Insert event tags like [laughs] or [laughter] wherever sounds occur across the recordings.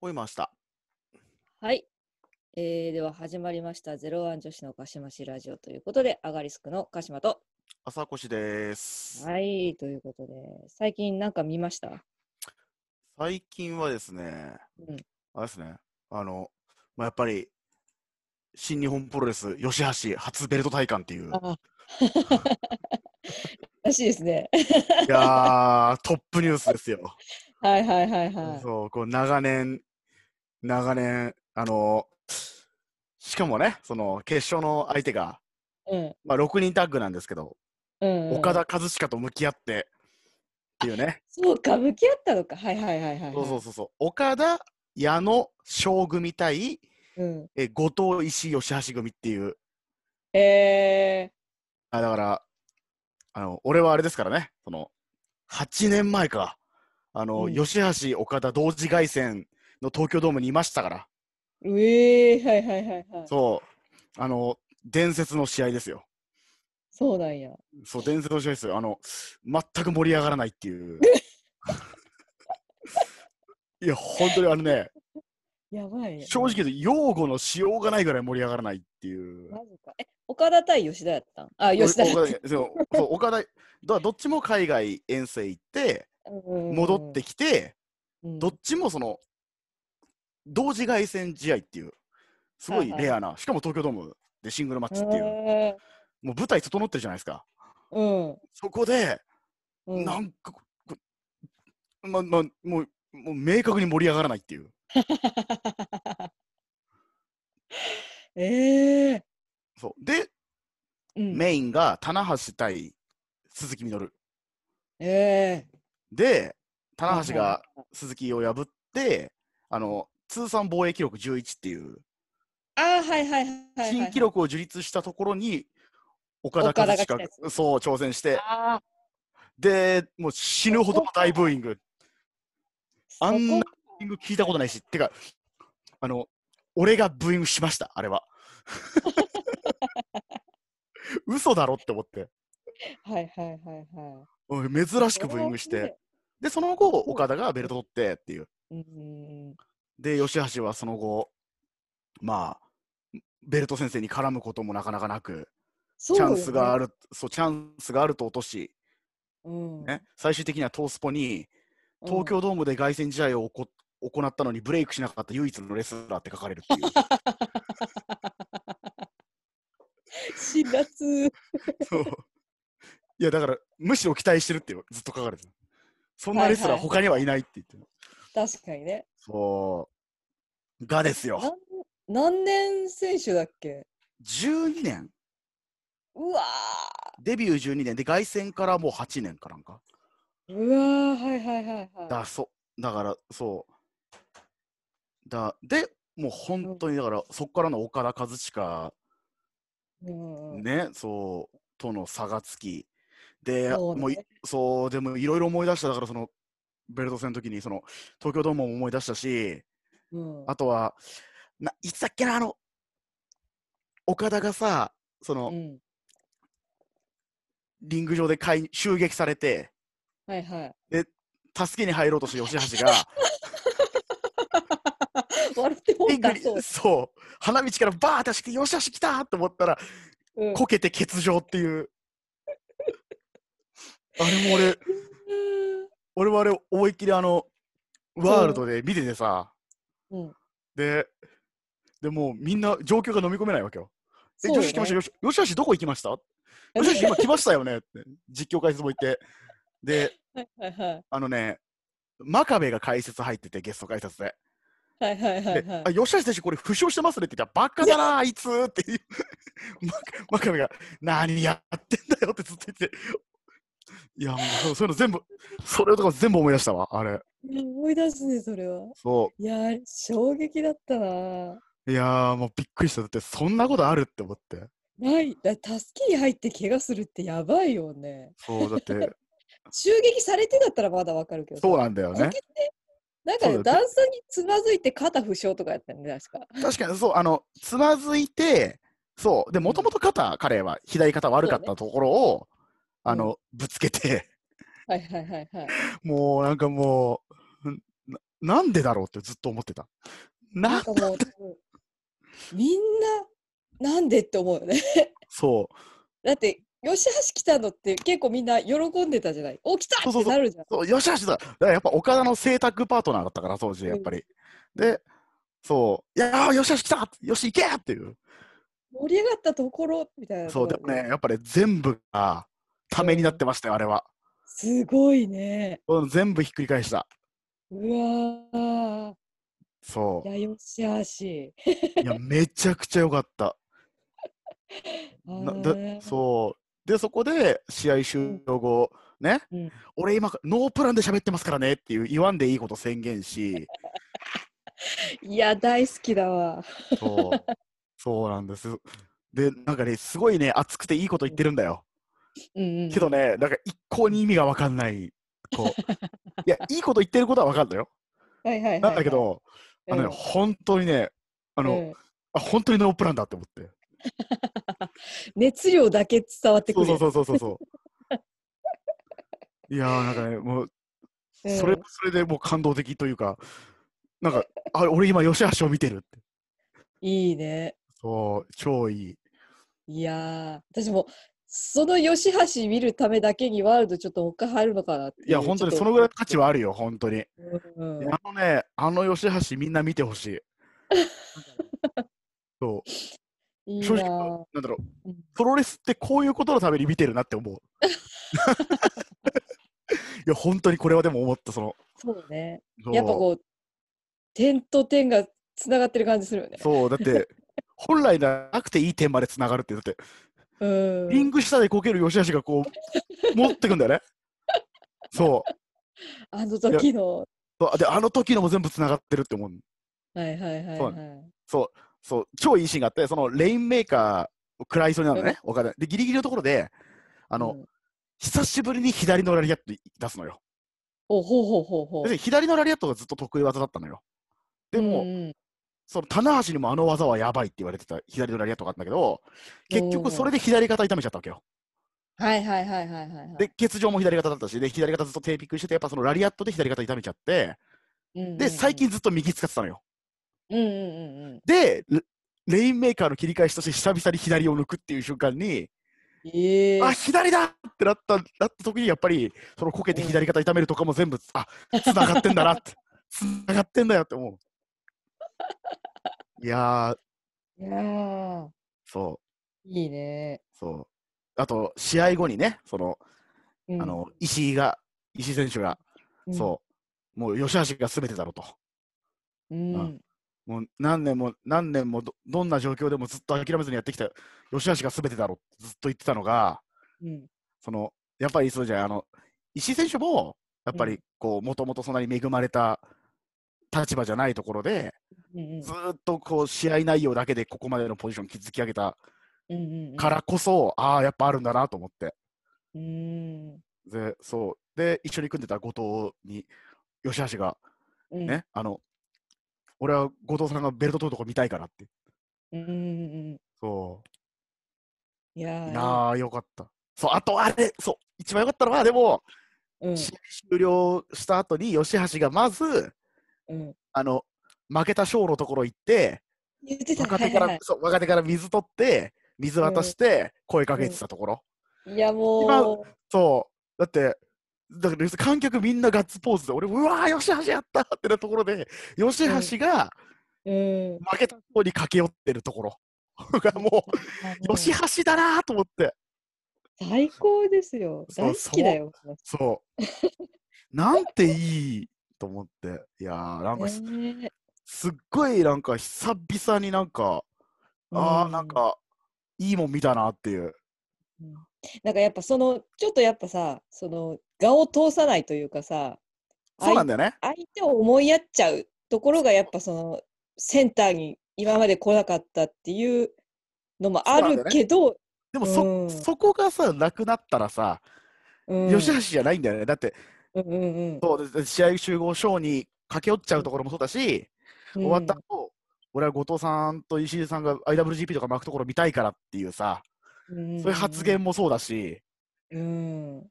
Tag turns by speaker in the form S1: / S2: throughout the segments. S1: 追いました。
S2: はい。えー、では始まりました、ゼロワン女子の鹿島市ラジオということで、アガリスクの鹿島と。
S1: 朝越です。
S2: はい、ということで、最近なんか見ました [laughs]
S1: 最近はですね、
S2: うん。
S1: あれですね、あの、まあ、やっぱり、新日本プロレス、吉橋初ベルト体感っていう、い
S2: あらしいですね。 [laughs]
S1: やー、 [laughs] トップニュースですよ。
S2: はいはいはいはい。
S1: そう、こう、長年、長年、あの、しかもね、その、決勝の相手が、
S2: うん。
S1: まあ、6人タッグなんですけど、
S2: うん、うん。
S1: 岡田和親と向き合って、っていうね、
S2: そうか、向き合ったのか。はいはいはいはい。
S1: そうそうそうそう、岡田、矢野、将組対、
S2: うん。
S1: え後藤、石井、吉橋組っていう、
S2: え
S1: あだからあの、俺はあれですからね、その8年前か、あの
S2: うん
S1: 吉橋、岡田同時凱旋の東京ドームにいましたから、
S2: ー、うえー、はいはいはいはい。そう
S1: そう、あの伝説の試合ですよ。
S2: なんや。
S1: そう、伝説の試合ですよ。あの、全く盛り上がらないって
S2: [laughs]
S1: いう。いや、本当にあのね、
S2: やばいね。
S1: 正直言うと、擁護のしようがないぐらい盛り上がらないっていう。
S2: マジか。え、岡田対吉田やったんあ、吉田。
S1: お岡田そうそう岡田だからどっちも海外遠征行って戻って
S2: き
S1: きて、
S2: うん
S1: どっちもその同時凱旋試合っていうすごいレアな、しかも東京ドームでシングルマッチっていう、
S2: へ
S1: もう舞台整ってるじゃないですか
S2: ーうん。
S1: そこで、
S2: うん
S1: なんかここままもうもう明確に盛り上がらないっていう
S2: [laughs] ええ
S1: そうで、
S2: うん
S1: メインが棚橋対鈴木みのる
S2: ええ
S1: で棚橋が鈴木を破って、あの通算防衛記録11っていう
S2: あーはいはいはいはいはい
S1: 新記録を樹立したところに岡
S2: 岡
S1: 田
S2: 田
S1: 和
S2: が
S1: 志
S2: 来たや
S1: がそう挑戦して
S2: あー
S1: でもう死ぬほどの大ブーイングあんなブ
S2: そこ
S1: ーイング聞いたことないしてかあの俺がブーイングしましたあれ
S2: [laughs]
S1: は嘘だろって思って
S2: はいはいはいは
S1: おい珍
S2: い
S1: しくブーイングしてでその後岡田がベルト取ってっていう
S2: うん
S1: で吉橋はその後まあベルト先生に絡むこともなかなかなく、
S2: チ
S1: チャンスがあるそうチャンスがあると落とし
S2: うん
S1: ね、最終的にはトースポに東京ドームで凱旋試合を行行ったのにブレイクしなかった唯一のレスラーって書かれるっていう
S2: 4月 [laughs]
S1: そういやだからむしろ期待してるってよずっと書かれてるそんなレスラー
S2: はいはい
S1: 他にはいないって言ってる、
S2: 確かにね
S1: そうがですよ
S2: なん何年選手だっけ
S1: 12年
S2: うわ
S1: デビュー12年で凱旋からもう8年かなんか
S2: ーうわーはいはいはいは
S1: だそうだからそうだでもう本当にだから、そこからの岡田和親
S2: いうんうん
S1: ね、そう、との差がつき。で、
S2: そうね
S1: もうい、そう、でもいろいろ思い出した、だからその、ベルト戦の時に、その、東京ドームも思い出したし、
S2: うん
S1: あとは、な、いつだっけな、あの、岡田がさ、その、
S2: うん
S1: リング上でかい襲撃されて、
S2: はいはい
S1: 助けに入ろうとして吉橋が、
S2: 笑っても
S1: リ
S2: う
S1: ング
S2: たそう
S1: に、そう、花道からバーって走って、吉橋来たって思ったら、
S2: うん
S1: こけて欠場って
S2: [laughs]
S1: いう。あれも俺、俺はあれ思いっきりあのワールドで見ててさ、
S2: うん
S1: ででもうみんな状況が飲み込めないわけよ。え、
S2: そうよ
S1: よ
S2: ね
S1: し来ましたよし、よしよしどこ行きましたよしよし今来ましたよねって実況解説も言って。で、
S2: はいはいはい
S1: あのね、真壁が解説入っててゲスト解説で。
S2: はいはいはい
S1: で、
S2: はい
S1: あ、吉橋選手これ負傷してますねって言ったら、バカだなあいつーっていう。 [laughs] 真真壁が、何やってんだよってずっと言ってて。いや、もうそういうの全部、それとか全部思い出したわ、あれ。
S2: いや思い出すねそれは
S1: そう。
S2: いやー衝撃だったなー
S1: いやーもうびっくりした。だってそんなことあるって思って。
S2: ないだ助けに入って怪我するってやばいよね
S1: そうだ [laughs] って、
S2: 襲撃されてだったらまだわかるけど
S1: そう
S2: う
S1: なんだよ
S2: ね
S1: ね。
S2: なんかね
S1: そうだ
S2: 段差につまずいて肩負傷とかやったんね確か
S1: 確かにそう、あの、つまずいて、そう、で、もともと肩、彼は左肩悪かったところを、あの、ぶつけて、
S2: はいはいはいはい
S1: もうなんかもう、んななんでだろうってずっと思ってた。
S2: な
S1: なん
S2: かもう、みんな、なんでって思うよね。
S1: そ
S2: だって、吉橋来たのって結構みんな喜んでたじゃない。お、来た
S1: そう
S2: っ
S1: そう
S2: て
S1: そう
S2: なるじゃん。
S1: うそうよしよしだだからやっぱ岡田の制作パートナーだったから当時やっぱり、でそういやーよしよし来たよし行けっていう
S2: 盛り上がったところみたいなと
S1: そうで
S2: ころ
S1: もねやっぱり全部がためになってましたよあれは、
S2: すごいね
S1: うん、全部ひっくり返した
S2: うわ
S1: そ
S2: ーいやよしあし
S1: ういやめちゃくちゃ良かったなだそうでそこで試合終了後、ね、
S2: うん
S1: 俺今ノープランで喋ってますからねっていう言わんでいいこと宣言し
S2: いや大好きだわ [laughs]
S1: そうそうなんですでなんかねすごいね熱くていいこと言ってるんだよ
S2: うんうん
S1: けどねなんか一向に意味が分かんないこうい
S2: [laughs]
S1: やいいこと言ってることは分かるのよ
S2: はいはいはいはい
S1: なんだけど、あのね、本当にねあ
S2: うん
S1: の、
S2: うん
S1: あ本当にノープランだって思って
S2: 熱量だけ伝わってく
S1: そう
S2: る
S1: そうそうそうそうそういやーなんかねもう
S2: うん
S1: それそれでもう感動的というか、なんか、あ俺今、吉橋を見てるって。
S2: いいね
S1: そう、超いい。
S2: いやー私もその吉橋見るためだけにワールドちょっともう一回入るのかなっていう
S1: いや、本当に
S2: ちょ
S1: そ
S2: っと
S1: のぐらいの価値はあるよ、本当に。
S2: うんうん
S1: あのね、あの吉橋、みんな見てほしい。そ
S2: いい
S1: 正直
S2: なー
S1: う、なんだろう
S2: うん、
S1: プロレスってこういうことのために見てるなって思う。いや、本当にこれはでも思った、その。
S2: そうね
S1: そう
S2: やっぱこう点と点がつながってる感じするよね
S1: そう、だって、本来なくていい点までつながるって、だって、
S2: うん
S1: リング下でこける吉橋がこう、持ってくんだよね。そう。
S2: あの時の。
S1: そうであの時のも全部つながってるって思う
S2: はいはいはい
S1: そ
S2: は
S1: う
S2: い。
S1: そうそう超いいシーンがあってそのレインメーカーを食らいそうになるのね、岡田でギリギリのところであ
S2: あ
S1: の、久しぶりに左のラリアット出すのよ
S2: ほうほうほうほうほう。
S1: で左のラリアットがずっと得意技だったのよでも、
S2: うんうん
S1: その棚橋にもあの技はやばいって言われてた左のラリアットがあったんだけど結局それで左肩痛めちゃったわけよ
S2: はいはいはいはいはいはい。
S1: で欠場も左肩だったしで左肩ずっとテーピングしててやっぱそのラリアットで左肩痛めちゃって
S2: うんうんうん
S1: で最。近ずっと右使ってたのよ
S2: うんうんうんうん。
S1: でレレインメーカーの切り返しとして久々に左を抜くっていう瞬間に、
S2: ええ
S1: あ左だってなったなった時にやっぱりそのこけて左肩痛めるとかも全部あつながってんだなって [laughs] つながってんだよって思ういやー
S2: いやー
S1: そ
S2: いいね。
S1: うそうあと試合後にねその、
S2: うん
S1: あの石井が石井選手が、
S2: うん
S1: そうもう吉橋が全てだろうと
S2: うん。
S1: うんもう何年も何年もどどんな状況でもずっと諦めずにやってきた吉橋が全てだろうってずっと言ってたのが
S2: うん。
S1: そのやっぱりそうじゃんあの石井選手もやっぱ
S2: う
S1: りこうもともとそんなに恵まれた立場じゃないところで、
S2: うん
S1: ずーっとこう試合内容だけでここまでのポジション築き上げた
S2: うんうん。
S1: からこそ、ああやっぱあるんだなと思って
S2: うん。うん
S1: でそうで一緒に組んでた後藤に吉橋が
S2: うん。
S1: ね、あの俺は後藤さんがベルト取るとこ見たいからって
S2: うんうんうんうん。
S1: そう
S2: いやー
S1: いやーよかったそうあとあれそう一番よかったのはでも、
S2: うん
S1: 試合終了した後に吉橋がまず
S2: うん。
S1: あの、負けた賞のところ行って、
S2: 言ってた
S1: 若
S2: は
S1: 手
S2: い
S1: か
S2: は
S1: ら、
S2: いは
S1: そう若手から水取って、水渡して、声かけてたところ。
S2: い。いやも
S1: そう。だって、だから観客みんなガッツポーズで、俺、うわー、吉橋やったってなところで、吉橋が
S2: う。うん。
S1: 負けた方に駆け寄ってるところが、も
S2: あ
S1: う、
S2: の
S1: 吉橋だなーと思って。
S2: 最高ですよ。
S1: そう
S2: 大好きだよ。
S1: そう。
S2: [laughs]
S1: なんていいと思って。いやー、なんかす、
S2: ね
S1: すっごい、なんか、久々になんか、あー、なんか、いいもん見たなっていう。
S2: うんなんかやっぱそのちょっとやっぱさその画を通さないというかさ
S1: そうなんだよね。
S2: 相手を思いやっちゃうところがやっぱそのセンターに今まで来なかったっていうのもあるけど
S1: でもそ、
S2: うん
S1: そこがさ、なくなったらさ、
S2: うん
S1: 吉橋じゃないんだよね。だって、
S2: うんうんうん
S1: そうで試合集合ショーに駆け寄っちゃうところもそうだし、終わった後、俺は後藤さんと石井さんが IWGP とか巻くところ見たいからっていうさ、
S2: うん
S1: そういう発言もそうだし、
S2: うん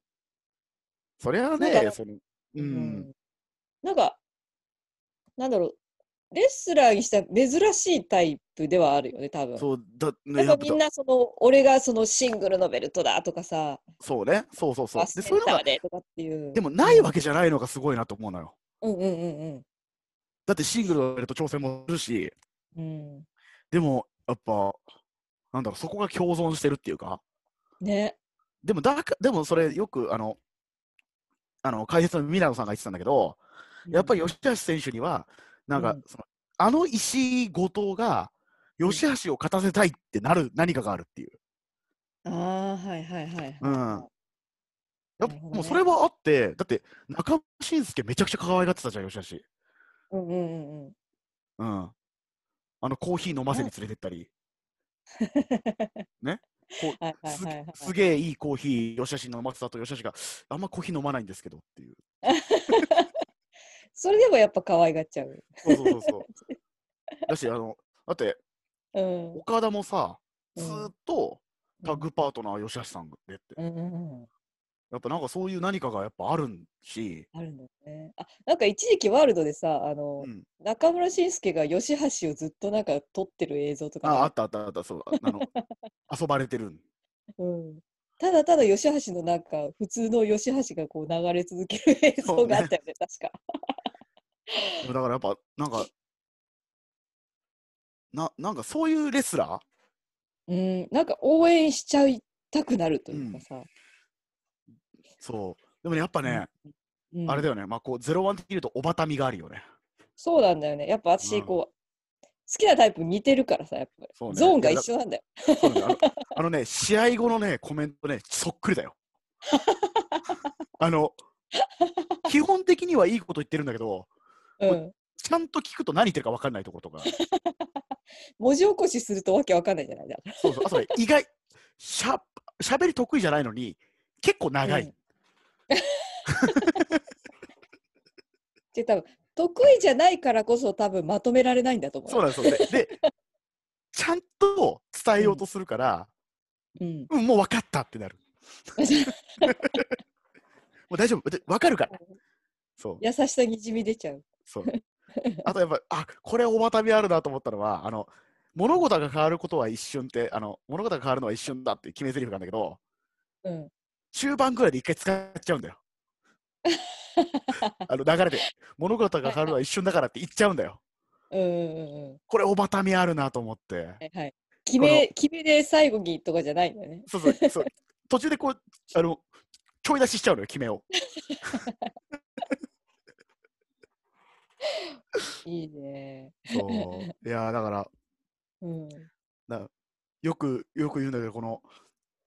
S1: そりゃあ
S2: なん
S1: ね、
S2: か
S1: その、
S2: う
S1: うんん、
S2: なんかなんだろう、レスラーにしたら珍しいタイプではあるよね、多分。
S1: そうだ、ね、
S2: や
S1: や
S2: っぱ
S1: っぱ
S2: みんなその、俺がそのシングルのベルトだとかさ、
S1: そうね、そうそうそう。
S2: バ
S1: で、
S2: スセ
S1: そうい
S2: ン
S1: うの
S2: タ
S1: が
S2: ー、でとかっていう。
S1: でもないわけじゃないのがすごいなと思うのよ。
S2: うんうんうん
S1: だってシングルだと挑戦もするし、
S2: うん。う
S1: でもやっぱ、なんだろう、そこが共存してるっていうか、
S2: ん。ね。
S1: でもだか、でもそれよくあの、あの解説のミラノさんが言ってたんだけど、やっぱり吉橋選手には、なんか、
S2: うん
S1: そのあの石井後藤が、吉橋を勝たせたいってなる何かがあるっていう。
S2: うん。ああ、はいはいはいはい。
S1: うんやっぱ
S2: なるほどね
S1: もうそれはあって、だって中村俊輔めちゃくちゃ可愛がってたじゃん、吉
S2: うんうんうん [laughs] うん。
S1: 橋。うん。あのコーヒー飲ませに連れてったり、こう
S2: はい [laughs] はい
S1: す
S2: はいはい。
S1: すげえいいコーヒー、吉橋に飲ませたと吉橋が、あんまコーヒー飲まないんですけどっていう。
S2: それでもやっぱ可愛がっちゃう。
S1: そうそうそうそう。
S2: [laughs]
S1: だし、あの、だって
S2: うん。
S1: 岡田もさ、
S2: う
S1: ず
S2: ん
S1: ーっとタッグパートナー吉橋さんでって、
S2: うんうんうん。
S1: やっぱなんかそういう何かがやっぱあるんし、
S2: あるんだね。あ、なんか一時期ワールドでさ、あの
S1: う、ん、
S2: 中村俊輔が吉橋をずっとなんか撮ってる映像とかね、
S1: ああったあったあった、そう、あの
S2: [laughs]
S1: 遊ばれてるん。
S2: うん、ただただ吉橋のなんか普通の吉橋がこう流れ続ける映像があったよね確か。
S1: でもだからやっぱなんか、ななんかそういうレスラー
S2: うん、なんか応援しちゃいたくなるというかさ、
S1: そう。でもね、やっぱね、
S2: うん
S1: あれだよね、まあこう、ゼロワンで見るとおばたみがあるよね。
S2: そうなんだよねやっぱ
S1: う
S2: 私
S1: ん
S2: こう、好きなタイプ似てるからさやっぱり
S1: そうね
S2: ゾーンが
S1: いやだ
S2: 一緒なんだよ。
S1: そうな
S2: [laughs]
S1: んだよあのあのね、試合後のね、コメントね、そっくりだよ。あの、基本的にはいいこと言ってるんだけど、
S2: うん、
S1: ちゃんと聞くと何言ってるか分かんないところとか、
S2: 文字起こしするとわけわかんないじゃないだから
S1: そうそうあとね、意外、しゃ喋り得意じゃないのに、結構長い。
S2: うんで多分得意じゃないからこそ多分まとめられないんだと思う
S1: そう
S2: よ。
S1: なんですよね。で、ちゃんと伝えようとするから、
S2: うん、
S1: うん、もう分かったってな
S2: [laughs]
S1: る。もう大丈夫、で分かるから。そう。
S2: 優しさにじみ出ちゃう。
S1: そう。あとやっぱ、あこれ、おばたびあるなと思ったのは、あの、物事が変わることは一瞬って、あの、物事が変わるのは一瞬だっていう決め台詞があるんだけど、
S2: うん、 [laughs]
S1: 中盤ぐらいで一回使っちゃうんだよ。あの流れで、物事が変わるのは一瞬だからって言っちゃうんだよ。
S2: うんうんうんうん
S1: これ、おばたみあるなと思って。
S2: はいはい。決め、決めで最後にとかじゃないのよね。
S1: そうそう、そう途中でこう、あの、ちょい出ししちゃうのよ、決めを。
S2: いいね。
S1: そう。いやーだから、
S2: うん。
S1: よく、よく言うんだけど、この、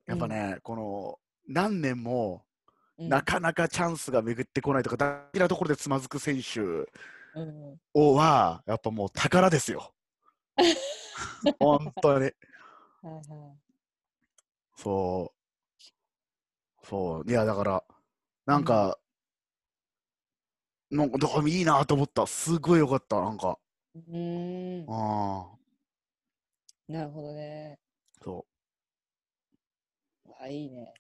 S1: やっぱね、この、何年も、
S2: うん
S1: なかなかチャンスが巡ってこないとか、大事なところでつまずく選手
S2: うん
S1: をは、やっぱもう宝ですよ。
S2: [laughs]
S1: 本当に。
S2: はいは
S1: そう。そう。いや、だから、なんか、なんか、だからいいなと思った。すごいよかった、なんか。
S2: い。うーん。
S1: ああ、
S2: なるほどね。
S1: そ
S2: あ、いいね。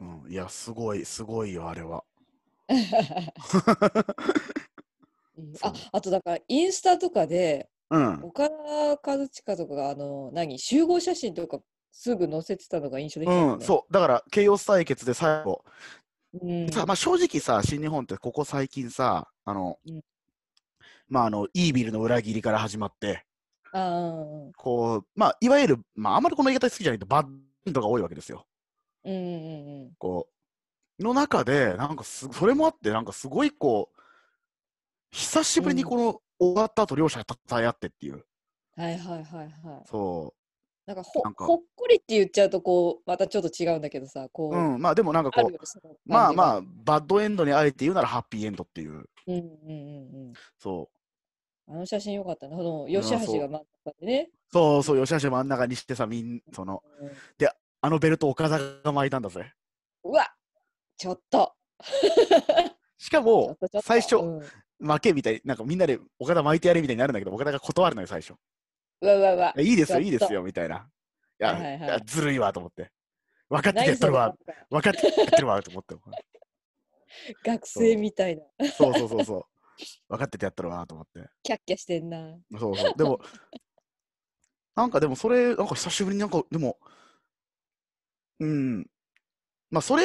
S1: う。うん、いや、すごい、すごいよ、あれは。 [laughs]
S2: [laughs] うん
S1: そう
S2: あ、あとだから、インスタとかで、
S1: うん。
S2: 岡田和親とかが、あの、何、集合写真とかすぐ載せてたのが印象的だよね。
S1: うん、そう。だから、慶応対決で最後、
S2: うん。
S1: さまあ、正直さ、新日本ってここ最近さ、あの、
S2: うん
S1: まあ、あの、イービルの裏切りから始まって、
S2: あー、
S1: こう、まあ、いわゆる、まあ、あんまりこの言い方好きじゃないと、バッドが多いわけですよ。
S2: うんうんうん
S1: こう、の中で、なんかす、それもあって、なんかすごい、こう、久しぶりにこの、終わった後、両者たたえ合ってっていう、
S2: うん。はいはいはいはい。
S1: そ
S2: なんかほ
S1: なんか
S2: ほっこりって言っちゃうとこうまたちょっと違うんだけどさこ
S1: う、
S2: う、
S1: うん、まあ、でもなんか
S2: あ
S1: こ
S2: るよ
S1: う、
S2: その感じが
S1: まあまあ、バッドエンドにあえて言うなら、ハッピーエンドっていう、
S2: うんうんうんうん
S1: そう。
S2: あの写真よかったねこの
S1: ん
S2: 吉
S1: そう
S2: 橋が真ん中でね、
S1: そうそう、吉橋真ん中にしてさ、みん、その、
S2: うん
S1: あのベルト、岡田が巻いたんだぜ。
S2: うわちょっと
S1: しか
S2: ちょ
S1: も
S2: っとちょっと
S1: 最初
S2: うんう
S1: 負けみたいなんかみんなで岡田巻いてやれみたいになるんだけど岡田が断るのよ最初
S2: わうわうわ
S1: いやいいですよ
S2: やった
S1: いいですよみたいないや,、
S2: はいいはいはい
S1: やずるいわと思って分かっててや
S2: 何
S1: って
S2: そ
S1: る
S2: のなん
S1: わ
S2: か
S1: 分かっててやってるわと思って
S2: 学生みたいな
S1: そうそうそうそう分かっててやったるわと思って。
S2: キャッキャしてんな。
S1: そうそう。で
S2: [laughs]
S1: も、なんかでもそれ、なんか久しぶりになんか、でも、うん。まあ、それ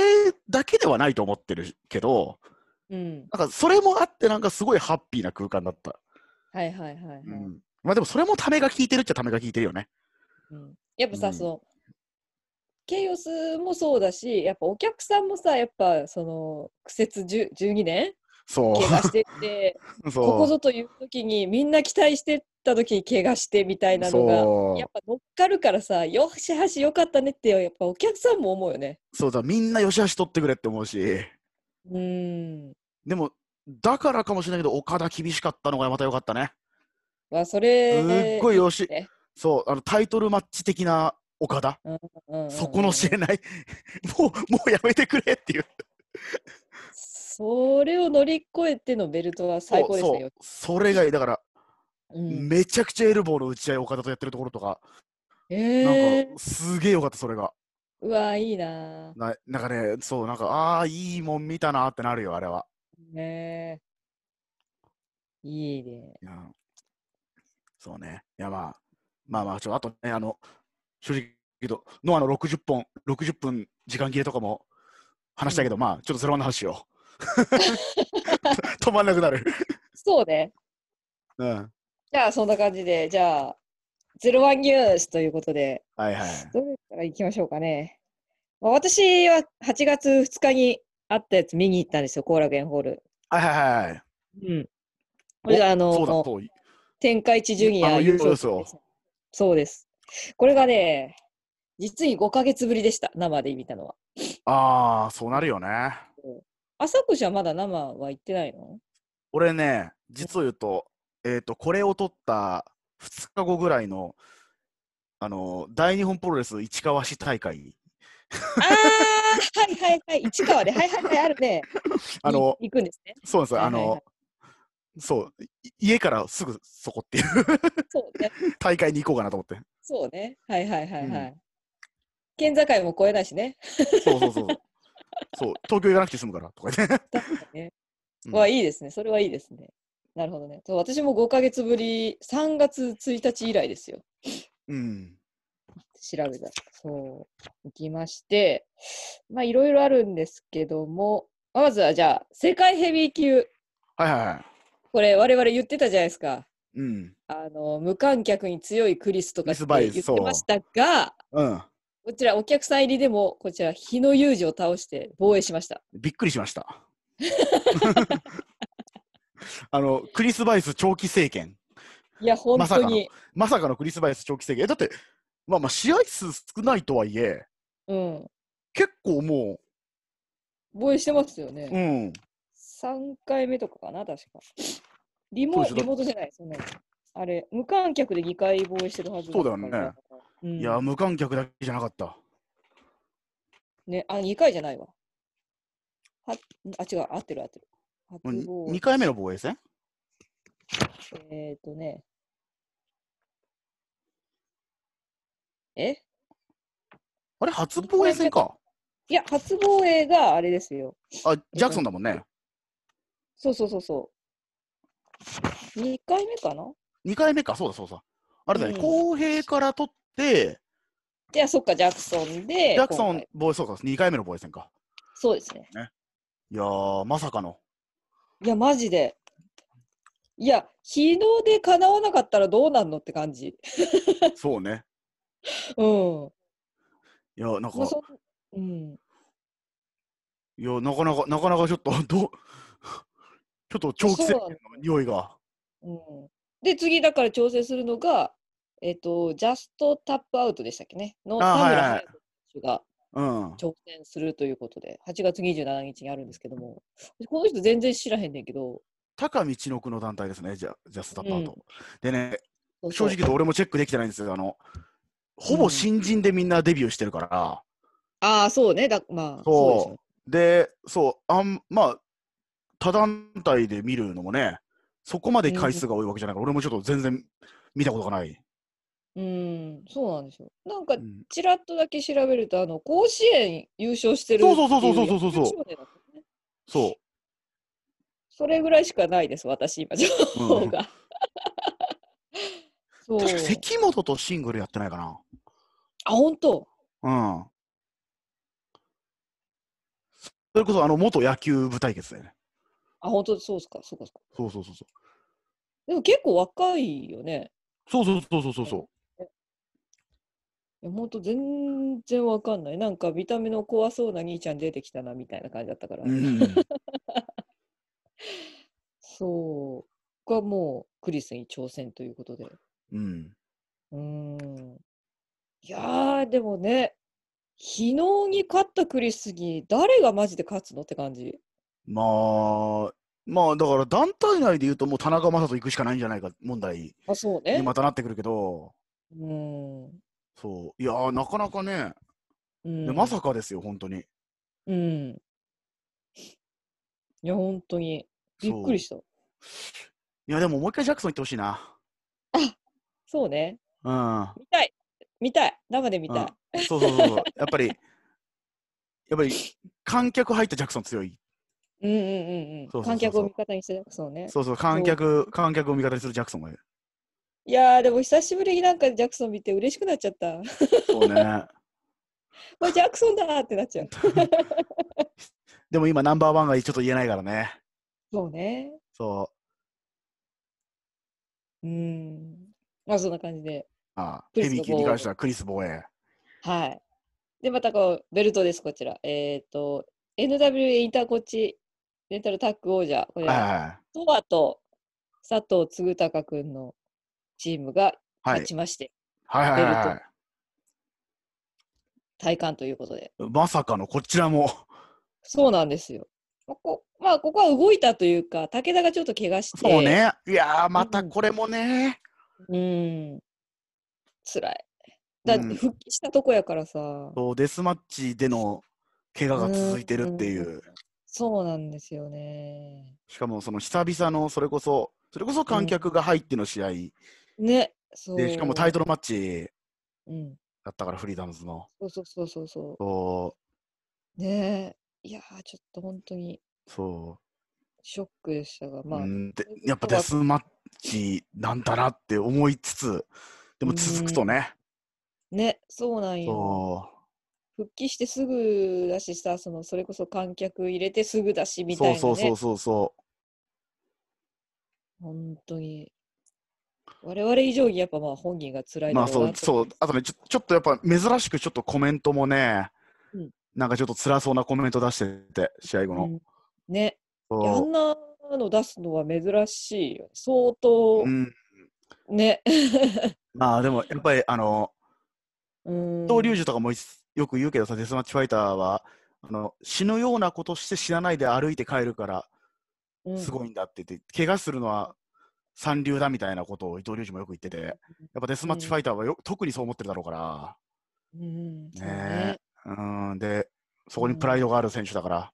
S1: だけではないと思ってるけど、
S2: うん。
S1: なんかそれもあって、なんかすごいハッピーな空間だった。
S2: はいはいはい、はい
S1: うん。まあでもそれもためが効いてるっちゃためが効いてるよね。
S2: うんやっぱさ、
S1: うん
S2: そのケイオスもそうだしやっぱお客さんもさやっぱその苦節10 12年
S1: そ
S2: 怪我してて
S1: う。 [laughs] そう。
S2: ここぞという時にみんな期待してた時に怪我してみたいなのが
S1: そう
S2: やっぱ乗っかるからさよしはしよかったねってやっぱお客さんも思うよね。
S1: そうだ、みんなよしあし取ってくれって思うし。
S2: うーん
S1: でも、だからかもしれないけど、岡田厳しかったのがまた良かったね。
S2: まあそ
S1: す
S2: れ
S1: っごいよし
S2: ね、
S1: そう、あのタイトルマッチ的な岡田、
S2: うんうんうん
S1: そこの知れない、 [laughs] もう、もうやめてくれっていう。
S2: それを乗り越えてのベルトは最高です
S1: そうそ
S2: よ
S1: う。それ以外、だから、
S2: うん、
S1: めちゃくちゃエルボーの打ち合い、岡田とやってるところとか、
S2: え
S1: なん
S2: ー
S1: か、すげえ良かった、それが。
S2: うわいいなあ
S1: ななんかね、そう、なんか、ああー、いいもん見たなーってなるよ、あれは。
S2: ねえ。いいね。
S1: うんそうね。いや、まあ、まあまあ、ちょ、あとね、あの、正直言うと、ノアの60本、60分時間切れとかも話したけど、まあ、ちょっとそれはな話しよ [laughs] う。止まんなくなる。
S2: そうね。
S1: うん。はい
S2: じゃあ、そんな感じで、じゃあ、ゼロワンニュースということで、
S1: はい。
S2: どれから行きましょうかね。まあ私は8月2日にあったやつ見に行ったんですよ、後楽園ホール。
S1: はいはいはい。
S2: うん。
S1: お
S2: これがあ
S1: そうだ、
S2: の、
S1: そう。
S2: 天下一ジュニ
S1: あ
S2: ア
S1: の
S2: 優
S1: 優
S2: 勝
S1: 勝
S2: ですそうです。これがね、実に5ヶ月ぶりでした、生で見たのは。
S1: ああ、そうなるよね。
S2: 朝子じゃまだ生は行ってないの
S1: 俺ね、実を言うと、えっ、と、これを撮った2日後ぐらいの、あの、大日本プロレス市川市大会、
S2: ああ、はいはいはい、市川で、はいはいはい、あるね。
S1: [laughs] あの、
S2: い行くんですね。
S1: そうなんですよ、
S2: は
S1: あ
S2: いはいはい
S1: の、そう、い家からすぐそこっていう [laughs]
S2: そうね。
S1: 大会に行こうかなと思って。
S2: そうね。はいはいはいはい。
S1: う
S2: 県境も越えないしね。
S1: そうそうそうそう。そう、東京行かなくて済むからとか言っ
S2: [laughs]
S1: て。
S2: だからね。
S1: うん
S2: わ、いいですね。それはいいですね。なるほどね。そう私も5ヶ月ぶり、3月1日以来ですよ。
S1: うん。
S2: 調べたら。そう。行きまして、まあいろいろあるんですけども、まずはじゃあ、世界ヘビー級。
S1: はいはいは
S2: これ、我々言ってたじゃないですか。
S1: い。うん。
S2: あの無観客に強いクリスとか
S1: ミ
S2: って
S1: スバイ
S2: 言ってましたが、
S1: うん。
S2: こちらお客さん入りでも、こちら日野裕二を倒して防衛しました。
S1: びっくりしました。 [laughs] あの、クリス・バイス長期政権。
S2: いや、本
S1: まさ
S2: 当
S1: かの
S2: に。
S1: まさかのクリス・バイス長期政権。えだって、まあまあ、試合数少ないとはいえ、
S2: うん。
S1: 結構も
S2: 防衛してますよね。
S1: う、うん。
S2: 3回目とかかな、確か。リモ
S1: そうです
S2: リモートじゃない、そんなのあれ、無観客で2回防衛してるはず
S1: そうだよね
S2: から。うん、
S1: いや、無観客だけじゃなかった。
S2: ね、あ、2回じゃないわ。はあ、違う、合ってる合ってる。初防
S1: 2回目の防衛戦
S2: 衛。えっ、ー、とね。え
S1: あれ、初防衛戦か。
S2: いや、初防衛があれですよ。
S1: あ、ジャクソンだもんね。
S2: そうそうそうそう。2回目かな
S1: 2回目か、そうだそうだ。あれだね、
S2: うん
S1: 公平から取って、
S2: いや、そっか、ジャクソンで。
S1: ジャクソ
S2: 今
S1: ン
S2: 回
S1: 防衛、そうか、2回目の防衛戦か。
S2: そうですね。
S1: いやー、まさか
S2: [laughs]
S1: の。
S2: いや、マジで。いや、日の出叶わなかったらどうなんのって感じ。
S1: そうね。
S2: うん。
S1: いや、なんか、
S2: まあ、そんうん。
S1: いや、なかなか、なかなかちょっと、 [laughs] どう、ちょっと長期
S2: そう
S1: 戦
S2: なの
S1: の匂いが。
S2: うん、で、次、だから調整するのが、えっ、と、ジャストタップアウトでしたっけね。の
S1: あ
S2: 田村
S1: はいはい
S2: 隼人選手が
S1: うん。
S2: 挑戦するということで、8月27日にあるんですけども、この人全然知らへんねんけど、
S1: 高道のの団体ですね、じゃジャスタッパーと。でね、
S2: そうそ
S1: 正
S2: う
S1: 直言うと俺もチェックできてないんですよ。あの、ほぼ新人でみんなデビューしてるから。
S2: ああ、そうね。だまあ、そうですよ
S1: そ。う。で、そう、あん、まあ、他団体で見るのもね、そこまで回数が多いわけじゃないから、俺もちょっと全然見たことがない。
S2: うん、そうなんですよ。なんか
S1: う、ん
S2: ちらっとだけ調べると、あの、甲子園優勝してるってい。
S1: そうそうそうそうそうそうそう
S2: 野球少年だったね
S1: そ
S2: それぐらいしかないです、私、今、情報が。そう。
S1: 確か関本とシングルやってないかな。
S2: あ、本当
S1: うん。それこそ、あの、元野球部対決だよね。
S2: あ、本当そうっすか、そうか、そうか。
S1: そうそうそうそう。
S2: でも結構若いよね。
S1: そうそうそうそうそうそう。
S2: いや、本当全然わかんない。なんか見た目の怖そうな兄ちゃん出てきたな、みたいな感じだったから。
S1: うん
S2: そう。がもう、クリスに挑戦ということで。
S1: うん。
S2: うーん。いやー、でもね、昨日に勝ったクリスに誰がマジで勝つのって感じ。
S1: まあ、まあ、だから団体内で言うと、もう田中将人行くしかないんじゃないか問題
S2: あ、そうね。
S1: にまたなってくるけど、
S2: うーん。
S1: そう、いやー、なかなかね、
S2: うん
S1: いやまさかですよ、本当に。
S2: うん。いや、本当に。びっくり
S1: し
S2: した。
S1: いや、でももう一回ジャクソン行ってほしいな。
S2: そうね。
S1: うん。
S2: 見たい。見たい。生で見たい。
S1: うん、そうそうそうそう。やっぱり、やっぱり、観客入ったジャクソン強い。
S2: うんうんうん
S1: そうそうそうそう
S2: うん。観客を味方にしてそうね。
S1: そうそう、観客、観客を味方にするジャクソンがいる。
S2: いやー、でも久しぶりになんかジャクソン見て嬉しくなっちゃった。 [laughs]
S1: そうね。
S2: わジャクソンだーってなっちゃう。
S1: でも今、ナンバーワンがちょっと言えないからね。
S2: そうね。
S1: そう
S2: ーん。まあそんな感じで。
S1: う。あ
S2: ク
S1: ヘ
S2: リ
S1: ビ
S2: ス
S1: ー級に関してはクリス防衛。
S2: はい。で、またこう、ベルトです、こちら。えっ、と、NWA インターコッチレンタルタッグ王者。これ
S1: はい、は
S2: トワと佐藤嗣隆君のチーム
S1: い
S2: が
S1: はい。
S2: 勝ちまして、
S1: はいはいはいは
S2: ベル体感ということで。
S1: い。まさかのこちらも。
S2: そうなんですよ。ここまあ、ここは動いたというか、武田がちょっと怪我して、
S1: そうね。いやー、またこれもね。
S2: うん、辛い。だって
S1: うん
S2: 復帰したとこやからさ、
S1: そうデスマッチでの怪我が続いてるっていうう。
S2: そうなんですよね。
S1: しかもその久々のそれこそ、それこそ観客が入っての試合
S2: ね、そう。
S1: で、しかもタイトルマッチ
S2: うん、
S1: だったから、フリーダムズの。
S2: そうそうそうそうそ。
S1: そう
S2: ねえいやー、ちょっと本当に
S1: う、そ
S2: ショックでしたが、
S1: う、
S2: まあ、
S1: うんで
S2: そういうことが
S1: やっぱデスマッチなんだなって思いつつ、でも続くとね、
S2: ね、そうなんよ。
S1: そ
S2: 復帰してすぐだしさ、そのそれこそ観客入れてすぐだし
S1: う、
S2: みたい
S1: そ
S2: な、
S1: う
S2: ね。
S1: そうそうそうそ
S2: 本当に。我々以上にやっぱまあ本人が辛
S1: う、
S2: い
S1: ま
S2: だ
S1: あ
S2: ろ
S1: そう
S2: な
S1: う、
S2: と。
S1: そう、あとねちょ、ちょっとやっぱ珍しくちょっとコメントもね、
S2: うん
S1: なんかちょっと辛そうなコメント出してて、試合後の。
S2: うんね。いやあ
S1: そ
S2: んなの出すのは珍しいよ。相
S1: う、
S2: 当
S1: うん、
S2: ね。
S1: [laughs] まあでもやっぱり、あの、
S2: うん。
S1: 伊藤隆二とかもいよく言うけどさ、デスマッチファイターはあの死ぬようなことして死なないで歩いて帰るから
S2: うん
S1: すごいんだって言って、怪我するのは三流だみたいなことを伊藤隆二もよく言ってて、やっぱデスマッチファイターはよ、特にそう思ってるだろうから、
S2: うん。そう
S1: ね
S2: ね。
S1: うーん、で、そこにプライドがある選手だから、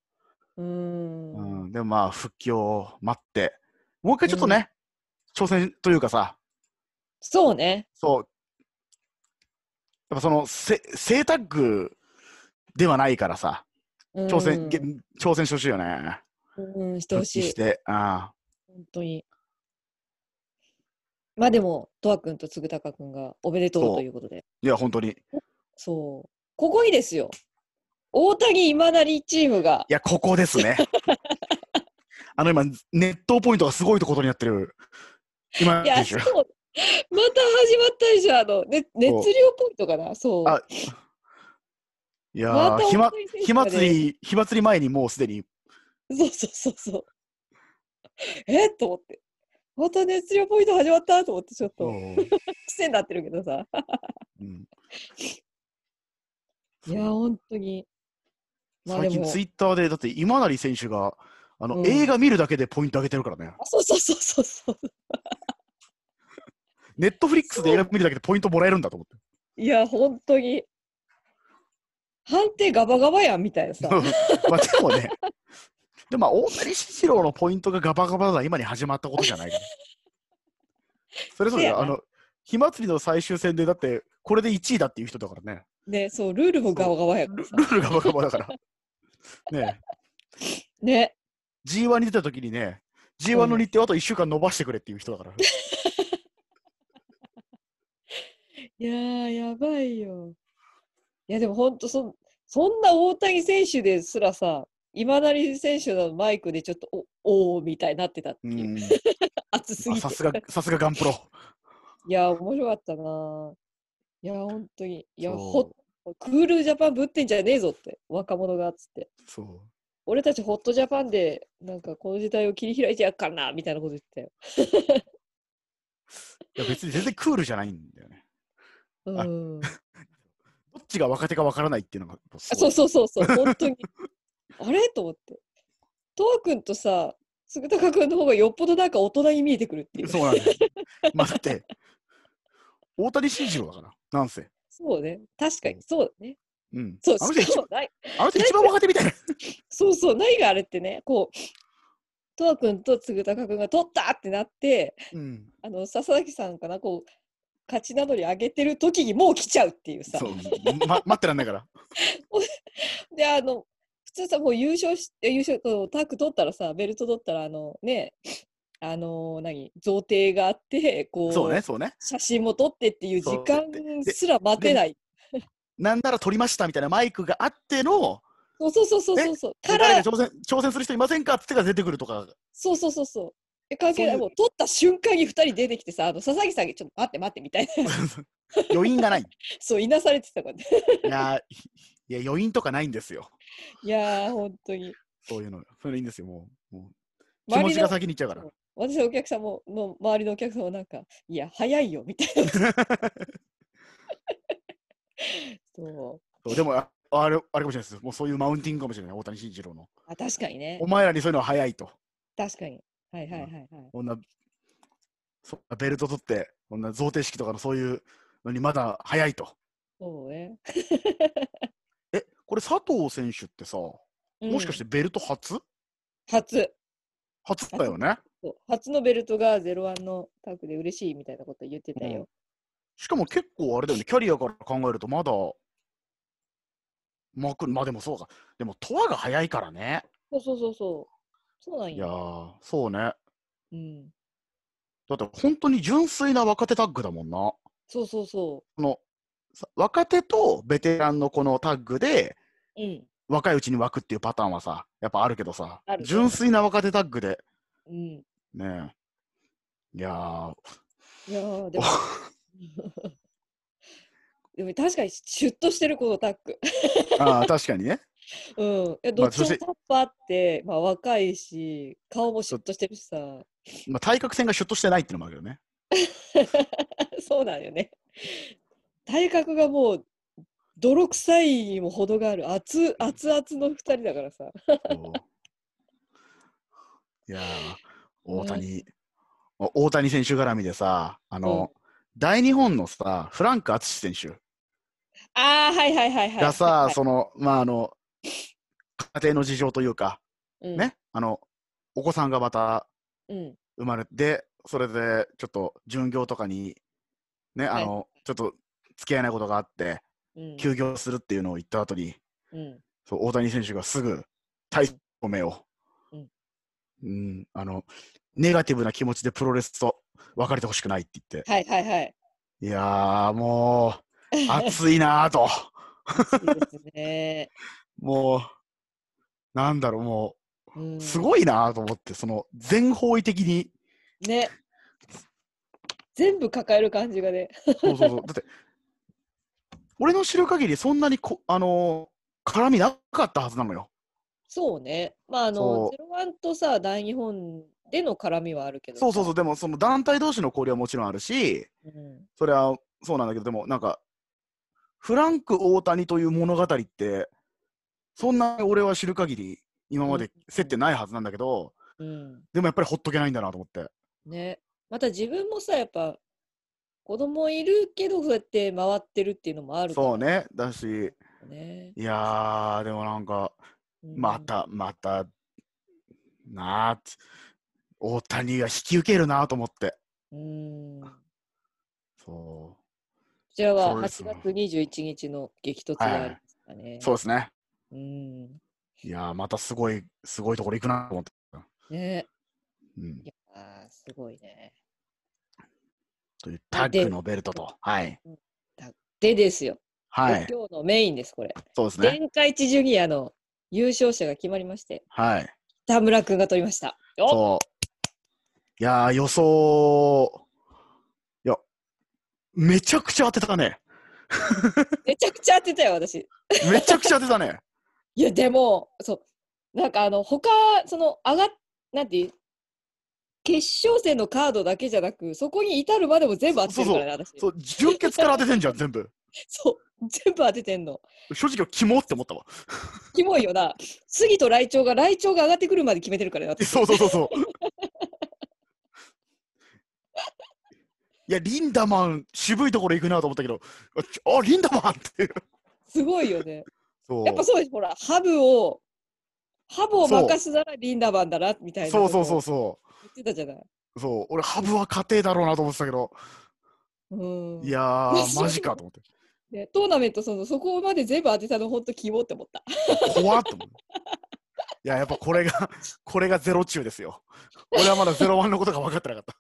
S2: う。
S1: うんん、でもまあ、復帰を待って、もう一回ちょっとね、挑戦というかさ、
S2: そうね。
S1: そう、やっぱその、せ正タッグではないからさ、挑戦、げ挑戦してほしいよね。
S2: うん。うん、してほし
S1: 復帰
S2: い
S1: し。て、あ
S2: 本当に。まあでも、とわくんとつぐたかくんがおめでと
S1: そう
S2: うということで。
S1: いや、本当に。い
S2: そう。ここいいですよ。大谷今成チームが。
S1: や、ここです
S2: [laughs]
S1: ね。あの、今、熱湯ポイントがすごいとことになってる。今
S2: いや、
S1: でし
S2: そ
S1: ょ
S2: う。また始まったでしょ、あの、ね、熱量ポイントかな、そう。
S1: あいや
S2: ま
S1: ー、
S2: た
S1: ひま
S2: 大、谷
S1: 火
S2: 選手がね
S1: 祭り、火祭り前にもうすでに、
S2: そうそうそうそう。えっと思って。また熱量ポイント始まったと思って、ちょっと癖になってるけどさ。
S1: うん
S2: いや、本当に。 [laughs] まあで
S1: 最近
S2: も
S1: ツイッターで、だって今成選手が、あの、
S2: うん
S1: 映画見るだけでポイント上げてるからね。
S2: あそうそうそうそうそう。
S1: ネットフリックスで映画見るだけでポイントもらえるんだと思って。
S2: いや、本当に。判定ガバガバやんみたいなさ。
S1: [laughs] まあでもね、でもまあ大谷四郎のポイントがガバガバな今に始まったことじゃないから。それぞ
S2: せ
S1: れ
S2: やな
S1: あの、火祭りの最終戦でだって、これで1位だっていう人だからね。
S2: ね、そう、ルールもガバガバやか
S1: ル
S2: ら
S1: ル
S2: さ。
S1: ールガバガバだから。ねえ
S2: ね、
S1: G1 に出た時にね、 G1 の日程をあと1週間伸ばしてくれっていう人だから。
S2: いやー、やばいよ。いや、でも本当そん、そんな大谷選手ですらさ、今成選手のマイクでちょっとおおーみたいになってたって
S1: う
S2: いう、
S1: ん、
S2: 熱す
S1: あ
S2: ぎて
S1: さ。すが、さすがガンプロ。
S2: いやー、面白かったなー。いやー、本当に。いや、
S1: そ
S2: ほクールジャパンぶってんじゃねえぞって、若者がっつって。
S1: う。そう
S2: 俺たちホットジャパンで、なんかこの時代を切り開いてやっからな、みたいなこと言ってたよ。
S1: いや別に全然クールじゃないんだよね。あ
S2: うん。
S1: どっちが若手かわからないっていうのがす
S2: あ
S1: ご
S2: そ
S1: いう
S2: そうそうそう、本当に。 [laughs] あれと思って。とわくんとさ、すぐたかくんの方がよっぽどなんか大人に見えてくるっていう。
S1: そうなんで
S2: [laughs]
S1: す。まあだって、大谷慎次郎だから、なんせ。
S2: そうね。確かに、そうだね。
S1: うん。
S2: そう、
S1: あの人
S2: しかもない、
S1: あの人一番若手みたい
S2: [laughs]
S1: な。
S2: そうそう、何があれってね、こう、とわくんとつぐたかくんが取ったってなって、
S1: うん。
S2: あの、笹崎さんかな、こう、勝ち名乗り上げてる時にもう来ちゃうっていうさ
S1: そ。う。ま、待ってらんないから。
S2: で、あの、普通さ、もう優勝し、え優勝、こうタッグ取ったらさ、ベルト取ったら、あの、ね、あの、何、贈呈があって、こう、
S1: そうね、そうね。
S2: 写真も撮ってっていう時
S1: そう
S2: 間
S1: です
S2: ら待てない。
S1: なんなら撮りましたみたいなマイクがあっての、
S2: そうそうそうそうそうそう。か
S1: 誰
S2: ら、
S1: か挑戦挑戦する人いませんかっつってから出てくるとか、 [laughs]
S2: そうそうそうそう。え関係ない、
S1: そういう
S2: もう撮った瞬間に2人出てきてさ、あの佐々木さんにちょっと待って待ってみたいな、 [laughs]
S1: 余韻がない。
S2: そう、いなされてたからね。
S1: いやー、いや余韻とかないんですよ。
S2: いやー、本当に。
S1: そういうの。そういうのいいんですよ、もう。もう気
S2: 周
S1: 持
S2: り
S1: ち
S2: の
S1: が先に行っちゃうから。
S2: 私のお客さんも、の周りのお客さんもなんか、いや、早いよみたいな。そう
S1: [laughs] そうでもあ、あれ、あれかもしれないです。もうそういうマウンティングかもしれない、大谷慎次郎の。
S2: あ確かにね
S1: お。前らにそういうのは早いと。
S2: 確かに。はいはいはいはい。
S1: こんな、そんなベルト取って、こんな贈呈式とかのそういうのにまだ早いと。
S2: そうね。
S1: え、これ佐藤選手ってさ、もしかして
S2: て
S1: ベルト初、
S2: 初
S1: 初だよね。
S2: そう初のベルトが01のタッグで嬉しいみたいなこと言ってたよ。
S1: しかも結構あれだよね、キャリアから考えるとまだ、まく、まあでもそうか。でも、トアが早いからね。
S2: そうそうそうそう。そうなん
S1: いや
S2: よ。
S1: ー、そうね。
S2: うん。
S1: だって本当に純粋な若手タッグだもんな。
S2: そうそうそ
S1: このさ若手とベテランのこのタッグで
S2: う。うん。
S1: 若いうちに湧くっていうパターンはさ、やっぱあるけどさ
S2: あ、る
S1: 純粋な若手タッグで、
S2: うん。
S1: ねえ。いやー、
S2: いや
S1: [laughs]
S2: ー、でも。 [laughs] でも確かにシュッとしてるこのタッグ。
S1: あー確かにね。
S2: [laughs] うん。いやどっちも
S1: そして
S2: タッパーって、まあ、若いし、顔もシュッとしてるしさ。 [laughs]
S1: まあ、対角線がシュッとしてないってのもあるけどね。
S2: そうなんよね。体格がもう、泥臭いにも程がある、熱熱々の二人だからさ。
S1: そういやー、大谷、お大谷選手絡みでさ、あの、大日本のさ、フランク淳選手
S2: ああ、はいはいはいはい。
S1: がさ、
S2: はいはい
S1: その、まあ、あの、家庭の事情というか、
S2: うん
S1: ね、あの、お子さんがまた
S2: うん。
S1: 生まれて、それでちょっと巡業とかに、ね、あの、ちょっと付き合えないことがあって、
S2: うん。
S1: 休業するっていうのを言った後に、
S2: うん。
S1: そう大谷選手がすぐ対処名を、
S2: う
S1: うんんあの、ネガティブな気持ちでプロレスと別れてほしくないって言って、
S2: はいはいはい。
S1: いやー、もう、熱いなーと、 [laughs]
S2: いいですね。
S1: もう、なんだろう、も
S2: う
S1: う、
S2: ん、
S1: すごいなーと思って、その、全方位的に、
S2: ね。全部抱える感じがね。
S1: そうそうそう。だって、俺の知る限り、そんなにこ、あのー絡みなかったはずなのよ。
S2: そうね。まあ、あの
S1: そ、
S2: ゼロワンとさ、大日本での絡みはあるけど。。
S1: そうそうそうう、でも、その団体同士の交流はもちろんあるし、
S2: うん、
S1: それはそうなんだけど、でも、なんか、フランク・大谷という物語って、そんな俺は知る限り、今まで接点ないはずなんだけど、
S2: うん。
S1: でもやっぱりほっとけないんだなと思って。
S2: ね。また自分もさ、やっぱ、子供いるけど、そうやって回ってるっていうのもあるから
S1: そうね。だし、
S2: ね。
S1: いやー、でもなんか、
S2: うん
S1: ま。た、また、なーって、大谷が引き受けるなと思って。
S2: うん。こ
S1: そ
S2: ちらは
S1: そう
S2: 8
S1: です
S2: 月
S1: ね
S2: 21日の激突がありますかね。
S1: う。そうですね。
S2: うん。
S1: いやー、またすごい、すごいところ行くなと思って。
S2: ね。
S1: うん
S2: い、やー、すごいね。
S1: というタッグのベルトと。はい。
S2: でですよ、
S1: はい。
S2: 今日のメインです、これ。
S1: そうですね。
S2: 天下一ジュニアの優勝者が決まりまして、
S1: はい。
S2: 田村君が取りました。お
S1: そう。いやー、予想、いや、めちゃくちゃ当てたね。
S2: めちゃくちゃ当てたよ、私。
S1: めちゃくちゃ当てたね。
S2: いや、でも、そう、なんかあの、他、その、上がっ、なんていう決勝戦のカードだけじゃなく、そこに至るまでも全部当ててるからね、私。
S1: そう、純潔から当ててんじゃん、全部。
S2: そう、全部当ててんの。
S1: 正直、キモって思ったわ。
S2: キモいよな。杉と来鳥が、来鳥が上がってくるまで決めてるからね、私。
S1: そうそうそうそう。いや、リンダマン、渋いところ行くなと思ったけど、あちょあ、リンダマンっていう。
S2: すごいよね。
S1: そう
S2: やっぱそうです、ほら、ハブを、ハブを任すならリンダマンだな、みたいな。
S1: そうそうそう。そ
S2: 言ってたじゃない。
S1: う。そう、俺、ハブは家庭だろうなと思ってたけど、
S2: うん。
S1: いや
S2: [laughs]
S1: ー、マジかと思って。
S2: でトーナメント、その、そこまで全部当てたの、本当キモって思った。
S1: 怖っと思って。いや、やっぱこれが、これがゼロ中ですよ。俺はまだゼロワンのことが分かってなかった。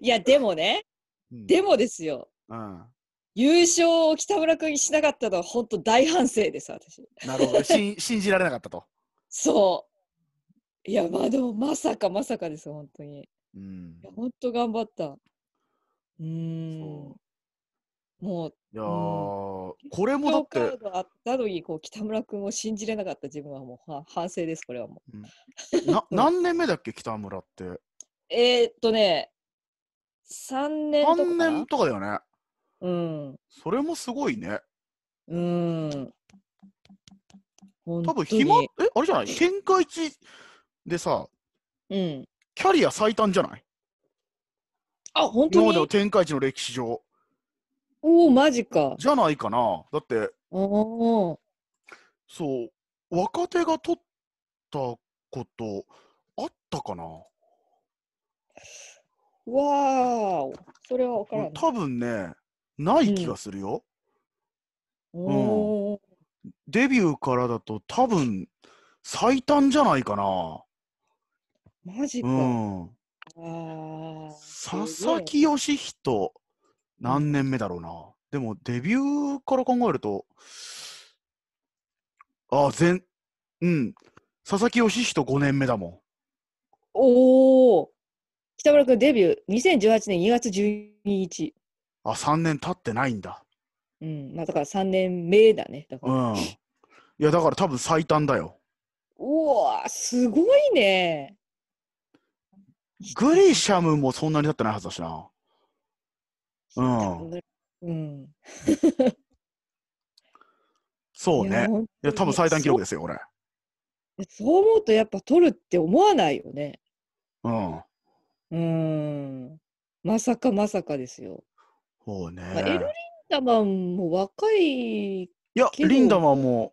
S2: いや、でもね、
S1: うん、
S2: でもですよ。
S1: うん、
S2: 優勝を北村君にしなかったのは本当大反省です私
S1: なるほど。しん信じられなかったと。
S2: そういやまあでもまさかまさかです本当にい
S1: うん。
S2: や本当頑張ったうーん
S1: そ
S2: もう
S1: いやー、
S2: う
S1: これもだっ
S2: カ
S1: て
S2: ー、ドあったのにこう北村君を信じれなかった自分はもうは反省ですこれはもう
S1: な何年目だっけ、北村って。
S2: えー、っとね3年と
S1: 3
S2: かか
S1: 年
S2: な
S1: とかだよね。
S2: うん
S1: それもすごいね。
S2: うーん本
S1: 多分
S2: 当に
S1: 暇、え、あれじゃない天下一でさ、
S2: うん
S1: キャリア最短じゃない
S2: あ本
S1: 今
S2: 当
S1: まで
S2: に
S1: の天下一の歴史上。
S2: おおマジか
S1: じゃないかな。だって、
S2: おー
S1: そう、若手が取ったことあったかな。
S2: わーそれは分からんな。
S1: 多分ね、ない気がするよ。
S2: おー
S1: デビューからだと多分最短じゃないかな。
S2: マジか。
S1: うん。
S2: あ
S1: 佐々木義人、何年目だろうな。でも、デビューから考えると、ああ、全、うん。佐々木義人5年目だも
S2: おおー北村君デビュー2018年2月12日。
S1: ん。あ、3年経ってないんだ。
S2: うん。まあだから3年目だね。だか
S1: う
S2: ら。
S1: ん。いや、だから多分最短だよ。
S2: うわーすごいね。
S1: グリシャムもそんなに経ってないはずだしな。うん。
S2: うん。
S1: そうね。
S2: 本
S1: い
S2: 当
S1: や、
S2: に
S1: 多分最短記録ですよ、俺。
S2: そうそう思うとやっぱ取るって思わないよね。
S1: うん。
S2: うん。まさかまさかですよ。
S1: そう
S2: まあ、エルリン
S1: ね。
S2: ダマンも若い
S1: いや、
S2: けど
S1: リンダマンも、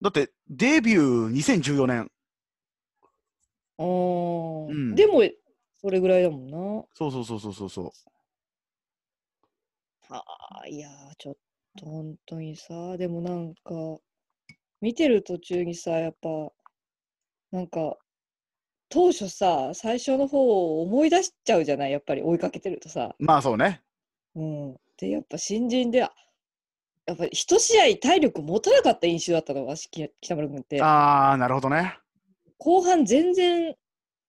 S1: だって、デビュー2014年。
S2: あー
S1: うん
S2: でもそれぐらいだもんな。
S1: そうそうそうそうそうそう。
S2: あーいやーちょっと本当にさでもなんか見てる途中にさやっぱなんか当初さ最初の方を思い出しちゃうじゃないやっぱり追いかけてるとさ。
S1: まあそうね。
S2: うん、でやっぱ新人であやっぱり一試合体力持たなかった印象だったのわしき北村君って
S1: ああ、なるほどね。
S2: 後半全然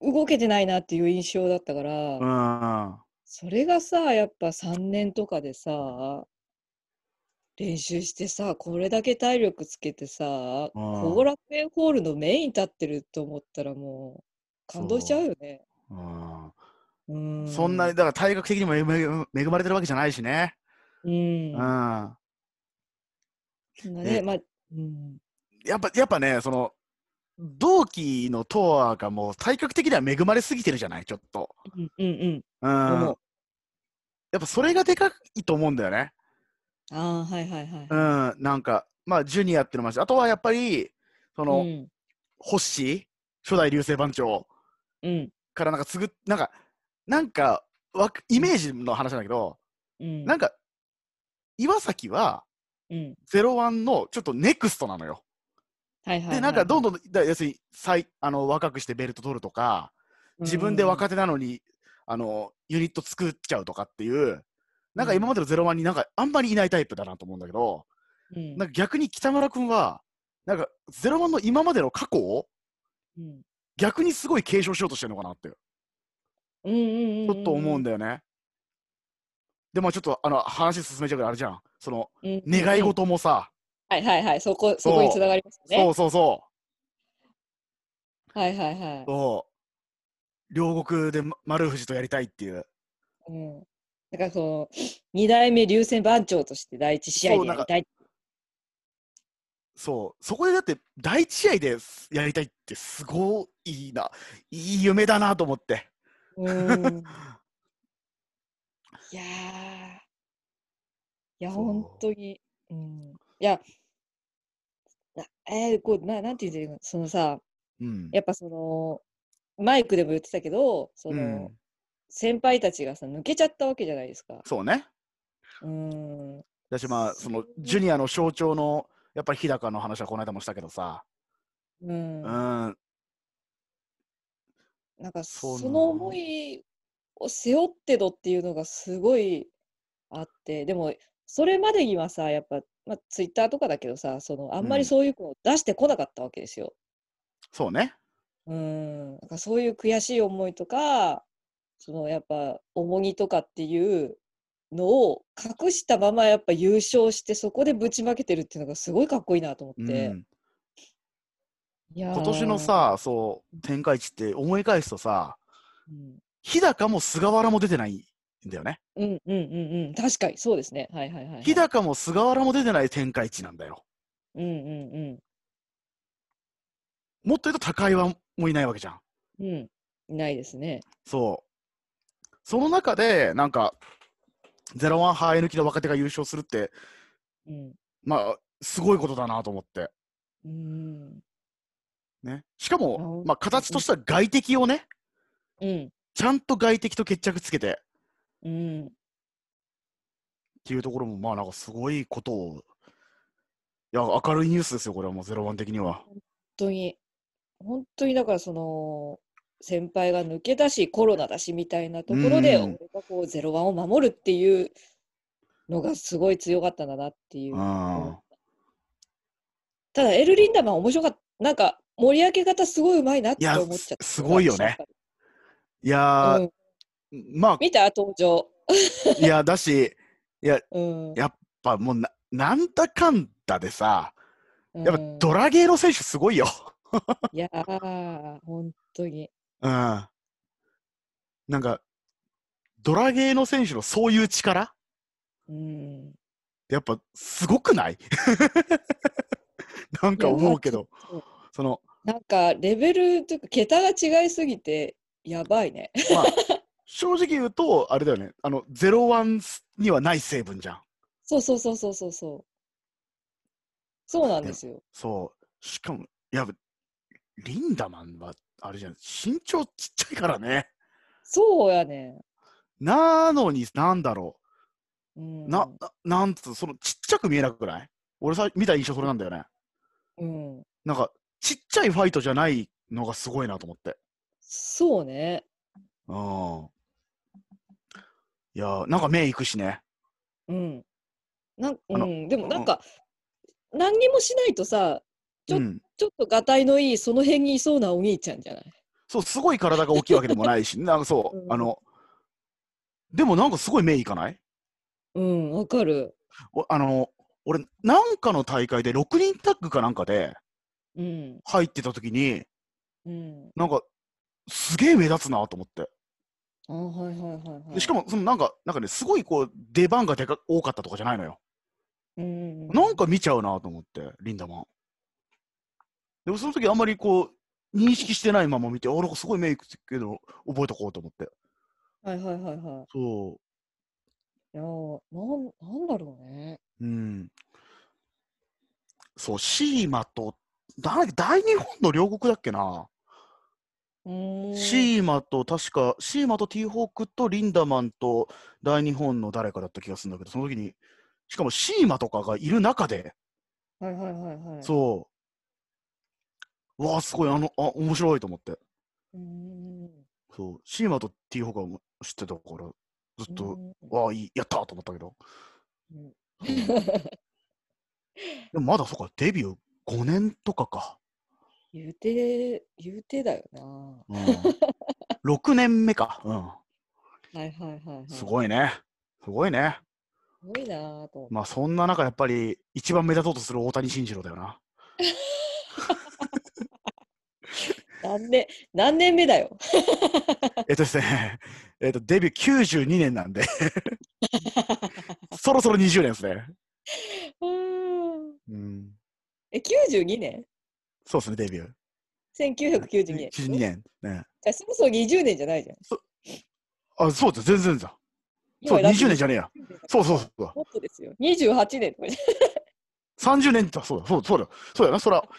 S2: 動けてないなっていう印象だったから。
S1: うん。
S2: それがさ、やっぱ3年とかでさ、練習してさ、これだけ体力つけてさ、後楽園ホールのメイン立ってると思ったらもう、感動しちゃうよね。
S1: うん
S2: うん。
S1: そんな、だから体格的にも恵ま恵まれてるわけじゃないしね。
S2: うん
S1: うん。。や
S2: そんなね、
S1: え
S2: まあ、うん。
S1: っぱ、やっぱね、その、同期のトアがもう体格的には恵まれすぎてるじゃない、ちょっと。
S2: うんうんうん。
S1: うん。
S2: 思う
S1: やっぱそれがでかいと思うんだよね。
S2: ああ、はいはいはい。
S1: うん。なんか、まあ、ジュニアってのもあるし、あとはやっぱり、その、
S2: うん。
S1: ホッシー、初代流星番長
S2: うん。
S1: からなんか継ぐ、なんか、なんか、わくイメージの話なんだけど、
S2: うん。
S1: なんか、岩崎は、
S2: うん。
S1: ゼロワンのちょっとネクストなのよ。
S2: はいはいはい。
S1: で、なんかどん
S2: ど
S1: どん、だ要するに、最あの若くしてベルト取るとか、自分で
S2: か
S1: 若手なのに、あの、ユニット作っちゃうとかっていう、なんか今までのゼロワンになんかあんまりいないタイプだなと思うんだけど、
S2: うん
S1: なんか逆に北村君は、なんかゼロワンの今までの過去を
S2: うん
S1: 逆にすごい継承しようとしてるのかなって、ち
S2: うんうんうん
S1: ょっと思うん
S2: だ
S1: だよね。で、まあちょっとあの話進めちゃうからあれじゃん。その
S2: よ
S1: 願い事もさ、
S2: はいはいはいそこそこにつながります
S1: そ
S2: ね
S1: うそうそう。
S2: はいはいは
S1: そう。両国でま丸藤とやりたいっていう。
S2: い、うん、だからその二代目流線番長として第一試合
S1: そう
S2: で
S1: な
S2: や
S1: んか
S2: りたい
S1: そう。そこでだって、第一試合でやりたいってすごいな。いい夢だなと思って。
S2: うんいやーいや
S1: そう
S2: 本当に、うん、いやなえー、こうななんて言うんだろうそのさ
S1: うん。
S2: やっぱそのマイクでも言ってたけどその、
S1: うん、
S2: 先輩たちがさ抜けちゃったわけじゃないですか。
S1: そうね。
S2: うーん。
S1: だしまあ、
S2: そう
S1: その、ジュニアの象徴の、やっぱり日高の話はこの間もしたけどさ。
S2: うん。
S1: うん。
S2: なんか
S1: そう
S2: そ
S1: なの
S2: の思いを背負ってのっていうのがすごいあって、でもそれまでにはさ、やっぱ、まあ、ツイッターとかだけどさ、そのあんま
S1: うん
S2: りそういうのを出してこなかったわけですよ。
S1: そうね。
S2: うん。なんかそういう悔しい思いとか、そのやっぱ重荷とかっていうのを隠したままやっぱ優勝してそこでぶちまけてるっていうのがすごいかっこいいなと思
S1: う
S2: って。
S1: ん。
S2: いやー
S1: 今年の、さ、そう、展開地って思い返すとさ、
S2: うん
S1: 日高も菅原も出てないんだよね。
S2: うんうんうんうん確かにそうですねはいはいはい、はい、
S1: 日高も菅原も出てない展開地なんだよ。
S2: うんうん
S1: もっと言うと高岩もいないわけじゃん。
S2: うんうんいないですね
S1: そう。その中で、なんか、ゼロワン生え抜きの若手が優勝するって、
S2: うん
S1: まあ、すごいことだなと思って。
S2: うん
S1: ね。しかも
S2: う、ん
S1: まあ、形としては外敵をね、
S2: うん
S1: ちゃんと外敵と決着つけて
S2: うん
S1: っていうところも、まあ、なんかすごいことを、いや、明るいニュースですよ、これはもうゼロワン的には。
S2: 本当に本当にだからその先輩が抜けたしコロナだしみたいなところで
S1: うん。
S2: 俺がこうゼロワンを守るっていうのがすごい強かったんだなっていううんただエル・リンダマン面白かったなんか盛り上げ方すごいうまいなって
S1: いや
S2: 思っちゃった
S1: すすごいよね、いや
S2: う
S1: ー、
S2: ん、
S1: ま
S2: 見た登場
S1: あ、いや、だし、
S2: うん
S1: やっぱもうな、なんだかんだでさ、やっぱ
S2: うん
S1: ドラゲーの選手すごいよ。
S2: いやー、本当に。
S1: うん。なんか、ドラゲーの選手のそういう力っ
S2: うん。
S1: てやっぱすごくない [laughs] なんか思うけど
S2: いや、
S1: その、
S2: なんか、レベルというか、桁が違いすぎて、やばいね。 [laughs]
S1: まあ、正直言うと、あれだよね、あの、ゼロワンにはない成分じゃん。
S2: そうそうそうそうそうそう。そうなんですよ。
S1: そう。しかも、やっぱ、リンダマンは、あれじゃん、身長ちっちゃいからね。
S2: そうやね。
S1: なのに、なんだろ
S2: うん。
S1: う。な、ななんつう、その、ちっちゃく見えなくない俺さ、見た印象それなんだよね。
S2: うん。
S1: なんか、ちっちゃいファイトじゃないのがすごいなと思って。
S2: そうね。
S1: うん。いやー、なんか目いくしね。
S2: うん。なん
S1: あ
S2: う
S1: の
S2: ん、でもなんか、何にもしないとさ、ちょ
S1: うん。
S2: ちょっとがたいのいい、その辺にいそうなお兄ちゃんじゃない
S1: そう、すごい体が大きいわけでもない
S2: [laughs]
S1: し、なんかそう、
S2: うん
S1: あの、でもなんかすごい目いかない
S2: うん、わかる。
S1: おあの、俺、なんかの大会で6人タッグかなんかで
S2: うん。
S1: 入ってた時に、
S2: うん。
S1: なんか、すげえ目立つなと思って。
S2: あ、はいはいはい、はい。
S1: でしか
S2: も、
S1: も、そのなんか、なんかね、すごいこう、出番がでか多かったとかじゃないのよ。
S2: うん、
S1: なんか見ちゃうなと思って、リンダマン。でもその時あんまりこう、認識してないまま見て、あ、なんかすごいメイクつけど、覚えとこうと思って。
S2: はいはいはいはい。
S1: そ
S2: いやーなん、なんだろうね。
S1: う。うん。そう、シーマと、だ大日本の両国だっけな。
S2: うーん。
S1: シーマと、確か、シーマとティーホークとリンダマンと大日本の誰かだった気がするんだけど、その時に、しかもシーマとかがいる中で、
S2: はいはいはいはい。
S1: そう。うわあ、すごい、あの、あ、面白いと思って。
S2: うーん。
S1: そう、シーマとティーホーカーも知ってたから、ずっと、わあ、いい、やったーと思ったけど。
S2: うん
S1: うんでもまだそうか、デビュー5年とかか。
S2: 言うて、言うてだよな。 [laughs]
S1: うん、6年目か。う
S2: はいはいはい、はい。
S1: ん。す
S2: す
S1: ごいね。すごいね。
S2: ごいなぁと思って。
S1: まあそんな中、やっぱり一番目立とうとする大谷慎二郎だよ
S2: [laughs]
S1: な。
S2: 何年、何年目だよ。
S1: えっとですね、えっと、デビュー92年なんで、 [laughs] そろそろ20年ですね。
S2: うーん
S1: うん。
S2: え、92年
S1: そうですね、デビュー。
S2: ?1992 年。
S1: 92年。ね、
S2: じゃあそもそも20年じゃないじゃん。
S1: あ、そうです、全然だ。そう、
S2: 今だって
S1: 20年じゃねえや。そうそうそう。
S2: もっとですよ。28年とかじ
S1: 30年だ、そうだ、そうだ、そうだ、そうだよな、そら。
S2: ゃ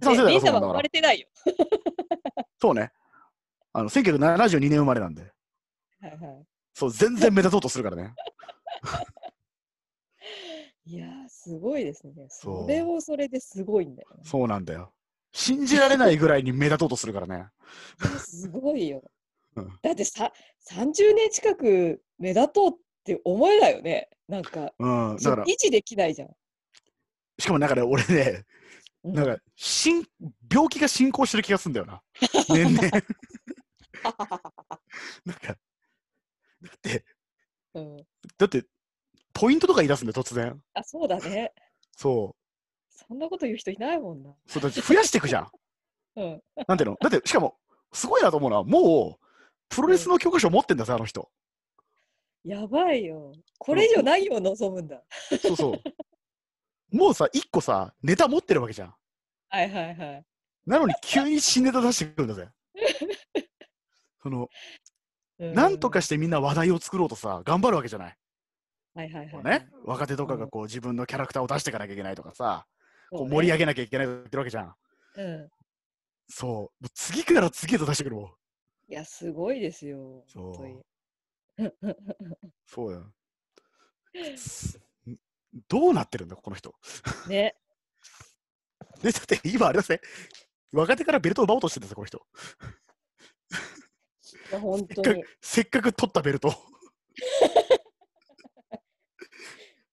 S1: 第三
S2: ん。
S1: 世代
S2: み
S1: がそうなん
S2: んなは
S1: だ
S2: 生
S1: か
S2: ま
S1: ら
S2: れ。てないよ。
S1: そうね。あの、1972年生まれなんで。
S2: はいは
S1: そう、全然目立とうとするからね。
S2: い。いやー、すごいですね。
S1: そう
S2: それをそれですごいんだよね。
S1: そうなんだよ。信じられないぐらいに目立とうとするからね。
S2: いやすごいよ
S1: うん。
S2: だってさ、30年近く目立とうって思えないよね。なんか、
S1: うん。だから
S2: 維、持できないじゃん。
S1: しかもなんかね、俺ね、
S2: うん
S1: なんか、しん、病気が進行してる気がするんだよな。年
S2: [laughs]
S1: 々。なんか、だって、
S2: うん、
S1: だって、ポイントとか言い出すんだよ、突然。
S2: あ、そうだね。
S1: そ
S2: そんなこと言う人いないもんな。
S1: う。そうだって増やしていくじゃん。
S2: うん。
S1: なんていうのだって、しかも、すごいなと思うのは、もう、プロレスの教科書持ってんだぜ、あの人。
S2: やばいよ。これ以上何を望むんだ。
S1: そうそう。もうさ、一個さ、ネタ持ってるわけじゃん。
S2: はいはいはい。
S1: なのに、急に新ネタ出してくるんだぜ。その、
S2: う
S1: なんと。かしてみんな話題を作ろうとさ、頑張るわけじゃない。
S2: はいはいはい。
S1: ね、若手とかがこう自分のキャラクターを出していかなきゃいけないとかさ、
S2: そう
S1: こ
S2: ね。
S1: う盛り上げなきゃいけないとか言ってるわけじゃん。
S2: うん。
S1: そう。もう次から次へと出してくるもん。
S2: いや、すごいですよ。
S1: そう
S2: 本当に。 [laughs]
S1: そうやん。すどうなってるんだ、この人。
S2: ね。
S1: で、だって今あれだぜ。若手からベルトを奪おうとしてるんですよ、この人。
S2: いや本当
S1: せっ
S2: に。
S1: せっかく取ったベルトを。 [laughs]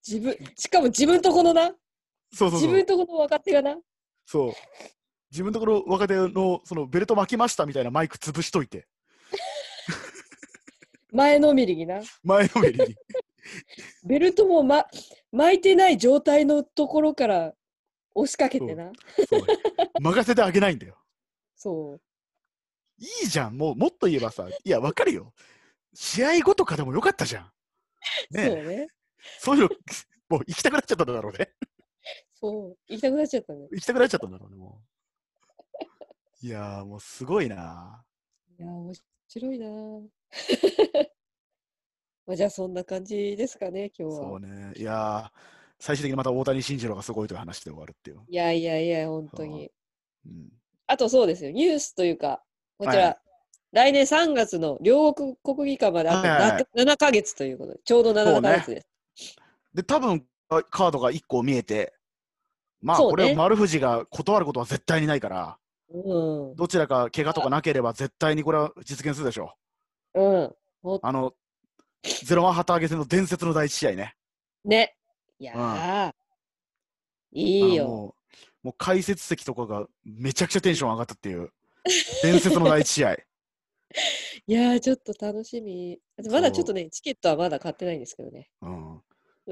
S2: 自分、しかも自分とこのな、
S1: そうそう
S2: 自
S1: そう
S2: 分。とこの若手がな、
S1: そう自分のところ若手のそのベルト巻きましたみたいなマイク潰しといて、
S2: 前のめりにな、
S1: 前のめりに。
S2: ベルトも、ま、巻いてない状態のところから押しかけてな。
S1: そう [laughs] 任せてあげないんだよ。
S2: そう。
S1: いいじゃん、もうもっと言えばさ、いや、わかるよ。試合後とかでもよかったじゃん。
S2: そう
S1: ねえ、
S2: ね。
S1: そういうの、 [laughs] もう行きたくなっちゃったんだろうね。
S2: そう。行きたくなっちゃったね。
S1: 行きたくなっちゃったんだろうね、もう。いやー、もうすごいない
S2: やー、面白いな [laughs] ー。まあ、じゃあ、そんな感じですかね、今日
S1: そ
S2: は
S1: う。ね。いやー、最終的にまた大谷慎二郎がすごいという話で終わるっていう。
S2: いやいやいや、本当に。
S1: うん、
S2: あと、そうですよ。ニュースというか、こちら、
S1: はいは
S2: 来年3月の両国国技館まであと
S1: はいはい
S2: 7ヶ月ということで、ちょうど7ヶ月です。
S1: で、多分あカードが1個見えて、まあ、
S2: そうね
S1: これ、丸藤が断ることは絶対にないから、
S2: うん。
S1: どちらか怪我とかなければ、絶対にこれは実現するでしょう。
S2: うん。
S1: あの、ゼロワン旗揚げ戦の伝説の第一試合ね。
S2: ね。いやー、いい
S1: あのも
S2: よ。
S1: う。もう解説席とかがめちゃくちゃテンション上がったっていう、伝説の第一試合。
S2: いやー、ちょっと楽しみ。まだちょっとね、チケットはまだ買ってないんですけどね。
S1: う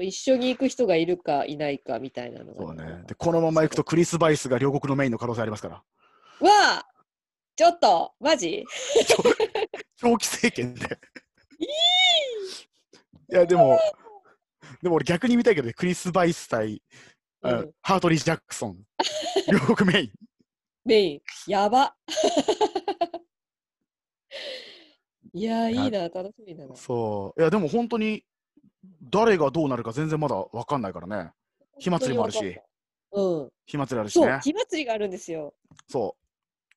S1: ん、
S2: 一緒に行く人がいるかいないかみたいなのが。
S1: そう
S2: [laughs]
S1: ね。で、このまま行くとクリス・バイスが両国のメインの可能性ありますから。
S2: わあちょっとマジ
S1: 長期政権で。いや、でも、でも俺逆に見たいけどね、クリス・バイス対、あ
S2: うん
S1: ハートリー・ジャクソン、両国メイン。
S2: メイン、やば [laughs] いやー、いいな、楽しみだな。
S1: そう。いや、でも本当に、誰がどうなるか全然まだ分かんないからね。火祭りもあるし
S2: 本当によかった。うん。
S1: 火祭りあるし
S2: そう
S1: ね、。
S2: 火祭りがあるんですよ。
S1: そ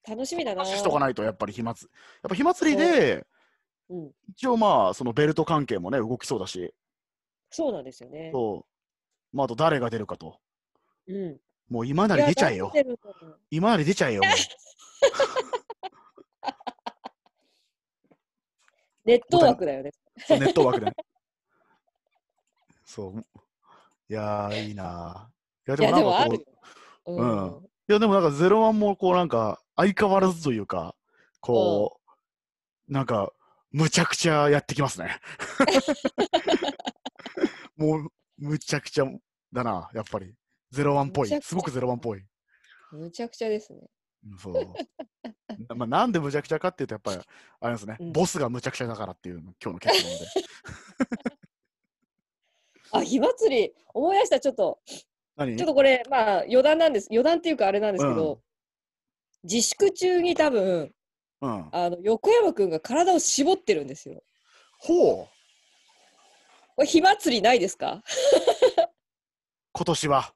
S1: う。
S2: 楽しみだな。
S1: 話しとかないとやっぱり火祭りやっぱ火祭りで
S2: うん。
S1: 一応まあそのベルト関係もね動きそうだし
S2: そうなんですよね。
S1: そうまああと誰が出るかと
S2: うん。
S1: もう今なり出ちゃえよ
S2: いや頑張ってると思う
S1: 今なり出ちゃえよもう
S2: ネットワークだよね。
S1: そうネットワークで。そう。いやー、いいなー。いや、
S2: いや、
S1: なん
S2: でも
S1: か
S2: あ
S1: こう
S2: る。う
S1: うんいや、でもなんか、ゼロワンもこう、なんか、相変わらずというか、こう、なんか、むちゃくちゃやってきます
S2: [laughs]
S1: ね。もう、むちゃくちゃだな、やっぱり。ゼロワンっぽい
S2: むちゃ。くちゃ
S1: すごくゼロワンっぽい。
S2: むちゃくちゃですね。
S1: うん
S2: [laughs]
S1: そう。なまあ、なんでむちゃくちゃかっていうと、やっぱり、あれですね、
S2: うん
S1: ボスがむちゃくちゃだからっていうの、今日の結論で。
S2: [laughs] あ、火祭り、思い出した、ちょっと、
S1: 何
S2: ちょっとこれ、まあ、余談なんです。余談っていうか、あれなんですけど、自粛中に多分、
S1: うん。
S2: あの、横山くんが体を絞ってるんですよ。
S1: ほう、
S2: これ、火祭りないですか [laughs]
S1: 今年は。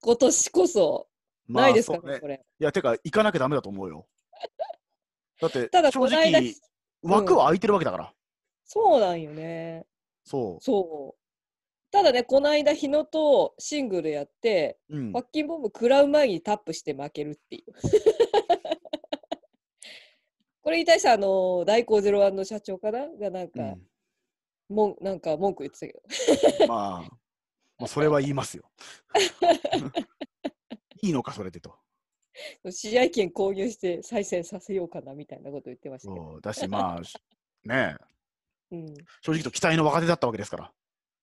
S2: 今年こそ、
S1: まあ
S2: ないですか、
S1: そうね
S2: これ。
S1: いや、てか、行かなきゃダメだと思
S2: [laughs]
S1: うよ。だって、
S2: ただ、
S1: 正
S2: この間、
S1: 直、枠は空いてるわけだから。
S2: そうなんよね。
S1: そ
S2: そう。ただね、この間、日野とシングルやって、
S1: う。うん
S2: パッ。キンボム食らう前にタップして負けるっていう。 [laughs] これに対してあの大光ゼロワンの社長かながなん
S1: う
S2: か、
S1: ん、
S2: もんなんか文句言ってたけど。
S1: まあ、まあ、それは言いますよ。 [laughs] いいのか、それでと。
S2: 試合権購入して再戦させようかなみたいなこと言ってましたけど。
S1: そうだし、まあ、ねえ、
S2: うん、い
S1: 正直言うと期待の若手だったわけですから。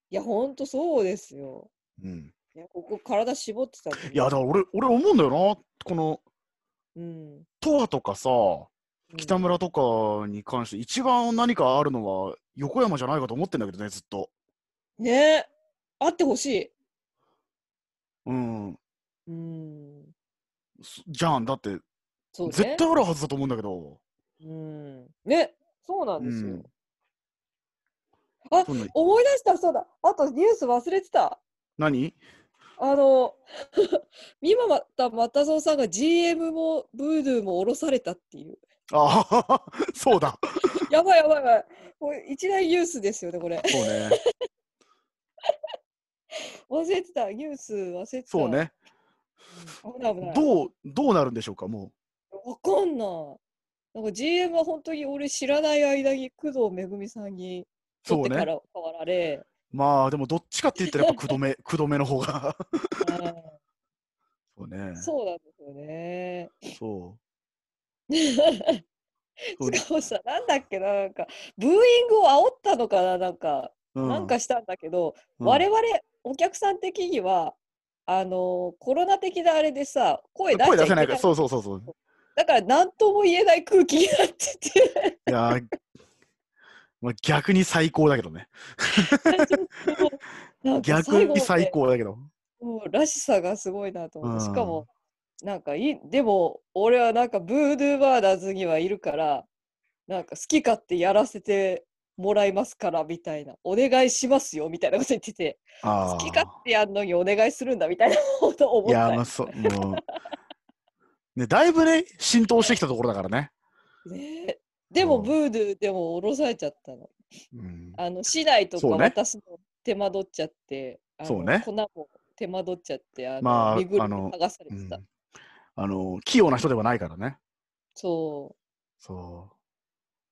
S2: や、ほんとそうですよ。
S1: うん、
S2: いや、ここ体絞ってたのに
S1: いや、だから俺、俺思うんだよな。この、
S2: うん。
S1: トアとかさ、
S2: うん
S1: 北村とかに関して、一番何かあるのは横山じゃないかと思ってんだけどね、ずっと。
S2: ねえ、あってほしい。
S1: うん。
S2: うん。
S1: すじゃん、だって、
S2: そうね。
S1: 絶対あるはずだと思うんだけど。
S2: うん。ね、そうなんですよ。
S1: うん
S2: あ
S1: そんな
S2: 思い出した、そうだ。あとニュース忘れてた。
S1: 何 [laughs]
S2: あの、 [laughs] 今また、またぞうさんが GM もブードゥーも降ろされたっていう。
S1: ああ、そうだ。
S2: やばいやばいやばい。これ一大ニュースですよね、これ。
S1: そうね。
S2: 忘れてた、ニュース忘れてた。
S1: そう。ね。
S2: 危ない危ない。
S1: どう、どうなるんでしょうか、も
S2: わかんない。なんか GM は本当に俺知らない間に工藤めぐみさんに
S1: う。そう
S2: 取って
S1: ね
S2: か。ら変わられ、
S1: まあでもどっちかって言ったらやっぱくどめ、 [laughs] くどめの方が。そうね
S2: うん。そうなんですよね。
S1: そう。
S2: [laughs]
S1: そう
S2: しかもさ、なんだっけな、なんか、ブーイングを煽ったのかな、なんか、
S1: う
S2: なんかしたんだけど、
S1: うん
S2: 我々お客さん的にはあのコロナ的なあれでさ声出しち
S1: 声
S2: ゃ
S1: 出
S2: い
S1: せ
S2: けな
S1: ないいから、そうそうそうそう。
S2: だから何とも言えない空気になってて
S1: いやー、まあ、逆に最高だけどね。
S2: なんか
S1: 逆
S2: 最後ま
S1: に
S2: で
S1: 最高だけど。
S2: もうらしさがすごいなと思って、
S1: うん
S2: しかもなんかいいでも俺はなんかブードゥーバーダーズにはいるからなんか好き勝手やらせてもらいますからみたいなお願いしますよみたいなこと言ってて
S1: あ
S2: 好き勝
S1: あ。
S2: 手やんのにお願いするんだみたいなことを思
S1: い
S2: った
S1: や
S2: よ
S1: ー、まあ、そう、もう。ね、だいぶね、浸透してきたところだからね。
S2: ねえでも
S1: うん
S2: ブードゥーでも降ろされちゃったの。
S1: うん、
S2: あの市内とか
S1: そうね
S2: 渡すの手間取っちゃって、あの
S1: そうね
S2: 粉も手間取っちゃって、あの
S1: まあ
S2: 身ぐる
S1: あ
S2: み
S1: の
S2: 剥がされ
S1: う
S2: て
S1: ん
S2: た。
S1: あの、器用な人ではないからね。
S2: そう、
S1: そ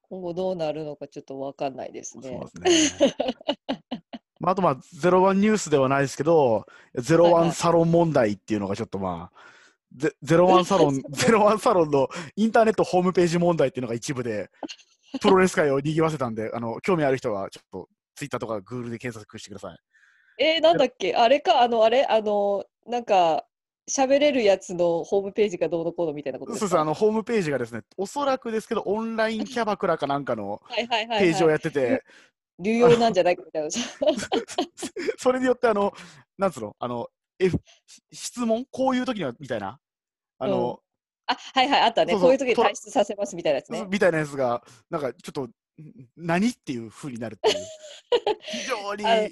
S2: 今後どうなるのかちょっとわかんないです
S1: う。
S2: ね。
S1: そうですね。 [laughs] まあ、あと、まあ、ゼロワンニュースではないですけど、ゼロ
S2: はい
S1: ワ
S2: は
S1: ン
S2: い
S1: サロン問題っていうのがちょっとまあ、ゼゼロワンサ
S2: [laughs]
S1: ロン、ゼロワンサロンのインターネットホームページ問題っていうのが一部で、プロレス界を賑わせたんで、あの、興味ある人は、ちょっと、ツイッターとかグーグルで検索してください。
S2: えー、なんだっけあれか、あの、あれあの、なんか、喋れるやつのホームページがどうのこうのみたいなこと
S1: そう
S2: です
S1: で
S2: か
S1: す、あの、ホームページがですね、おそらくですけど、オンラインキャバクラかなんかの
S2: はいはいはい、
S1: ページを
S2: はい。
S1: やってて、
S2: 流用なんじゃないかみたいな。 [laughs]
S1: [laughs] それによって、あの、なんつうの、あの、F、質問こういう時には、みたいな、あの、
S2: あ、はいはい、あったね。
S1: そうそう
S2: こういう時に
S1: トラ
S2: 退出させますみたいなやつね。
S1: みたいなやつが、なんかちょっと、ん何っていう風になるっていう。非常に、
S2: あの